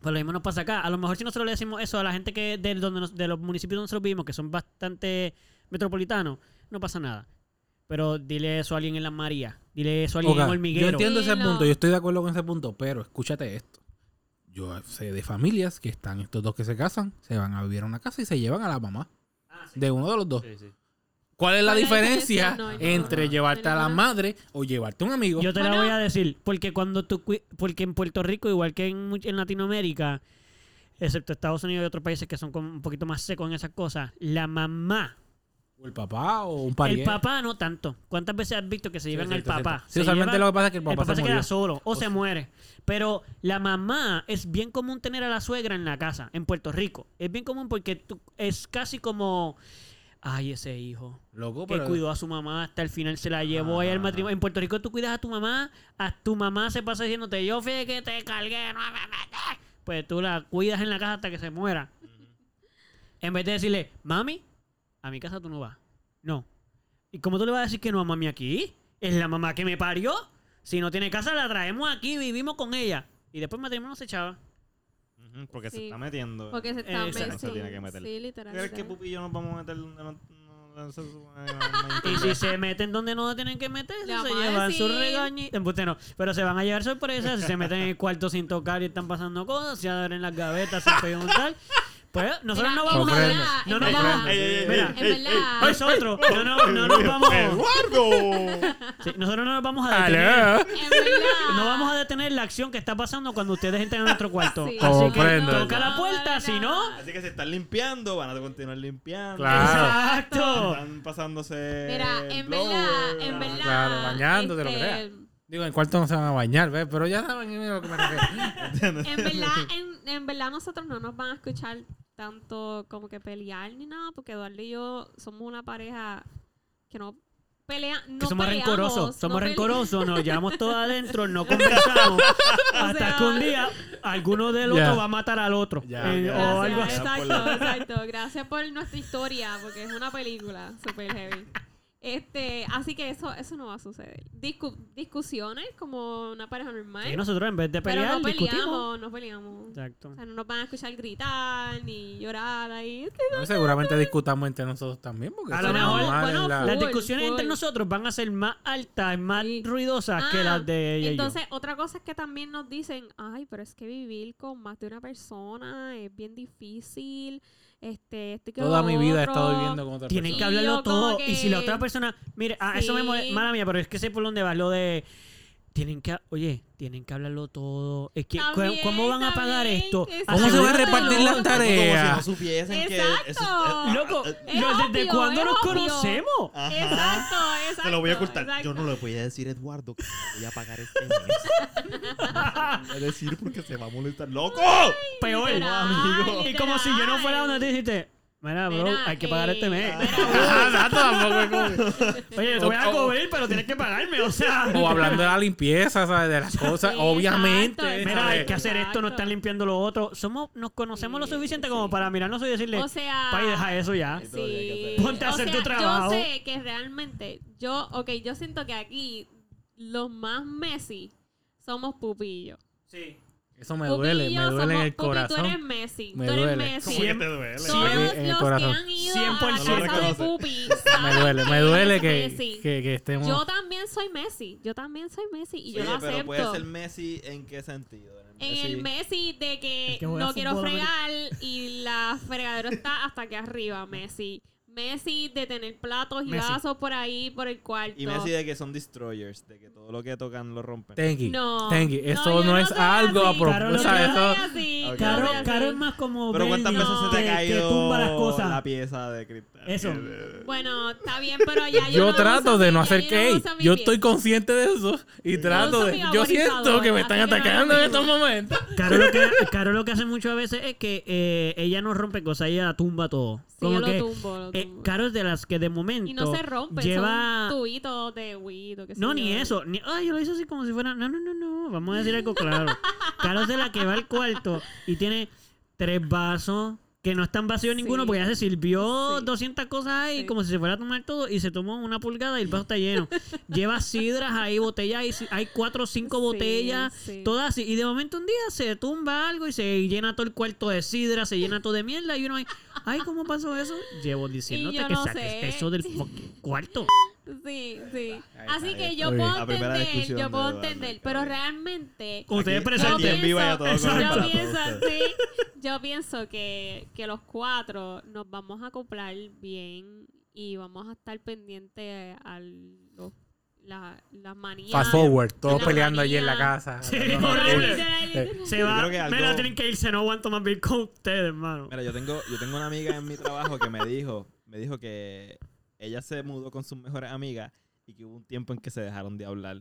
S4: Pues lo mismo nos pasa acá. A lo mejor si nosotros le decimos eso a la gente que de, donde nos- de los municipios donde nosotros vivimos, que son bastante metropolitanos, no pasa nada. Pero dile eso a alguien en Las Marías. Dile eso a alguien
S2: Ok,
S4: en
S2: Yo
S4: Hormiguero.
S2: entiendo ese
S3: Dilo.
S2: punto, yo estoy de acuerdo con ese punto, pero escúchate esto. Yo sé de familias que están estos dos que se casan, se van a vivir a una casa y se llevan a la mamá
S4: Ah,
S2: de uno de los dos.
S1: Sí, sí.
S2: ¿Cuál es la
S3: ¿Cuál es la
S2: diferencia
S3: diferencia? No, yo no-
S2: entre
S3: no,
S2: llevarte
S3: no,
S2: a la
S3: no.
S2: madre o llevarte a un amigo?
S4: Yo te la
S3: Bueno.
S4: voy a decir. Porque cuando tú cui- porque en Puerto Rico, igual que en, much- en Latinoamérica, excepto Estados Unidos y otros países que son como un poquito más secos en esas cosas, la mamá,
S2: O el papá o un pariente.
S4: el papá no tanto. ¿Cuántas veces has visto que se
S2: eh. Sí,
S4: llevan al
S2: cierto, cierto.
S4: papá?
S2: Sí,
S4: Se
S2: usualmente
S4: llevan-
S2: lo que pasa es que el papá,
S4: el papá se,
S2: murió.
S4: queda solo o,
S2: O
S4: se
S2: sea-
S4: muere. Pero la mamá es bien común tener a la suegra en la casa, en Puerto Rico. Es bien común porque tú- es casi como, ay, ese hijo.
S2: Loco,
S4: Que
S2: pero...
S4: cuidó a su mamá hasta el final, se la llevó ahí al
S2: Ah.
S4: matrimonio. En Puerto Rico tú cuidas a tu mamá, a tu mamá se pasa diciéndote, yo fui el que te cargué, no me metas". Pues tú la cuidas en la casa hasta que se muera. En vez de decirle, mami, a mi casa tú no vas. No. ¿Y cómo tú le vas a decir que no a mami aquí? Es la mamá que me parió. Si no tiene casa, la traemos aquí, vivimos con ella. Y después el matrimonio se echaba.
S1: Ujú, Porque se
S3: Sí.
S1: está metiendo.
S3: Porque se está
S4: Exacto.
S3: metiendo.
S1: Se tiene que meter.
S3: Sí,
S1: ¿Tú
S3: literal.
S1: ¿Crees que
S3: literal.
S1: Pupi y yo nos vamos a meter donde no, no- no se supone? No, no
S4: Y si
S1: entiendo.
S4: se meten donde no tienen que meterse,
S3: Le
S4: se
S3: vamos a
S4: llevan
S3: decir.
S4: sus regañitos. Embuste no. Pero se van a llevar sorpresas. Si se meten en el cuarto sin tocar y están pasando cosas, se abren las gavetas sin preguntar. Pues nosotros no
S3: Mira,
S4: vamos a
S2: Comprendo.
S4: hablar.
S3: en
S4: No nos
S3: verdad,
S4: vamos.
S1: Ey, ey, ey,
S4: Mira.
S1: ey, ey,
S3: En verdad.
S4: Nosotros no, no, no nos vamos.
S1: ¡Eduardo!
S4: sí, nosotros no nos vamos a detener.
S2: Aló.
S3: En verdad.
S4: No vamos a detener la acción que está pasando cuando ustedes entran a nuestro cuarto.
S3: Sí.
S4: Así que
S2: Comprendo.
S4: toca la puerta, si no.
S1: Así que se están limpiando, van a continuar limpiando.
S2: Claro.
S4: Exacto.
S1: Están pasándose.
S3: Mira, en
S1: blower.
S3: verdad, en
S2: Claro,
S3: verdad. este,
S2: claro, bañándote, lo que sea. Digo, en el cuarto no se van a bañar, ¿ves? Pero ya saben a lo que me refiero.
S3: En verdad, en, en verdad nosotros no nos van a escuchar tanto como que pelear ni nada, porque Eduardo y yo somos una pareja que no pelea, no
S4: Que somos
S3: peleamos,
S4: rencorosos,
S3: no
S4: somos
S3: pele-
S4: rencorosos, nos llevamos todo adentro, no conversamos. hasta
S3: sea-
S4: que un día alguno del otro
S2: Ya.
S4: va a matar al otro.
S2: Ya,
S4: Eh,
S1: ya.
S4: o algo así.
S3: Gracias,
S1: así.
S3: exacto, exacto. Gracias por nuestra historia, porque es una película super heavy. Este, así que eso, eso no va a suceder. Discu- discusiones como una pareja normal.
S4: Y nosotros en vez de
S3: pero
S4: pelear,
S3: no
S4: discutimos.
S3: peleamos, no peleamos.
S4: Exacto.
S3: O sea, no nos van a escuchar gritar ni llorar ahí. Es que
S2: No, seguramente discutamos entre nosotros también, porque
S4: A
S2: eso
S4: lo
S2: es
S4: mejor,
S2: normal
S3: bueno,
S2: en la-
S4: Las
S3: Full,
S4: discusiones entre
S3: full.
S4: nosotros van a ser más altas, más
S3: Sí.
S4: ruidosas que
S3: Ah,
S4: las de ella y yo.
S3: Entonces, otra cosa es que también nos dicen, ay, pero es que vivir con más de una persona es bien difícil. Este, esto y que lo
S2: Toda mi vida he
S3: otro".
S2: estado viviendo con otra
S4: Tienen que
S2: persona.
S3: Sí,
S4: hablarlo
S3: yo como
S4: todo. Y si la
S3: que-
S4: otra persona. Mire, ah, eso me
S3: Sí.
S4: molesta. Mala mía, pero es que sé por dónde vas. Lo de. Tienen que. Oye, tienen que hablarlo todo. Es que.
S3: Está
S4: ¿cu-
S3: bien,
S4: ¿Cómo van a
S3: está
S4: pagar
S3: bien,
S4: esto?
S3: exacto.
S2: ¿Cómo se va a
S3: Asegúrate,
S2: repartir
S3: loco.
S2: las
S1: Como
S2: tareas?
S1: si no supiesen que.
S3: Exacto.
S1: eso-
S4: Loco,
S1: eh,
S3: Es
S4: ¿no- ¿desde
S3: obvio,
S4: cuándo
S3: es
S4: nos
S3: obvio.
S4: conocemos?
S1: Ajá.
S3: Exacto, exacto.
S1: Te lo voy a cortar. Yo
S3: exacto.
S1: no le voy a decir a Eduardo que voy a pagar este mes. No le voy a decir porque se va a molestar. ¡Loco!
S4: Peor,
S3: Literal,
S4: amigo. Y como si yo no fuera donde te
S3: literal.
S4: dijiste. Mira, bro,
S3: Mira,
S4: hay que pagar
S3: eh,
S4: este mes.
S3: mira,
S4: Oye, te voy a
S2: O- o-
S4: cobrar, pero tienes que pagarme, o sea.
S2: O hablando de la limpieza, ¿sabes? De las cosas,
S3: Sí,
S2: obviamente.
S3: exacto,
S4: Mira,
S2: ¿sabes?
S4: hay que hacer esto, no están
S3: Exacto.
S4: limpiando lo otro. Somos, nos conocemos
S3: Sí,
S4: lo suficiente
S3: sí.
S4: como para mirarnos y decirle,
S3: O sea,
S4: "Pay, deja eso ya.
S1: Todo lo que hay que
S3: Sí.
S1: hacer.
S4: Ponte a
S3: O
S4: hacer tu
S3: sea,
S4: trabajo.
S3: Yo sé que realmente, yo, ok, yo siento que aquí los más Messi somos pupillos.
S4: Sí.
S2: Eso me
S3: Pupi y
S2: duele,
S3: yo
S2: me duele en
S3: somos-
S2: el
S3: Pupi, tú
S2: corazón.
S3: eres Messi.
S2: Me
S3: tú eres
S2: duele.
S3: Messi.
S5: ¿Cómo
S4: em,
S5: que te duele?
S3: Todos
S2: Sí, en el
S3: los
S2: corazón.
S3: que han ido a
S5: 100%
S3: la casa de
S1: reconoce.
S3: Pupi
S2: Me
S3: saben
S2: duele,
S3: que
S2: me
S3: él
S2: duele
S3: es
S2: que,
S3: Messi.
S2: que, que estemos...
S3: Yo también soy Messi. Yo también soy Messi y yo
S1: Oye,
S3: lo
S1: pero
S3: acepto.
S1: puede ser Messi en qué sentido? En el
S3: En el Messi de que,
S4: El que juega
S3: no quiero
S4: fútbol
S3: fregar y la fregadera está hasta aquí arriba, Messi. Messi de tener platos y
S4: Messi.
S3: vasos por ahí, por el cuarto.
S1: Y Messi de que son destroyers, de que todo lo que tocan lo rompen.
S2: Tenki,
S3: No.
S2: Tenki,
S3: No,
S2: eso no,
S3: yo no
S2: es
S3: soy
S2: algo a
S3: así.
S4: Claro,
S2: propósito.
S4: no
S2: o sea,
S4: soy
S2: eso-
S3: así,
S1: Ok.
S3: yo no
S4: Caro,
S3: soy
S4: Caro es
S3: así.
S4: más como
S1: Pero ¿cuántas
S4: Bernie,
S1: veces se te
S4: que-
S1: ha
S4: que tumba las
S1: caído
S4: cosas.
S1: la pieza de cristal?
S4: Eso.
S3: Bueno, está bien, pero ya yo,
S2: yo
S3: no
S2: trato
S3: uso
S2: de
S3: mi-
S2: no
S3: ya
S2: hacer
S3: yo no
S2: que
S3: uso mi
S2: yo
S3: pie.
S2: estoy consciente de eso y trato
S3: uso
S2: de
S3: mi
S2: yo siento
S3: vaporizador,
S2: que me están
S3: así que no
S2: atacando en
S3: hagas
S2: estos
S3: eso.
S2: momentos.
S4: Caro lo, que, Caro lo que hace mucho a veces es que eh, ella no rompe cosas, ella tumba todo.
S3: Sí,
S4: Como
S3: yo
S4: que,
S3: lo tumbo, lo
S4: eh,
S3: tumbo.
S4: Caro es de las que de momento
S3: y no se rompe,
S4: lleva...
S3: son tubitos de huido. qué sé
S4: No, ni
S3: yo.
S4: eso. Ni, ay, yo lo hice así como si fuera. No, no, no, no. Vamos a decir algo claro. Caro es de la que va al cuarto y tiene tres vasos que no están vacíos
S3: Sí.
S4: ninguno porque ya se sirvió
S3: Sí.
S4: 200 cosas ahí
S3: Sí.
S4: como si se fuera a tomar todo y se tomó una pulgada y el vaso está lleno. Lleva sidras ahí, botellas, ahí, hay cuatro o cinco
S3: Sí,
S4: botellas,
S3: sí.
S4: todas así. Y de momento un día se tumba algo y se llena todo el cuarto de sidra, se llena todo de mierda y uno ahí, ay, ¿cómo pasó eso? Llevo diciéndote
S3: yo
S4: que
S3: no
S4: saques
S3: sé.
S4: eso del fucking cuarto.
S3: Sí, sí. Así que yo
S2: Oye,
S3: puedo
S1: la primera
S3: entender,
S1: discusión
S3: yo
S1: de
S3: puedo
S1: Eduardo,
S3: entender,
S1: está
S3: pero
S1: bien.
S3: realmente
S4: Como ustedes
S1: Aquí-
S4: presenten.
S1: aquí en vivo ya todo
S3: yo
S1: con el
S4: Exacto.
S1: plato,
S3: pienso,
S1: usted.
S3: sí, yo pienso que, que los cuatro nos vamos a acoplar bien y vamos a estar pendientes a los, la, las manías.
S2: Fast forward, todos
S3: La
S2: peleando allí en la
S3: manía.
S2: casa.
S4: Sí,
S2: No, no,
S4: horrible.
S2: horrible. Eh,
S4: Se
S1: Yo
S4: va.
S1: creo que algo-
S4: Mira, tienen que irse. No aguanto más bien con ustedes, hermano.
S1: Mira, yo tengo, yo tengo una amiga en mi trabajo que me dijo, me dijo que ella se mudó con sus mejores amigas y que hubo un tiempo en que se dejaron de hablar.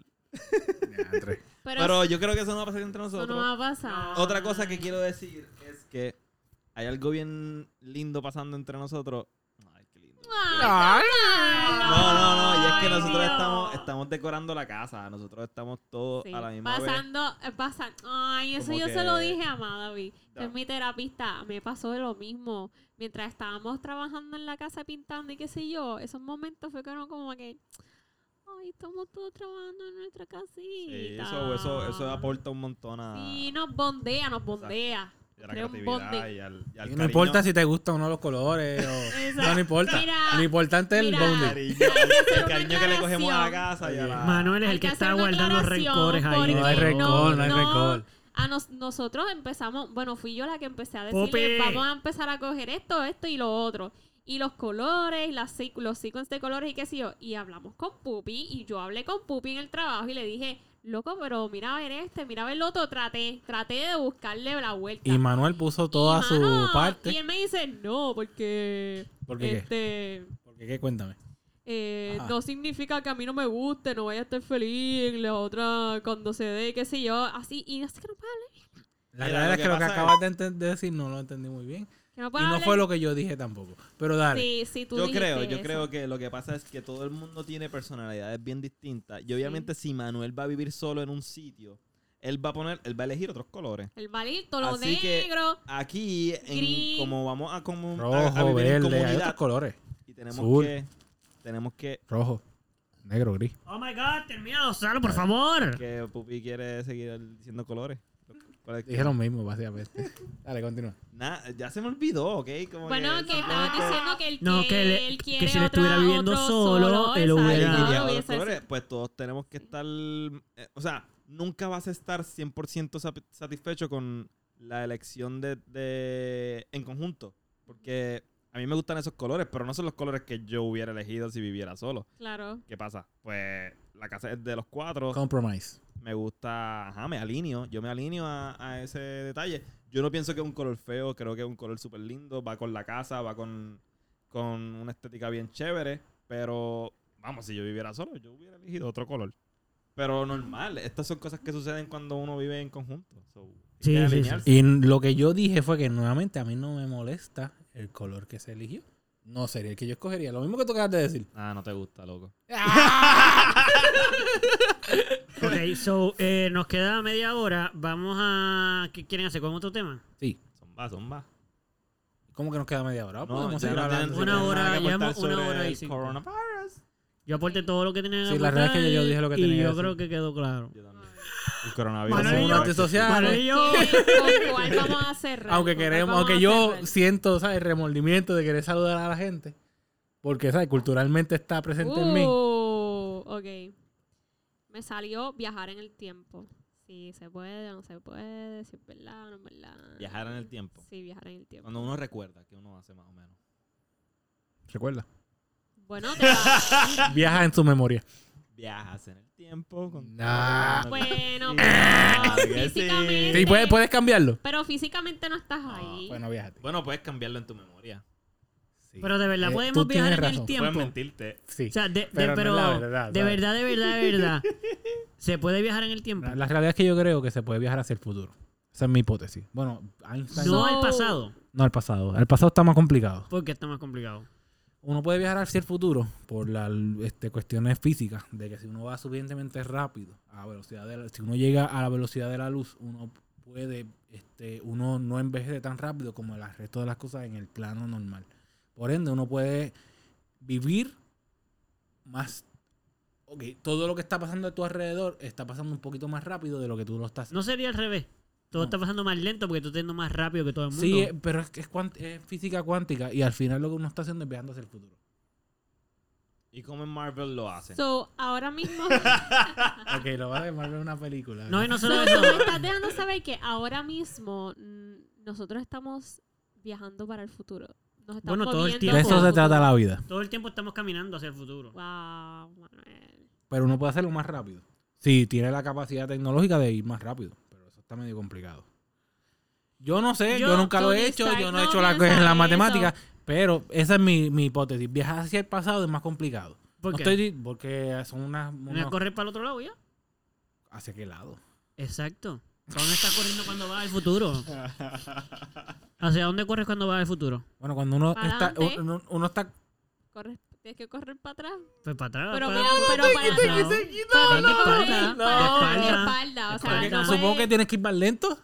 S2: Andre.
S3: Pero,
S1: Pero yo creo que eso no va a pasar entre
S3: eso
S1: nosotros.
S3: no Ah. va a pasar.
S1: Otra cosa que quiero decir es que hay algo bien lindo pasando entre nosotros. Ay, qué lindo.
S2: Ay,
S1: No, no, no, y es que nosotros
S3: Dios.
S1: estamos, estamos decorando la casa, nosotros estamos todos
S3: Sí,
S1: a la misma vez.
S3: pasando, eh, pasan. Ay, eso
S1: Como
S3: yo
S1: que-
S3: se lo dije a Madavi, que
S1: Da.
S3: es mi terapista. Me pasó de lo mismo. Mientras estábamos trabajando en la casa pintando y qué sé yo, esos momentos fueron como que. Ay, estamos todos trabajando en nuestra casita.
S1: Sí, eso, eso, eso aporta un montón a,
S3: Sí, nos bondea, nos bondea.
S1: a la
S3: crea un
S1: creatividad
S3: bonding.
S1: y al, y al
S2: Y no
S1: cariño-
S2: importa si te gustan o no los colores o...
S3: Exacto.
S2: No, no importa.
S3: Mira,
S2: Lo importante es el
S3: mira.
S2: bonding.
S1: cariño, al-
S3: hacer
S1: el
S3: una
S1: cariño que le cogemos a la
S3: aclaración.
S1: casa y a la...
S4: Manuel es
S3: Hay
S4: el que,
S3: que
S4: está
S3: hacer una
S4: guardando
S3: aclaración,
S4: rencores ahí.
S3: porque
S2: No hay
S3: no,
S2: rencor, no hay
S3: no.
S2: rencor.
S3: A nos- nosotros empezamos, bueno, fui yo la que empecé a decirle,
S4: Pupi.
S3: vamos a empezar a coger esto, esto y lo otro. Y los colores, las, se- los sequence de colores y qué sé yo. Y hablamos con Pupi y yo hablé con Pupi en el trabajo y le dije, loco, pero mira a ver este, mira a ver lo otro. Traté, traté de buscarle la vuelta.
S2: Y Manuel puso toda
S3: Y,
S2: su
S3: mano, Y
S2: parte.
S3: él me dice, no, porque...
S2: ¿Por qué qué?
S3: Este,
S2: Porque qué, cuéntame.
S3: eh,
S2: Ajá.
S3: no significa que a mí no me guste, no vaya a estar feliz, la otra cuando se dé, qué sé yo, así, y así que no puede hablar,
S2: La
S1: Mira,
S2: verdad
S1: lo
S2: es
S1: que
S2: que lo que
S1: pasa
S2: acabas de enten- de decir no lo entendí muy bien.
S3: que no
S2: Y
S3: puede
S2: no
S3: hablar.
S2: fue lo que yo dije tampoco. Pero dale.
S3: Sí, sí, tú
S1: Yo
S3: dijiste
S1: creo, yo
S3: eso.
S1: creo que lo que pasa es que todo el mundo tiene personalidades bien distintas. Y obviamente si Manuel va a vivir solo en un sitio, él va a poner, él va a elegir otros colores.
S3: El malito, lo
S1: Así que-
S3: negro,
S1: Aquí, en-
S3: Gris.
S1: como vamos a, comu- a- a
S2: Rojo,
S1: vivir en
S2: verde, hay otros
S1: comunidad,
S2: colores.
S1: y tenemos
S2: azul.
S1: que, tenemos que,
S2: Rojo, negro, gris.
S4: Oh my god, termina de usarlo, por favor.
S1: que Pupi quiere seguir el- diciendo colores. ¿Cuál es que-
S2: Dije lo mismo, básicamente. Dale, continúa.
S1: Nah, ya se me olvidó, ¿ok? Como
S3: bueno, que estaban
S1: simplemente-
S3: diciendo que él,
S4: No, que
S3: quiere,
S4: le-
S3: él
S4: que
S3: quiere
S4: si
S3: otra-
S4: le estuviera viviendo
S3: otro
S4: solo, él
S3: exacto,
S4: hubiera-
S1: Elegiría
S3: no,
S1: otros
S3: hubiese
S1: colores,
S3: sido-
S1: pues todos tenemos que estar. eh, o sea, nunca vas a estar 100% sap- satisfecho con la elección de, de- en conjunto. Porque a mí me gustan esos colores, pero no son los colores que yo hubiera elegido si viviera solo.
S3: Claro.
S1: ¿Qué pasa? Pues la casa es de los cuatro.
S2: Compromise.
S1: Me gusta. Ajá, me alineo. Yo me alineo a, a ese detalle. Yo no pienso que es un color feo, creo que es un color súper lindo. Va con la casa, va con, con una estética bien chévere. Pero, vamos, si yo viviera solo, yo hubiera elegido otro color. Pero normal, estas son cosas que suceden cuando uno vive en conjunto. So, hay
S4: Sí,
S1: que
S4: sí, sí.
S1: alinearse.
S2: Y lo que yo dije fue que nuevamente a mí no me molesta el color que se eligió. No sería el que yo escogería. Lo mismo que tú acabas de decir.
S1: Ah, no te gusta, loco.
S4: Ok, so, eh, nos queda media hora. Vamos a. ¿Qué quieren hacer con otro tema?
S2: Sí.
S1: Son va, son va.
S2: ¿Cómo que nos queda media hora?
S1: No,
S2: Podemos
S1: ya
S2: seguir
S1: no
S2: hablando.
S1: tienen-
S4: Una
S1: no tienen
S4: hora,
S1: nada que
S4: llevamos
S1: aportar
S4: una
S1: sobre
S4: hora y
S1: el
S4: cinco.
S1: coronavirus.
S4: Yo aporté todo lo que tenía que
S2: Sí, la verdad es que
S4: aportar
S2: yo dije lo que tenía
S4: Y
S2: que
S4: yo
S2: decir.
S4: creo que quedó claro.
S1: Yo también. El coronavirus.
S2: Somos
S4: Manuel y yo-
S2: antisociales.
S4: Manuel y yo-
S3: ¿Con cuál vamos a cerrar?
S2: Aunque
S3: ¿Con cuál
S2: queremos,
S3: vamos
S2: aunque
S3: a
S2: yo
S3: cerrar?
S2: siento, ¿sabes? Remordimiento de querer saludar a la gente. Porque, ¿sabes? Culturalmente está presente en mí.
S3: Uh, ok. Me salió viajar en el tiempo. Si se puede, no se puede, si es verdad, no es verdad.
S1: Viajar en el tiempo.
S3: Sí, viajar en el tiempo.
S1: Cuando uno recuerda que uno hace más o menos.
S2: Recuerda.
S3: Bueno, te va.
S2: Viaja en su memoria.
S1: Viajas en el tiempo. Con...
S2: Nah.
S3: bueno,
S4: pues,
S1: Claro
S3: pero
S1: que sí.
S3: físicamente.
S2: Sí, puedes, puedes cambiarlo.
S3: Pero físicamente no estás ahí.
S2: Bueno, viajate.
S1: Bueno, puedes cambiarlo en tu memoria.
S4: Pero de verdad
S2: Eh,
S4: podemos
S2: tú
S4: viajar
S2: tienes
S4: en el
S2: razón.
S4: tiempo.
S1: Puedes mentirte.
S2: Sí.
S4: O sea, de, de-
S2: Pero
S4: pero,
S2: no es la verdad,
S4: de
S2: ¿sabes?
S4: verdad, de verdad, de verdad. ¿Se puede viajar en el tiempo?
S2: La, la realidad es que yo creo que se puede viajar hacia el futuro. Esa es mi hipótesis. Bueno, Einstein.
S4: No
S2: No,
S4: al pasado,
S2: al pasado. Al pasado está más complicado.
S4: porque está más complicado.
S2: Uno puede viajar hacia el futuro por las este, cuestiones físicas, de que si uno va suficientemente rápido a velocidad de la- si uno llega a la velocidad de la luz, uno puede, este, uno no envejece tan rápido como el resto de las cosas en el plano normal. Por ende, uno puede vivir más. Ok, todo lo que está pasando a tu alrededor está pasando un poquito más rápido de lo que tú lo estás
S4: No sería al revés. Todo
S2: No.
S4: está pasando más lento porque tú estás yendo más rápido que todo el mundo.
S2: Sí, eh, pero es que es, cuant- es física cuántica y al final lo que uno está haciendo es viajando hacia el futuro.
S1: ¿Y cómo en Marvel lo hacen?
S3: So, ahora mismo.
S2: Ok, lo va a llamar una película.
S4: No, y no
S3: So,
S4: solo
S3: tú
S4: eso.
S3: me estás dejando saber que ahora mismo mm, nosotros estamos viajando para el futuro. Nos estamos
S4: Bueno, todo el
S3: moviendo
S4: tiempo.
S2: De
S3: hacia
S2: eso
S3: el
S2: se trata
S3: futuro.
S2: la vida.
S4: Todo el tiempo estamos caminando hacia el futuro.
S3: Wow, Manuel.
S2: Pero uno puede hacerlo más rápido. Si tiene la capacidad tecnológica de ir más rápido. Pero eso está medio complicado. Yo no sé, yo,
S3: Yo,
S2: nunca lo
S3: Tony
S2: he hecho,
S3: Stark
S2: yo no
S3: no
S2: he hecho la,
S3: piensa
S2: la
S3: eso.
S2: matemática. Pero esa es mi, mi hipótesis. Viajar hacia el pasado es más complicado.
S4: ¿Por
S2: No
S4: qué?
S2: estoy di- porque son unas...
S4: ¿Me
S2: unos-
S4: voy a correr para el otro lado ya?
S2: ¿Hacia qué lado?
S4: Exacto. ¿Para dónde estás corriendo cuando vas al futuro? ¿Hacia dónde corres cuando vas al futuro?
S2: Bueno, cuando uno
S3: ¿Para
S2: está,
S3: dónde?
S2: uno- uno está
S3: Corres- tienes que correr para atrás.
S4: Pues para atrás.
S3: Pero,
S4: para
S3: mira, pero para
S4: para
S3: atrás.
S4: No, no,
S3: Para
S4: no,
S3: atrás,
S4: no.
S3: para atrás,
S4: Espalda.
S3: eh, espalda, o sea,
S4: Espalda.
S3: no
S2: Supongo que
S3: puedes-
S2: tienes que ir más lento.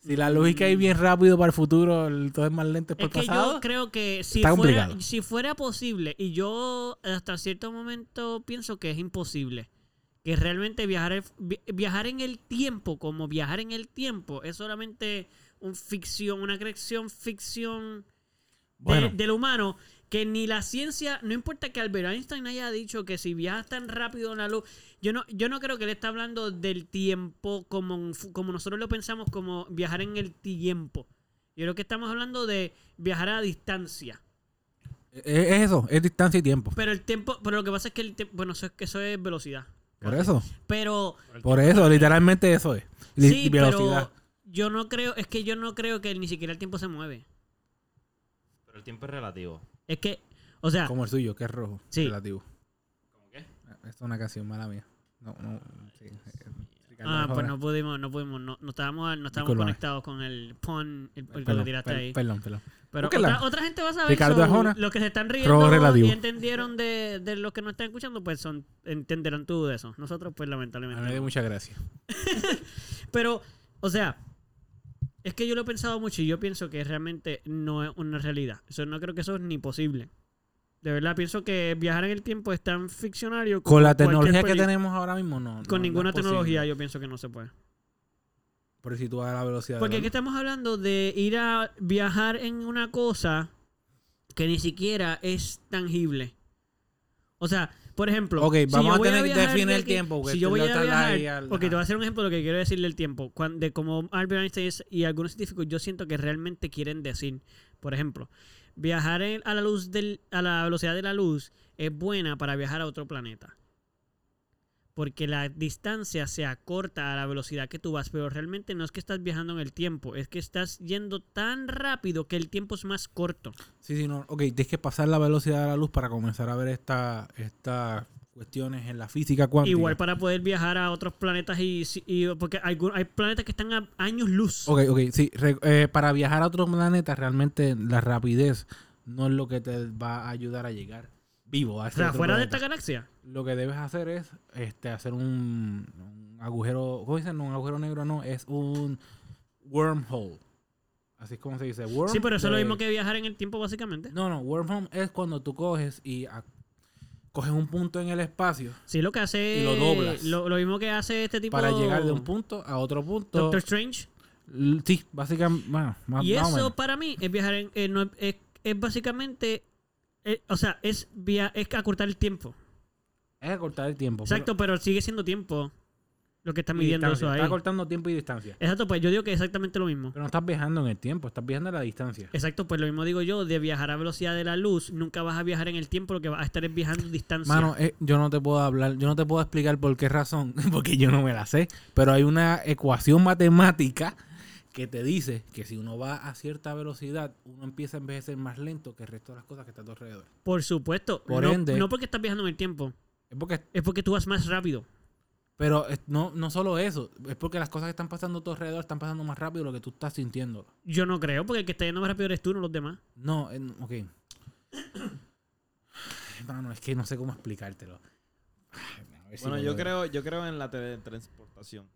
S2: Si la lógica es bien rápido para el futuro, el- todo es más lento es Este, por
S4: Es
S2: el
S4: que
S2: pasado.
S4: yo creo que si
S2: Está
S4: fuera,
S2: complicado.
S4: si fuera posible, y yo hasta cierto momento pienso que es imposible, que realmente viajar, el- vi- viajar en el tiempo, como viajar en el tiempo, es solamente un ficción, una creación ficción de-
S2: Bueno.
S4: del humano, que ni la ciencia, no importa que Albert Einstein haya dicho que si viajas tan rápido en la luz, yo no, yo no creo que él está hablando del tiempo como, un fu- como nosotros lo pensamos, como viajar en el tiempo. Yo creo que estamos hablando de viajar a distancia.
S2: Es, es eso, es distancia y tiempo.
S4: Pero el tiempo, pero lo que pasa es que el tiempo, bueno, eso es que eso es velocidad.
S2: Por eso,
S4: Pero
S2: por eso, literalmente eso es. Li-
S4: sí,
S2: velocidad.
S4: pero yo no creo, es que yo no creo que ni siquiera el tiempo se mueve.
S1: Pero el tiempo es relativo.
S4: Es que, o sea,
S2: Como el suyo, que es rojo.
S4: ah. Sí.
S2: Relativo. Ah,
S1: ¿Cómo qué?
S2: Esta es una canción mala mía. No, no. sí. eh, Ricardo,
S4: ah,
S2: mejora.
S4: pues no pudimos, no pudimos, no, no estábamos, no estábamos
S2: Discúlpame.
S4: conectados con el pon, el, el que
S2: Perdón,
S4: pues lo tiraste
S2: per-
S4: ahí.
S2: Perdón, perdón.
S4: Pero
S2: Búsquela.
S4: otra, otra gente va a saber
S2: Ricardo
S4: son
S2: Arjona.
S4: los que se están
S2: Robo
S4: riendo
S2: relativo.
S4: y entendieron de, de los que no están escuchando, pues son entenderán tú de eso. Nosotros, pues
S2: A
S4: lamentablemente.
S2: mí me
S4: no.
S2: dio muchas gracias.
S4: Pero, o sea, es que yo lo he pensado mucho y yo pienso que realmente no es una realidad. Eso no creo que eso es ni posible. De verdad, pienso que viajar en el tiempo es tan ficcionario. como
S2: Con la
S4: cualquier
S2: tecnología que
S4: peli-
S2: tenemos ahora mismo, no. no- no
S4: Con ninguna
S2: es posible.
S4: tecnología yo pienso que no se puede.
S2: Pero si tú vas a la velocidad. de
S4: Porque
S2: la
S4: aquí estamos hablando de ir a viajar en una cosa que ni siquiera es tangible. O sea, por ejemplo,
S2: Ok, vamos
S4: yo
S2: a
S4: voy
S2: tener que
S4: viajar
S2: definir
S4: de
S2: el
S4: aquí-
S2: tiempo, porque
S4: Si yo
S2: tú
S4: voy
S2: lo
S4: a
S2: estás
S4: viajar,
S2: ahí al-
S4: ok, te voy
S2: ajá.
S4: a hacer un ejemplo de lo que quiero decir del tiempo. Cuan- de como Albert Einstein es- y algunos científicos, yo siento que realmente quieren decir, por ejemplo, viajar en- a la luz del, a la velocidad de la luz es buena para viajar a otro planeta. Porque la distancia se acorta a la velocidad que tú vas, pero realmente no es que estás viajando en el tiempo, es que estás yendo tan rápido que el tiempo es más corto.
S2: Sí, sí, no. Ok, tienes que pasar la velocidad de la luz para comenzar a ver esta- estas cuestiones en la física cuántica.
S4: Igual para poder viajar a otros planetas y, si- y- porque hay, gu- hay planetas que están a años luz.
S2: Ok, ok, sí. Re- eh, para viajar a otro planeta, realmente la rapidez no es lo que te va a ayudar a llegar vivo. A
S4: o
S2: ese
S4: sea,
S2: otro
S4: fuera de
S2: planeta.
S4: esta galaxia.
S2: Lo que debes hacer es este, hacer un, un agujero. ¿Cómo dicen? No, un agujero negro no, es un wormhole. Así es como se dice. Worm
S4: Sí, pero eso es lo
S2: de-
S4: mismo que viajar en el tiempo básicamente.
S2: No, no, wormhole es cuando tú coges y a- coges un punto en el espacio
S4: Sí, lo que hace.
S2: Y lo doblas.
S4: Lo, lo mismo que hace este tipo.
S2: para llegar de un punto a otro punto.
S4: Doctor Strange.
S2: L- Sí, básicamente, bueno, más,
S4: y
S2: más o
S4: eso
S2: menos.
S4: para mí es viajar en. eh, no, es, es básicamente. eh, o sea, es, via es acortar el tiempo.
S2: Es acortar el tiempo. pero-
S4: Exacto, pero sigue siendo tiempo lo que está
S2: y
S4: midiendo
S2: distancia.
S4: eso ahí.
S2: Está cortando tiempo y distancia.
S4: Exacto, pues yo digo que es exactamente lo mismo.
S2: Pero no estás viajando en el tiempo, estás viajando a la distancia.
S4: Exacto, pues lo mismo digo yo, de viajar a velocidad de la luz, nunca vas a viajar en el tiempo, lo que vas a estar es viajando en distancia.
S2: Mano, eh, yo no te puedo hablar, yo no te puedo explicar por qué razón, porque yo no me la sé, pero hay una ecuación matemática que te dice que si uno va a cierta velocidad, uno empieza a envejecer más lento que el resto de las cosas que están a tu alrededor.
S4: Por supuesto.
S2: Por
S4: no,
S2: ende-
S4: no porque estás viajando en el tiempo,
S2: Es porque,
S4: es porque tú vas más rápido.
S2: pero es- no, no solo eso, es porque las cosas que están pasando a tu alrededor están pasando más rápido de lo que tú estás sintiendo.
S4: Yo no creo, porque el que está yendo más rápido eres tú, no los demás.
S2: No, eh, no, ok. Mano, es que no sé cómo explicártelo. A ver si
S1: bueno,
S2: me
S1: yo
S2: lo-
S1: creo, yo creo en la teletransportación.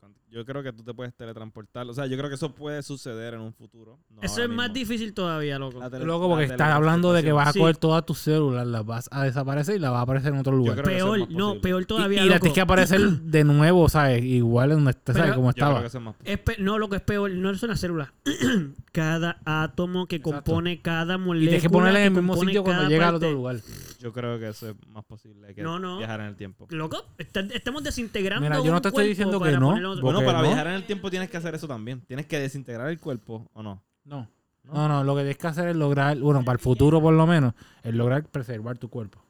S1: Con- Yo creo que tú te puedes teletransportar. O sea, yo creo que eso puede suceder en un futuro. no
S4: Eso
S1: ahora
S4: es más
S1: mismo.
S4: difícil todavía, loco.
S1: La tele-
S2: Loco, porque
S1: ah, la
S2: estás hablando de que vas a
S4: Sí.
S2: coger todas tus células, las vas a desaparecer y las vas a aparecer en otro lugar.
S1: creo que eso es
S4: Peor,
S1: más
S4: no,
S1: posible.
S4: peor todavía.
S2: y, y las
S4: loco.
S2: tienes que aparecer de nuevo, ¿sabes? Igual en donde está, ¿sabes?
S4: Pero-
S2: Como
S1: Yo creo
S2: estaba.
S1: que eso es más posible.
S4: Es pe- no, lo que es peor, no son las células. cada átomo que
S2: Exacto.
S4: compone cada
S2: Y
S4: molécula.
S2: tienes que ponerla en el
S4: que
S2: mismo
S4: compone
S2: sitio cuando
S4: cada
S2: llega al
S4: parte.
S2: otro lugar.
S1: Yo creo que eso es más posible que
S4: No, no.
S1: viajar en el tiempo.
S4: Loco, está- estamos desintegrando.
S2: Mira, yo no
S4: un
S2: te estoy
S4: cuerpo
S2: diciendo
S4: para
S2: que no.
S4: ponerlo en otro-
S2: Porque
S1: Bueno, para
S2: no.
S1: viajar en el tiempo tienes que hacer eso también. Tienes que desintegrar el cuerpo, ¿o no?
S2: No. No, no, lo que tienes que hacer es lograr, bueno, para el futuro por lo menos, es lograr preservar tu cuerpo.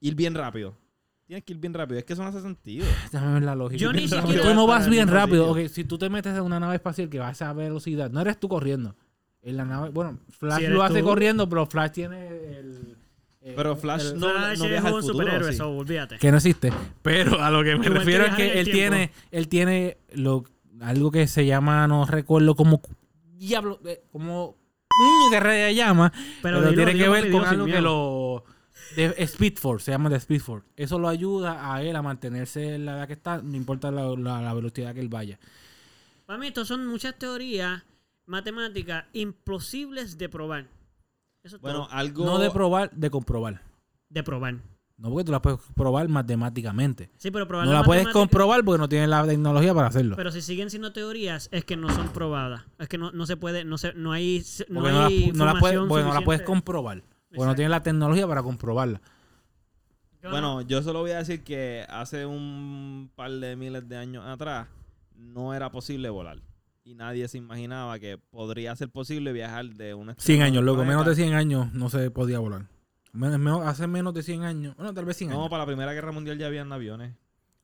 S1: Ir bien rápido. Tienes que ir bien rápido. Es que eso no hace sentido.
S2: Déjame ver la lógica.
S4: Yo ni
S2: Porque
S4: siquiera-
S2: tú no vas
S1: Para
S2: bien
S1: ningún
S2: rápido.
S1: sitio.
S2: Ok, si tú te metes en una nave espacial que va a esa velocidad, no eres tú corriendo. En la nave, bueno, Flash
S4: Si eres
S2: lo hace
S4: tú.
S2: corriendo, pero Flash tiene el. el-
S1: Pero Flash
S2: el-
S1: no,
S4: Flash
S1: no
S4: es
S1: viaja al
S4: un
S1: futuro,
S4: superhéroe,
S1: sí.
S4: eso, olvídate.
S2: que no existe. Pero a lo que me
S4: Igual que
S2: refiero es
S4: viajar en
S2: que
S4: el
S2: él tiene, él tiene lo, algo que se llama, no recuerdo, como diablo, eh, como mm, de red de llama, pero,
S4: dilo,
S2: tiene
S4: dilo,
S2: que
S4: papi,
S2: ver con
S4: dilo sin
S2: algo que
S4: miedo.
S2: lo de Speed Force, se llama de Speed Force. Eso lo ayuda a él a mantenerse en la edad que está, no importa la, la- la velocidad que él vaya.
S4: Para mí, esto son muchas teorías matemáticas imposibles de probar. Eso es
S1: Bueno,
S4: todo.
S1: algo...
S2: No de probar, de comprobar.
S4: De probar.
S2: No porque tú la puedes probar matemáticamente.
S4: Sí, pero probar
S2: No la
S4: las
S2: puedes
S4: matemáticas-
S2: comprobar porque no tienes la tecnología para hacerlo.
S4: Pero si siguen siendo teorías, es que no son probadas. Es que no, no se puede, no se, no hay, no
S2: Porque no, las
S4: hay
S2: pu- no las puedes,
S4: información
S2: porque no las puedes
S4: suficiente.
S2: comprobar. Porque no
S4: Exacto.
S2: tienes la tecnología para comprobarla.
S4: Yo no-
S1: Bueno, yo solo voy a decir que hace un par de miles de años atrás no era posible volar. Y nadie se imaginaba que podría ser posible viajar de una...
S2: 100 años, loco. Menos de 100 años no se podía volar. Men- men- hace menos de 100 años. Bueno, tal vez 100
S1: No,
S2: años.
S1: para la Primera Guerra Mundial ya habían aviones.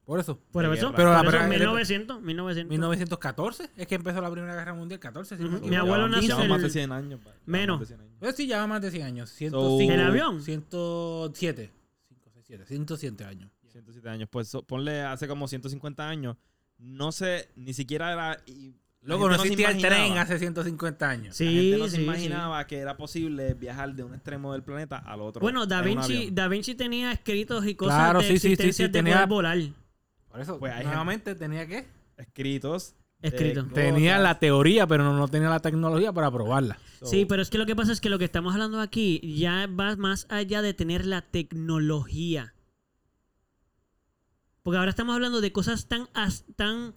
S2: Por eso.
S4: por eso,
S1: guerra.
S2: Pero la
S4: por eso
S2: verdad-
S4: 1900, 1900.
S2: 1914 es que empezó la Primera Guerra Mundial. 14, si no me
S4: Ujú. Mi
S2: equivoco.
S4: abuelo
S1: Llevaban-
S4: nació
S1: llevaban
S4: en
S1: más de
S4: el-
S1: 100 años. pa- llevaban
S4: Menos.
S1: más de 100 años.
S2: Pero Pues sí, lleva más de 100 años. 105,
S1: So-
S4: ¿El avión?
S2: 107. 107, 107 años.
S1: 107 años. Pues so- ponle hace como 150 años. No sé, ni siquiera era... y la
S2: Loco,
S1: gente
S2: no
S1: se
S2: existía el
S1: imaginaba.
S2: tren hace 150 años.
S1: La gente
S4: Sí,
S1: no se
S4: sí,
S1: imaginaba que era posible viajar de un extremo del planeta al otro.
S4: sí. Bueno, Da
S1: en un
S4: Vinci,
S1: avión.
S4: Da Vinci tenía escritos y cosas
S2: Claro,
S4: de
S2: sí, sí, sí,
S4: existencias
S2: sí,
S4: de
S2: tenía-
S4: poder volar.
S2: Por eso,
S1: Pues hay gente-
S2: nuevamente tenía que...
S1: escritos. de
S4: Escrito.
S1: cosas.
S2: Tenía la teoría, pero no, no tenía la tecnología para probarla.
S1: So,
S4: Sí, pero es que lo que pasa es que lo que estamos hablando aquí ya va más allá de tener la tecnología. Porque ahora estamos hablando de cosas tan as- tan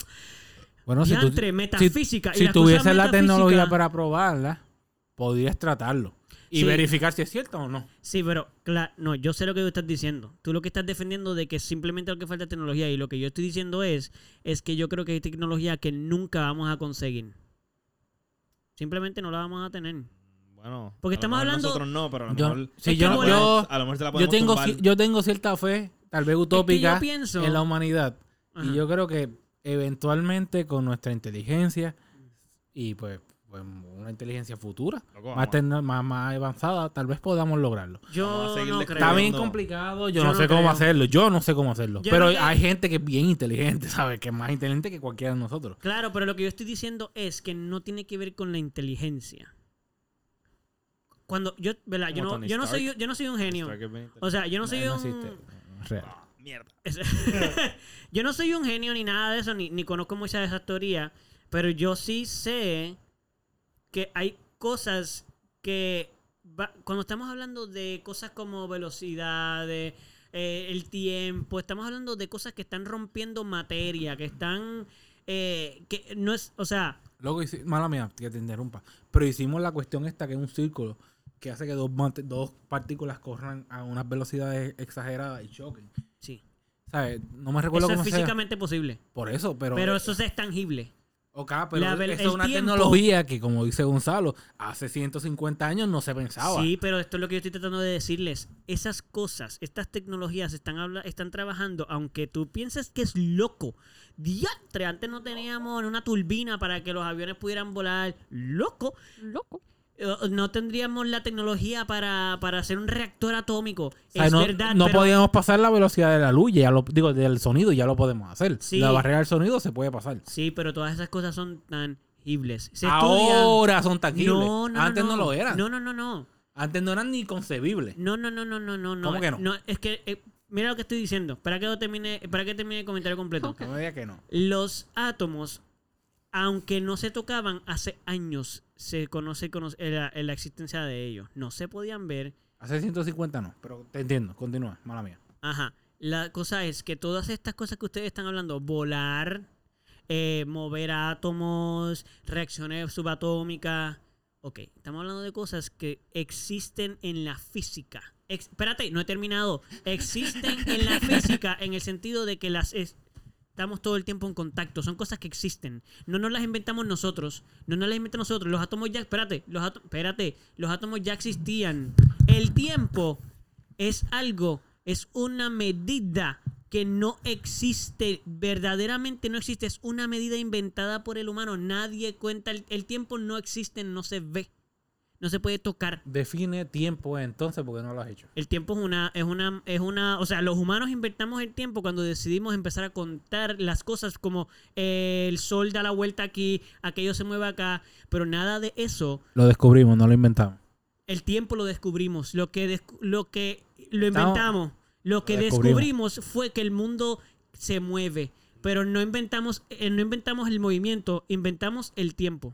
S2: Bueno, si tú,
S4: diantre, metafísica.
S2: si
S4: las cosas
S2: tuviese la
S4: metafísicas-
S2: tecnología para probarla, podrías tratarlo y
S4: Sí.
S2: verificar si es cierto o no.
S4: Sí, pero cla- no, yo sé lo que tú estás diciendo. Tú lo que estás defendiendo de que simplemente lo que falta es tecnología y lo que yo estoy diciendo es es que yo creo que hay tecnología que nunca vamos a conseguir. Simplemente no la vamos a tener.
S1: Bueno,
S4: Porque
S1: a lo
S4: estamos
S1: mejor
S4: hablando-
S1: Nosotros no, pero a lo
S2: Yo-
S1: mejor.
S2: sí,
S4: Es que
S2: yo,
S4: volar-
S2: yo,
S1: a lo mejor se la
S2: yo
S1: podemos
S2: tengo,
S1: tumbar.
S2: ci- yo tengo cierta fe, tal vez utópica,
S4: pienso-
S2: en la humanidad.
S4: Ajá.
S2: Y yo creo que eventualmente con nuestra inteligencia y pues, pues, una inteligencia futura,
S1: Loco,
S4: Pues,
S1: vamos
S2: más,
S1: a-
S2: tecno- más, más avanzada, tal vez podamos lograrlo.
S1: Vamos a
S4: Yo
S1: seguir
S4: no
S1: de-
S4: creo.
S2: Está bien
S1: no.
S2: complicado, yo,
S4: Yo
S2: no
S4: no
S2: sé cómo
S4: creo.
S2: hacerlo, yo no sé cómo hacerlo.
S4: Yo
S2: pero
S4: no creo.
S2: hay gente que es bien inteligente, ¿sabes? Que es más inteligente que cualquiera de nosotros.
S4: Claro, pero lo que yo estoy diciendo es que no tiene que ver con la inteligencia. Cuando yo, ¿verdad? Yo
S1: Como
S4: no,
S1: Tony
S4: yo no soy
S1: Stark.
S4: yo no soy un genio.
S1: Strike es bien
S4: O
S1: interesante.
S4: sea, yo no soy
S2: No
S4: un Ah.
S2: existe. No es real.
S1: Mierda.
S4: yo no soy un genio ni nada de eso, ni, ni conozco muchas de esas teorías, pero yo sí sé que hay cosas que va- cuando estamos hablando de cosas como velocidades, eh, el tiempo, estamos hablando de cosas que están rompiendo materia, que están. eh, que no es. O sea,
S2: Luego, hici- mala mía, que te interrumpa. Pero hicimos la cuestión esta que es un círculo que hace que dos, mate- dos partículas corran a unas velocidades exageradas y choquen.
S4: sí.
S2: ¿Sabes? No me recuerdo
S4: Eso es
S2: cómo se llama.
S4: físicamente posible.
S2: Por eso, pero. eh,
S4: Pero eso es tangible.
S2: Ok, pero
S4: la vel-
S2: eso
S4: el
S2: es una
S4: tiempo-
S2: tecnología que, como dice Gonzalo, hace 150 años no se pensaba.
S4: Sí, pero esto es lo que yo estoy tratando de decirles. Esas cosas, estas tecnologías están, habla- están trabajando, aunque tú pienses que es loco. Diantre, antes no teníamos una turbina para que los aviones pudieran volar. Loco.
S3: Loco.
S4: Eh, No tendríamos la tecnología para, para hacer un reactor atómico.
S2: O sea,
S4: es
S2: no,
S4: verdad,
S2: no
S4: pero-
S2: podíamos pasar la velocidad de la luz, ya lo, digo, del sonido ya lo podemos hacer.
S4: Sí.
S2: La barrera del sonido se puede pasar.
S4: Sí, pero todas esas cosas son tangibles. Se estudian.
S2: Ahora son tangibles.
S4: No, no,
S2: Antes no,
S4: no
S2: lo eran.
S4: No, no, no, no.
S2: Antes no eran ni concebibles.
S4: No, no, no, no, no, no, no.
S2: ¿Cómo que no?
S4: es que eh, mira lo que estoy diciendo. Para que lo termine, para que termine el comentario completo.
S3: Ok.
S2: No me digas que no.
S4: Los átomos, aunque no se tocaban hace años, se conoce, conoce- eh, la, la existencia de ellos. No se podían ver.
S2: Hace 150 no, pero te entiendo. Continúa, mala mía.
S4: Ajá. La cosa es que todas estas cosas que ustedes están hablando, volar, eh, mover átomos, reacciones subatómicas. Ok, estamos hablando de cosas que existen en la física. Ex- espérate, no he terminado. Existen en la física en el sentido de que las es- estamos todo el tiempo en contacto. Son cosas que existen. No nos las inventamos nosotros. No nos las inventamos nosotros. Los átomos ya, espérate, los átomos, espérate, los átomos ya existían. El tiempo es algo, es una medida que no existe, verdaderamente no existe, es una medida inventada por el humano, nadie cuenta, el, el tiempo no existe, no se ve, no se puede tocar.
S2: Define tiempo entonces porque no lo has hecho.
S4: El tiempo es una, es una, es una, o sea, los humanos inventamos el tiempo cuando decidimos empezar a contar las cosas como eh, el sol da la vuelta aquí, aquello se mueve acá, pero nada de eso,
S2: Lo descubrimos, no lo inventamos.
S4: el tiempo lo descubrimos, lo que, descu- lo que lo
S2: Estamos-
S4: inventamos, lo que
S2: Lo descubrimos.
S4: descubrimos. fue que el mundo se mueve, pero no inventamos, eh, no inventamos el movimiento, inventamos el tiempo.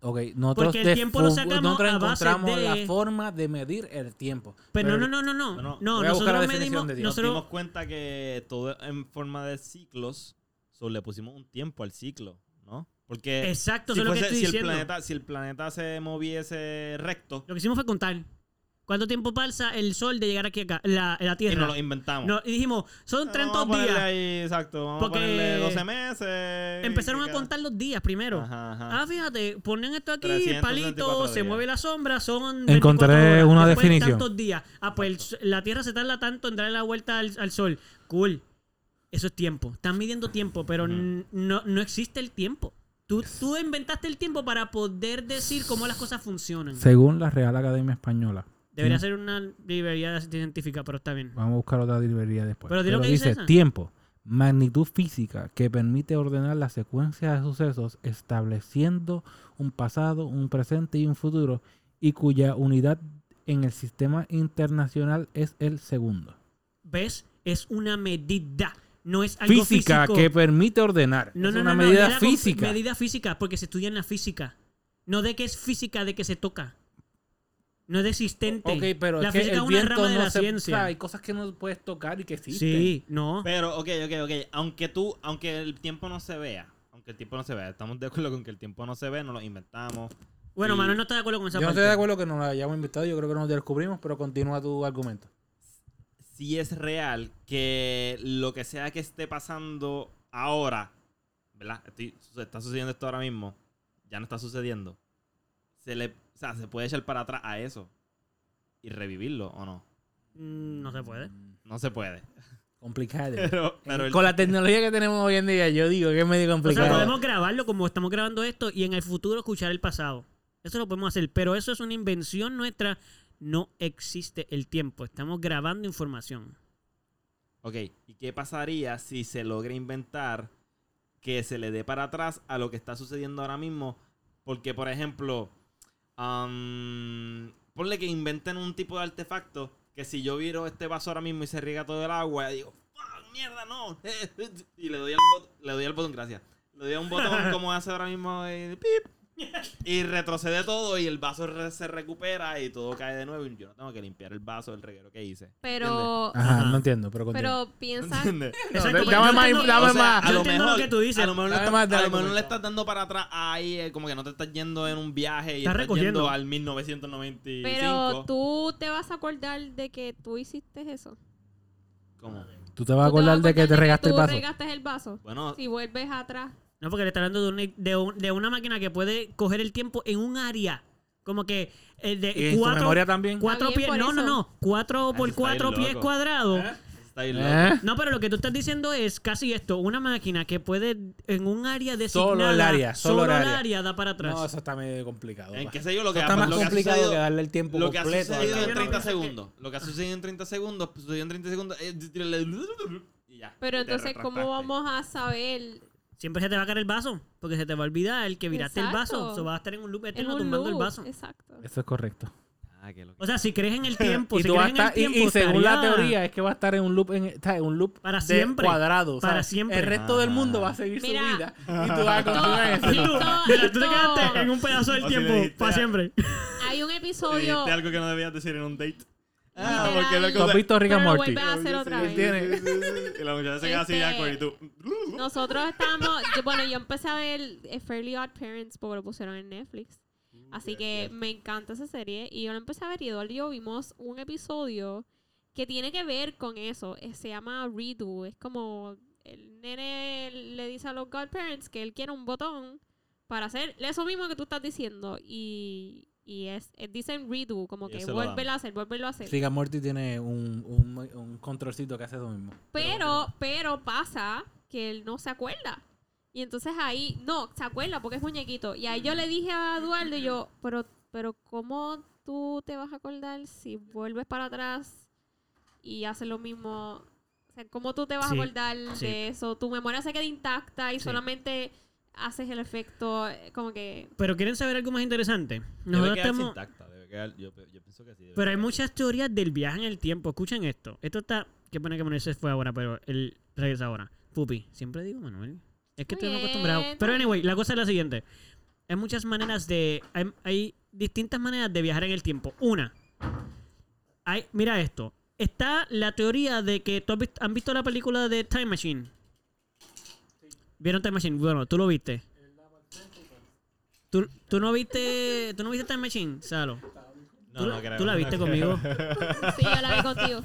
S2: Ok, nosotros,
S4: Porque el tiempo lo sacamos
S2: nosotros
S4: a base
S2: encontramos
S4: de-
S2: la forma de medir el tiempo.
S4: Pero, no, no, no, no,
S1: no,
S4: no,
S1: no,
S4: no,
S2: voy a buscar la
S4: nosotros
S2: definición
S4: medimos,
S2: de tiempo.
S1: Nos
S4: nosotros,
S1: dimos cuenta que todo en forma de ciclos, so, le pusimos un tiempo al ciclo, ¿no? Porque
S4: exacto,
S1: si,
S4: eso es lo que
S1: fuese-
S4: estoy
S1: si el
S4: diciendo.
S1: planeta, si el planeta se moviese recto,
S4: Lo que hicimos fue contar. ¿Cuánto tiempo pasa el sol de llegar aquí acá, la, la
S1: y nos
S4: Tierra?
S1: lo inventamos.
S4: No, y dijimos, son
S1: Eh,
S4: 30
S1: vamos a ponerle
S4: días.
S1: ahí, exacto, vamos
S4: Porque
S1: a ponerle 12 meses.
S4: Empezaron
S1: y
S4: a
S1: que-
S4: contar los días primero.
S1: Ajá, ajá.
S4: Ah, fíjate, ponen esto aquí, el
S1: 364
S4: palito, se
S1: días.
S4: mueve la sombra, son.
S2: Encontré
S4: 24 horas,
S2: una
S4: después de
S2: definición.
S4: tantos días. Ah, pues el- la Tierra se tarda tanto en darle la vuelta al, al Sol. Cool. Eso es tiempo. Están midiendo tiempo, pero
S1: Ujú.
S4: n- no, no existe el tiempo. Tú, tú inventaste el tiempo para poder decir cómo las cosas funcionan.
S2: Según la Real Academia Española.
S4: Debería ser una librería científica, pero está bien.
S2: Vamos a buscar otra librería después.
S4: Pero di lo que dice esa.
S2: tiempo, magnitud física que permite ordenar la secuencia de sucesos estableciendo un pasado, un presente y un futuro y cuya unidad en el sistema internacional es el segundo.
S4: ¿Ves? Es una medida. No es algo
S2: Física
S4: físico.
S2: que permite ordenar.
S4: No,
S2: es
S4: no,
S2: una
S4: no, no,
S2: medida
S4: era con-
S2: física.
S4: Medida física, porque se estudia en la física. No de que es física, de que se toca. No es de existente.
S2: Ok, pero
S4: la
S2: es que
S4: física
S2: el
S4: es una
S2: viento
S4: rama de
S2: no
S4: la
S2: se-
S4: ciencia.
S2: o sea, hay cosas que no puedes tocar y que existen.
S4: sí, no.
S1: Pero, ok, ok, ok. Aunque tú, aunque el tiempo no se vea, aunque el tiempo no se vea, estamos de acuerdo con que el tiempo no se ve, no lo inventamos.
S4: Bueno,
S1: y-
S4: Manuel no está de acuerdo con esa
S2: Yo no
S4: parte.
S2: estoy de acuerdo que nos la hayamos invitado, yo creo que nos descubrimos, pero continúa tu argumento.
S1: Si es real que lo que sea que esté pasando ahora, ¿verdad? Estoy- está sucediendo esto ahora mismo, ya no está sucediendo. Se le, o sea, se puede echar para atrás a eso y revivirlo o no.
S4: Mm, No se puede.
S1: No se puede.
S2: Complicado. Eh,
S1: Pero, pero el-
S2: Con la tecnología que tenemos hoy en día, yo digo que es medio
S4: O sea,
S2: complicado.
S4: podemos grabarlo como estamos grabando esto y en el futuro escuchar el pasado. Eso lo podemos hacer, pero eso es una invención nuestra. No existe el tiempo. Estamos grabando información.
S1: Ok, ¿y qué pasaría si se logra inventar que se le dé para atrás a lo que está sucediendo ahora mismo? Porque, por ejemplo, am, ponle que inventen un tipo de artefacto que si yo viro este vaso ahora mismo y se riega todo el agua, digo, "Fuck, mierda, no! Y le doy al botón, le doy al botón, gracias. Le doy a un botón como hace ahora mismo, eh, pip, Y retrocede todo y el vaso re- se recupera y todo cae de nuevo. Y yo no tengo que limpiar el vaso del reguero que hice.
S3: Pero,
S2: Ajá,
S4: Ajá.
S2: no entiendo, pero continúa.
S3: pero piensa.
S1: ¿Entiendes?
S2: dame
S4: Exacto, pues, yo
S2: más,
S4: tengo-
S2: dame
S4: o sea,
S2: más.
S4: yo entiendo lo que tú dices.
S1: a lo mejor, le
S2: Dale
S1: estás-
S2: más,
S1: a
S2: dale,
S1: lo mejor no
S2: comenta.
S1: le estás dando para atrás ahí, eh, como que no te estás yendo en un viaje y
S4: Estás
S1: estás,
S4: recogiendo.
S1: yendo al 1995.
S3: Pero tú te vas a acordar de que tú hiciste eso.
S1: ¿Cómo?
S2: ¿Tú te vas a acordar de que te regaste el
S3: Tú
S2: vaso?
S3: regaste el vaso.
S1: Bueno,
S3: Si vuelves atrás.
S4: No, porque le está hablando de, una- de un- de una máquina que puede coger el tiempo en un área. Como que eh,
S2: ¿Y
S4: de
S2: en tu
S4: cuatro,
S2: memoria también?
S4: cuatro
S3: Está bien
S4: pies.
S3: por
S4: No, no,
S3: eso.
S4: no. Cuatro
S1: Ah,
S4: por
S1: eso está bien
S4: cuatro pies
S1: loco.
S4: cuadrados.
S1: está bien loco.
S2: ¿Eh?
S4: No, pero lo que tú estás diciendo es casi esto. Una máquina que puede en un área de
S2: Solo el área, solo el área.
S4: da para atrás.
S2: No, eso está medio complicado.
S1: Eh,
S2: pa.
S1: qué sé yo, lo
S2: Eso
S1: que,
S2: está más
S1: lo que ha
S2: complicado
S1: sucedido-
S2: que darle el tiempo
S1: Lo que ha
S2: completo. a
S1: sucedido
S2: la-
S1: en 30
S4: Yo no-
S1: segundos. Lo que ha sucedido en 30 segundos, pues, sucedió en 30 segundos. eh, Y ya.
S3: Pero
S1: y te
S3: entonces, ¿cómo
S1: retractaste.
S3: vamos a saber?
S4: Siempre se te va a caer el vaso. Porque se te va a olvidar que viraste el vaso.
S3: Exacto.
S4: O sea, vas a estar en un loop
S3: En
S4: eterno
S3: un
S4: tumbando
S3: loop.
S4: el vaso.
S3: Exacto.
S2: Eso es correcto.
S1: Ah, qué loco.
S4: O sea, si crees en el tiempo,
S2: y,
S4: Pues si
S2: tú vas
S4: crees
S2: a
S4: en el
S2: estar- y-
S4: tiempo,
S2: y según la
S4: estaría-
S2: teoría es que va a estar en un loop, en, está en un loop
S4: Para
S2: de
S4: siempre.
S2: cuadrado.
S4: Para
S2: ¿sabes?
S4: siempre.
S2: El resto
S1: Ah.
S2: del mundo va a seguir
S3: Mira.
S2: su vida y tú vas a continuar en
S4: Y
S2: ese
S4: tú,
S2: loop.
S3: Esto-
S4: mira, tú te
S3: esto-
S4: quedaste en un pedazo del
S1: O si le
S4: tiempo
S1: dijiste
S4: para
S1: a-
S4: siempre.
S3: Hay un episodio.
S1: Dijiste algo que no debías decir en un date.
S3: Ah, porque
S1: porque
S3: Literal.
S1: la
S3: la
S2: ¿Tú has
S1: cosa...
S2: visto Rick and
S3: Pero lo
S2: Morty?
S3: vuelves a hacer otra vez.
S2: ¿Entiendes?
S1: Y la muchacha se queda así de
S3: Este-
S1: acuerdo y tú... "Uh".
S3: Nosotros estábamos, yo- bueno, yo empecé a ver eh, Fairly Odd Parents porque lo pusieron en Netflix.
S1: Mm,
S3: Así que me encanta esa serie y yo la empecé a ver y Eduardo y yo vimos un episodio que tiene que ver con eso. Eh, Se llama Redo. Es como el nene le dice a los godparents que él quiere un botón para hacer eso mismo que tú estás diciendo y, y es, eh, dicen Redo, como
S1: Y
S3: que
S1: se lo dan.
S3: vuélvelo a hacer, vuélvelo a hacer.
S2: Rick and Morty tiene un, un, un controlcito que hace eso mismo.
S3: Pero, pero pasa que él no se acuerda. Y entonces ahí, no, se acuerda porque es muñequito. Y ahí yo le dije a Eduardo y yo, pero, pero ¿cómo tú te vas a acordar si vuelves para atrás y haces lo mismo? O sea, ¿cómo tú te vas
S4: Sí,
S3: a acordar
S4: sí.
S3: de eso? Tu memoria se queda intacta y
S4: Sí.
S3: solamente haces el efecto eh, como que...
S4: Pero quieren saber algo más interesante.
S1: Debe
S4: Nosotros
S1: quedar
S4: estamos-
S1: intacta. Debe quedar... Yo, yo pienso que sí. debe
S4: Pero hay
S1: quedar.
S4: muchas teorías del viaje en el tiempo. Escuchen esto. Esto está. Qué pena que Manuel se fue ahora, pero él regresa ahora. Pupi, siempre digo Manuel. Es que
S3: Muy
S4: estoy
S3: bien,
S4: acostumbrado.
S3: está
S4: Pero
S3: bien.
S4: anyway, la cosa es la siguiente. Hay muchas maneras de. Hay, hay distintas maneras de viajar en el tiempo. Una. Hay, mira esto. Está la teoría de que tú has visto- han visto la película de Time Machine. ¿Vieron Time Machine? Bueno, tú lo viste. ¿Tú, tú no viste, ¿Tú no viste Time Machine, Salo?
S1: No,
S4: tú
S1: no
S4: la-
S1: creo,
S4: tú la
S1: no
S4: viste
S1: creo.
S4: conmigo.
S3: Sí, yo la vi contigo.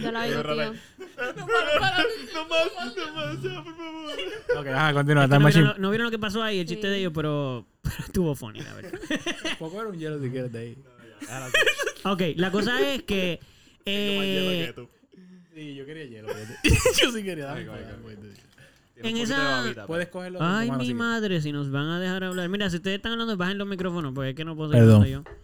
S3: Yo la vi
S1: Yo creo
S3: contigo.
S1: que- No más, no más, ya, por favor.
S2: Ok, ajá, continúa. Time
S4: no, vieron
S2: Machine.
S4: lo, no vieron lo que pasó ahí, el
S3: Sí.
S4: chiste de ellos, pero, pero estuvo funny, la verdad.
S2: Poco era un hielo si quieres de ahí.
S4: Ok, la cosa es que. eh,
S2: Sí, yo quería hielo. yo sí quería.
S1: dame, dame,
S4: En esa-
S1: pues.
S2: Puedes cogerlo.
S4: ay, mi madre, si nos van a dejar hablar. Mira, si ustedes están hablando, bajen los micrófonos, porque es que no puedo seguir
S2: Perdón.
S4: hablando yo.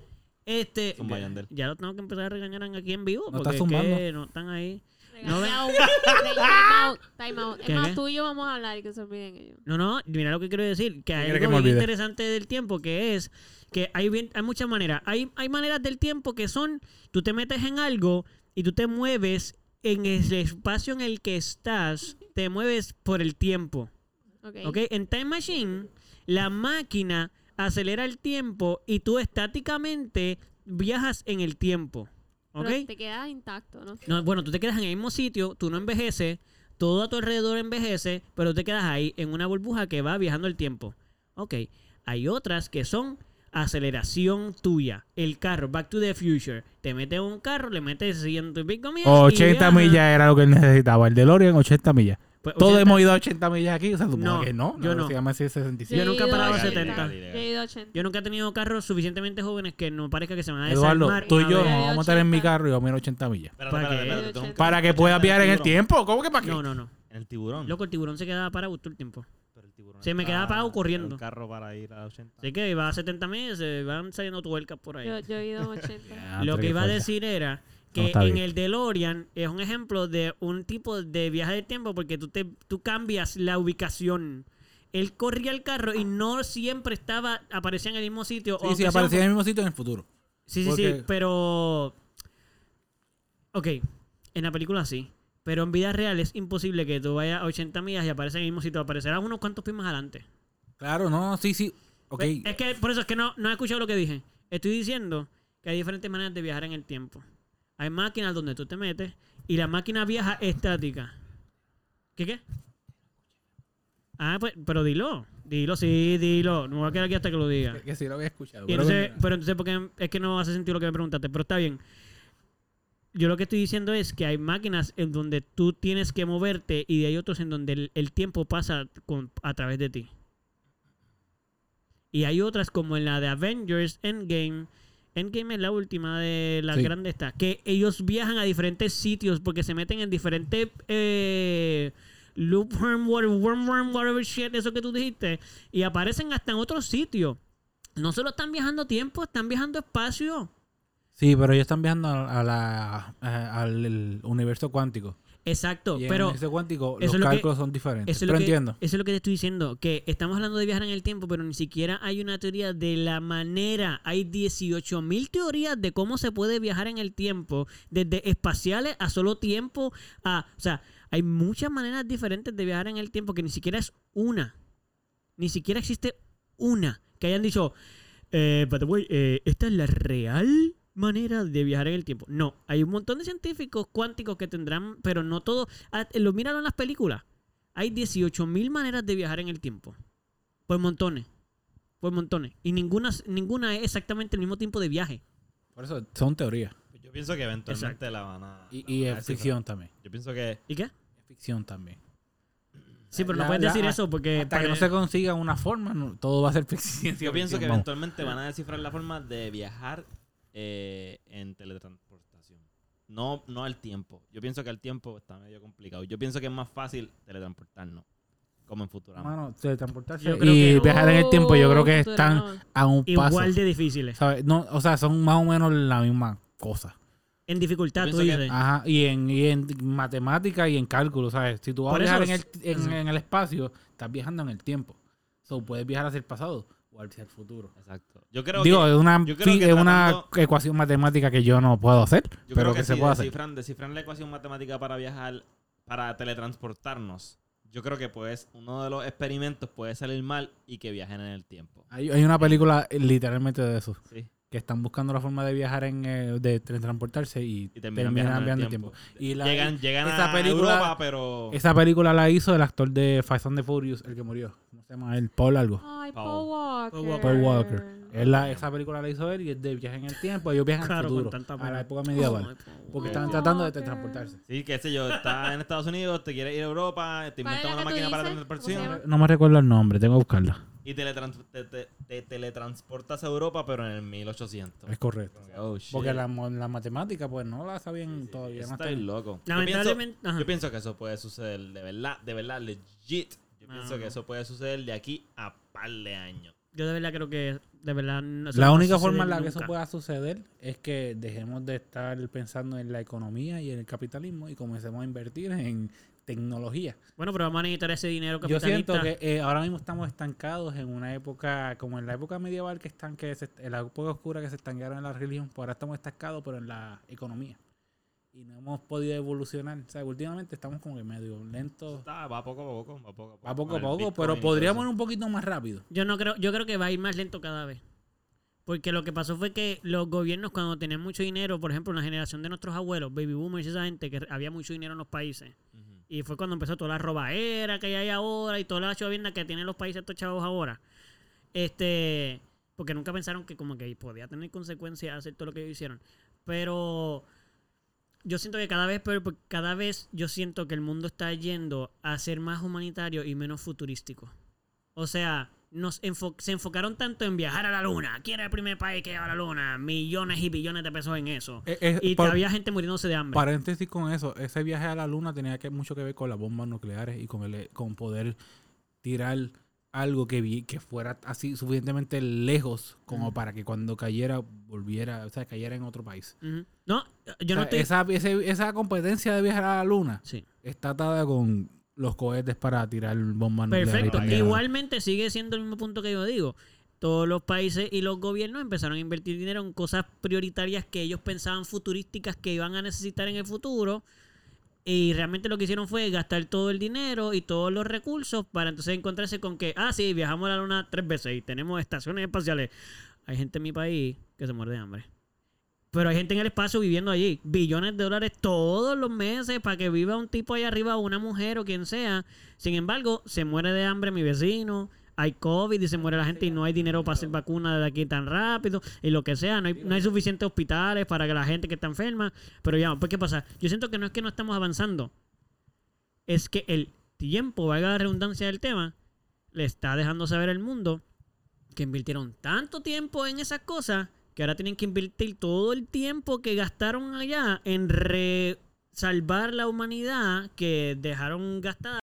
S4: Este.
S1: Zumba, Yandel.
S4: Ya lo tengo que empezar a regañar aquí en vivo,
S2: No estás
S4: porque es que
S2: zumbando.
S4: no están ahí. No
S3: Time
S4: ven-
S3: out, time out. Es
S4: ¿Qué,
S3: más,
S4: qué?
S3: tú y yo vamos a hablar y que se olviden ellos.
S4: No, no, mira lo que quiero decir, que hay
S2: quieres que
S4: algo
S2: me
S4: bien
S2: olvide?
S4: interesante del tiempo que es que hay, bien, hay muchas maneras. Hay, hay maneras del tiempo que son, tú te metes en algo y tú te mueves en el espacio en el que estás, te mueves por el tiempo.
S3: Ok.
S4: ¿ok? En Time Machine, la máquina acelera el tiempo y tú estáticamente viajas en el tiempo. ¿ok?
S3: Pero te quedas intacto, ¿no?
S4: No, bueno, tú te quedas en el mismo sitio, tú no envejeces, todo a tu alrededor envejece, pero tú te quedas ahí en una burbuja que va viajando el tiempo. Ok, hay otras que son aceleración tuya. El carro, Back to the Future, te metes en un carro, le metes ciento y pico millas. y
S2: 80
S4: viaja.
S2: millas era lo que él necesitaba. El DeLorean, 80 millas.
S4: Pues,
S2: Todos
S4: 80.
S2: hemos ido a 80 millas aquí. O sea, supongo
S4: No,
S2: que no.
S4: yo no.
S2: Se llama así 65.
S4: Yo nunca he
S3: he ido
S4: parado
S1: a
S3: 80.
S1: 70.
S3: Yo he ido a 80.
S4: Yo nunca he tenido carros suficientemente jóvenes que no parezca que se van a desarmar.
S2: Eduardo, tú y
S4: una
S2: yo
S4: vez.
S2: nos vamos a montar en mi
S3: 80.
S2: carro y vamos a ir a 80 millas.
S4: ¿Para qué?
S2: Para que puedas viajar en el tiempo. ¿Cómo que para qué?
S4: No, no, no.
S1: En el tiburón.
S4: Loco, el tiburón se quedaba parado todo el tiempo.
S1: Pero el tiburón
S4: Se me quedaba
S1: está-
S4: parado
S1: era
S4: corriendo.
S1: Un carro para ir a 80.
S4: Así que va a 70 millas, eh, van saliendo tuercas por ahí.
S3: Yo, yo he ido a 80.
S2: Ah,
S4: lo
S2: pero
S4: que
S2: qué
S4: iba a
S2: falta.
S4: decir era
S2: No,
S4: que
S2: está
S4: en
S2: bien.
S4: el DeLorean es un ejemplo de un tipo de viaje de tiempo porque tú, te, tú cambias la ubicación. Él corría el carro y no siempre estaba, aparecía en el mismo sitio.
S2: Sí,
S4: o
S2: sí,
S4: aunque sea
S2: aparecía en
S4: un-
S2: el mismo sitio en el futuro.
S4: Sí, sí, sí,
S2: porque-
S4: pero... Ok, en la película sí. Pero en vida real es imposible que tú vayas a 80 millas y aparezca en el mismo sitio. Aparecerás unos cuantos pies más adelante.
S2: Claro, no, sí, sí. Ok.
S4: Ve, Pues, Es que por eso es que no, no he escuchado lo que dije. Estoy diciendo que hay diferentes maneras de viajar en el tiempo. Hay máquinas donde tú te metes y la máquina viaja estática. ¿Qué qué? Ah, pues, pero dilo. Dilo, sí, dilo. No me voy a quedar aquí hasta que lo diga.
S2: Que sí lo había escuchado.
S4: Y entonces, pues, pero entonces, porque es que no hace sentido lo que me preguntaste, pero está bien. Yo lo que estoy diciendo es que hay máquinas en donde tú tienes que moverte y hay otros en donde el, el tiempo pasa con- a través de ti. Y hay otras como en la de Avengers Endgame. Endgame es la última de las
S2: Sí.
S4: grandes estas. Que ellos viajan a diferentes sitios porque se meten en diferentes eh, loopworm, whatever, wormworm, whatever shit, eso que tú dijiste. Y aparecen hasta en otros sitios. No solo están viajando tiempo, están viajando espacio.
S2: Sí, pero ellos están viajando a, a la, a- al el universo cuántico.
S4: Exacto,
S2: Y en el
S4: pero eso
S2: universo cuántico
S4: eso
S2: los
S4: es lo que-
S2: cálculos son diferentes.
S4: es,
S2: Pero
S4: lo que,
S2: entiendo.
S4: eso es lo que te estoy diciendo, que estamos hablando de viajar en el tiempo, pero ni siquiera hay una teoría de la manera. Hay 18.000 teorías de cómo se puede viajar en el tiempo, desde espaciales a solo tiempo, a, o sea, hay muchas maneras diferentes de viajar en el tiempo que ni siquiera es una. Ni siquiera existe una que hayan dicho, eh, by the way, eh, esta es la real manera de viajar en el tiempo. No, hay un montón de científicos cuánticos que tendrán, pero no todos. ah, Lo miraron en las películas. Hay 18.000 maneras de viajar en el tiempo. Por montones. Por montones. Y ninguna, ninguna es exactamente el mismo tiempo de viaje.
S2: Por eso son teorías.
S1: Pues
S2: Ah,
S1: Yo pienso que eventualmente la van a.
S2: Y,
S1: la
S2: y
S1: van a
S2: es
S1: descifrar.
S2: ficción también.
S1: Yo pienso que.
S4: ¿Y qué?
S2: Es ficción también.
S4: Sí, pero
S2: La-
S4: no puedes
S2: la-
S4: decir eso porque...
S2: ah, Hasta que no
S4: para-
S2: se consiga una forma, no- todo va a ser ficción.
S1: Yo pienso que
S2: Vamos.
S1: eventualmente van a descifrar la forma de viajar eh, en teletransportación. No, no al tiempo. Yo pienso que al tiempo está medio complicado. Yo pienso que es más fácil teletransportarnos, como en Futurama.
S2: Mano, teletransportarse
S4: Yo creo
S2: y
S4: que-
S2: viajar en el tiempo, yo creo que
S3: Oh,
S2: están
S3: Futurama.
S2: a un paso.
S4: Igual de difíciles.
S2: ¿sabes? No, o sea, son más o menos la misma cosa.
S4: En dificultad,
S1: Yo
S4: tú
S1: pienso que-
S4: dices.
S2: Ajá, y en, y en matemática y en cálculo, ¿sabes? Si tú vas a
S4: Por
S2: viajar en
S4: eso
S2: el, en, en el espacio, estás viajando en el tiempo. So, puedes viajar hacia el pasado o hacia el futuro.
S1: Exacto. Yo creo
S2: Digo,
S1: que,
S2: es una,
S1: yo creo
S2: fi-
S1: que
S2: es una
S1: tratando-
S2: ecuación matemática que yo no puedo hacer,
S1: yo
S2: pero
S1: creo
S2: que,
S1: que,
S2: se
S1: si
S2: puede hacer.
S1: descifran, descifran la ecuación matemática para viajar, para teletransportarnos. Yo creo que pues uno de los experimentos puede salir mal y que viajen en el tiempo.
S2: Hay, hay una película eh, literalmente de eso,
S1: Sí.
S2: que están buscando la forma de viajar en, eh, de transportarse y,
S1: Y terminan,
S2: terminan,
S1: viajando,
S2: viajando en
S1: en
S2: el
S1: el
S2: tiempo.
S1: tiempo.
S2: Y la-
S1: llegan llegan
S2: esa
S1: a
S2: película-
S1: Europa, pero...
S2: Esa película la hizo el actor de Fast and the Furious, el que murió. ¿Cómo se llama? El Paul algo.
S3: Ay,
S1: Paul.
S3: Paul Walker.
S4: Paul Walker.
S2: Paul Walker. Él la- esa película la hizo él y es de viaje en el tiempo. Ellos viajan
S4: Claro,
S2: al
S4: con
S2: futuro,
S4: tanta
S2: a
S4: pena.
S2: la época medieval. porque estaban tratando de
S3: Walker.
S2: transportarse.
S1: Sí, qué sé yo, está en Estados Unidos, te quieres ir a Europa, te
S3: ¿Cuál es
S1: inventan
S3: la
S1: una
S3: que tú
S1: máquina para
S3: dices? ¿Cómo se
S1: teletransportación
S3: llama?
S2: No me recuerdo el nombre, tengo que buscarla.
S1: y teletrans- te, te- te teletransportas a Europa, pero en el 1800.
S2: Es correcto.
S1: Oh, shit.
S2: Porque la, mo- la matemática, pues no la
S1: Sí,
S2: sabían
S1: sí,
S2: todavía.
S1: eso está
S2: No está
S1: bien
S2: bien.
S1: loco. Yo
S4: Lamentablemente...
S1: pienso-
S4: ajá.
S1: Yo pienso que eso puede suceder, de verdad, de verdad, legit. Yo
S3: Ah,
S1: pienso
S4: Ajá.
S1: que eso puede suceder de aquí a par de años.
S4: Yo de verdad creo que de verdad no- eso no
S2: La
S4: va a
S2: única
S4: suceder
S2: forma en la que eso
S4: nunca.
S2: pueda suceder es que dejemos de estar pensando en la economía y en el capitalismo y comencemos a invertir en tecnología.
S4: Bueno, pero vamos a necesitar ese dinero
S2: Yo siento
S4: capitalista.
S2: que eh, ahora mismo estamos estancados en una época, como en la época medieval que están, que se- en la época oscura que se estancaron en la religión, pues ahora estamos estancados, pero en la economía. Y no hemos podido evolucionar. O sea, últimamente estamos como que medio lentos.
S1: Está, va poco a poco, va poco a poco.
S2: A poco a
S1: Con el
S2: poco,
S1: Bitcoin y
S2: pero
S1: todo
S2: podríamos ir
S1: eso.
S2: un poquito más rápido.
S4: Yo no creo, yo creo que va a ir más lento cada vez. Porque lo que pasó fue que los gobiernos cuando tenían mucho dinero, por ejemplo, la generación de nuestros abuelos, baby boomers, esa gente que había mucho dinero en los países.
S1: Ujú.
S4: Y fue cuando empezó toda la robaera que hay ahora y toda la chovienda que tienen los países estos chavos ahora. Este, porque nunca pensaron que como que podía tener consecuencias hacer todo lo que ellos hicieron. Pero yo siento que cada vez, pero por- cada vez yo siento que el mundo está yendo a ser más humanitario y menos futurístico. O sea, nos enfo- se enfocaron tanto en viajar a la luna. ¿Quién era el primer país que llegaba a la luna? Millones y billones de pesos en eso.
S2: Eh,
S4: Y había gente muriéndose de hambre.
S2: Paréntesis con eso, ese viaje a la luna tenía que mucho que ver con las bombas nucleares y con el, eh, con poder tirar algo que vi- que fuera así suficientemente lejos como
S4: Ujú.
S2: para que cuando cayera volviera, o sea, cayera en otro país.
S4: Ujú. No, yo
S2: O
S4: no
S2: sea,
S4: estoy...
S2: Ah, esa, ese- esa competencia de viajar a la luna
S4: Sí.
S2: está atada con los cohetes para tirar bombas nucleares. y
S4: Perfecto.
S2: pendejadas.
S4: Igualmente sigue siendo el mismo punto que yo digo. Todos los países y los gobiernos empezaron a invertir dinero en cosas prioritarias que ellos pensaban futurísticas que iban a necesitar en el futuro Y realmente lo que hicieron fue gastar todo el dinero y todos los recursos para entonces encontrarse con que, ah, sí, viajamos a la luna tres veces y tenemos estaciones espaciales. Hay gente en mi país que se muere de hambre. Pero hay gente en el espacio viviendo allí. Billones de dólares todos los meses para que viva un tipo allá arriba, una mujer o quien sea. Sin embargo, se muere de hambre mi vecino. Hay COVID y se muere la gente y no hay dinero para hacer vacuna de aquí tan rápido y lo que sea. No hay, no hay suficientes hospitales para que la gente que está enferma. Pero ya, pues, ¿qué pasa? Yo siento que no es que no estamos avanzando. Es que el tiempo, valga la redundancia del tema, le está dejando saber al mundo que invirtieron tanto tiempo en esas cosas que ahora tienen que invertir todo el tiempo que gastaron allá en re- salvar la humanidad que dejaron gastada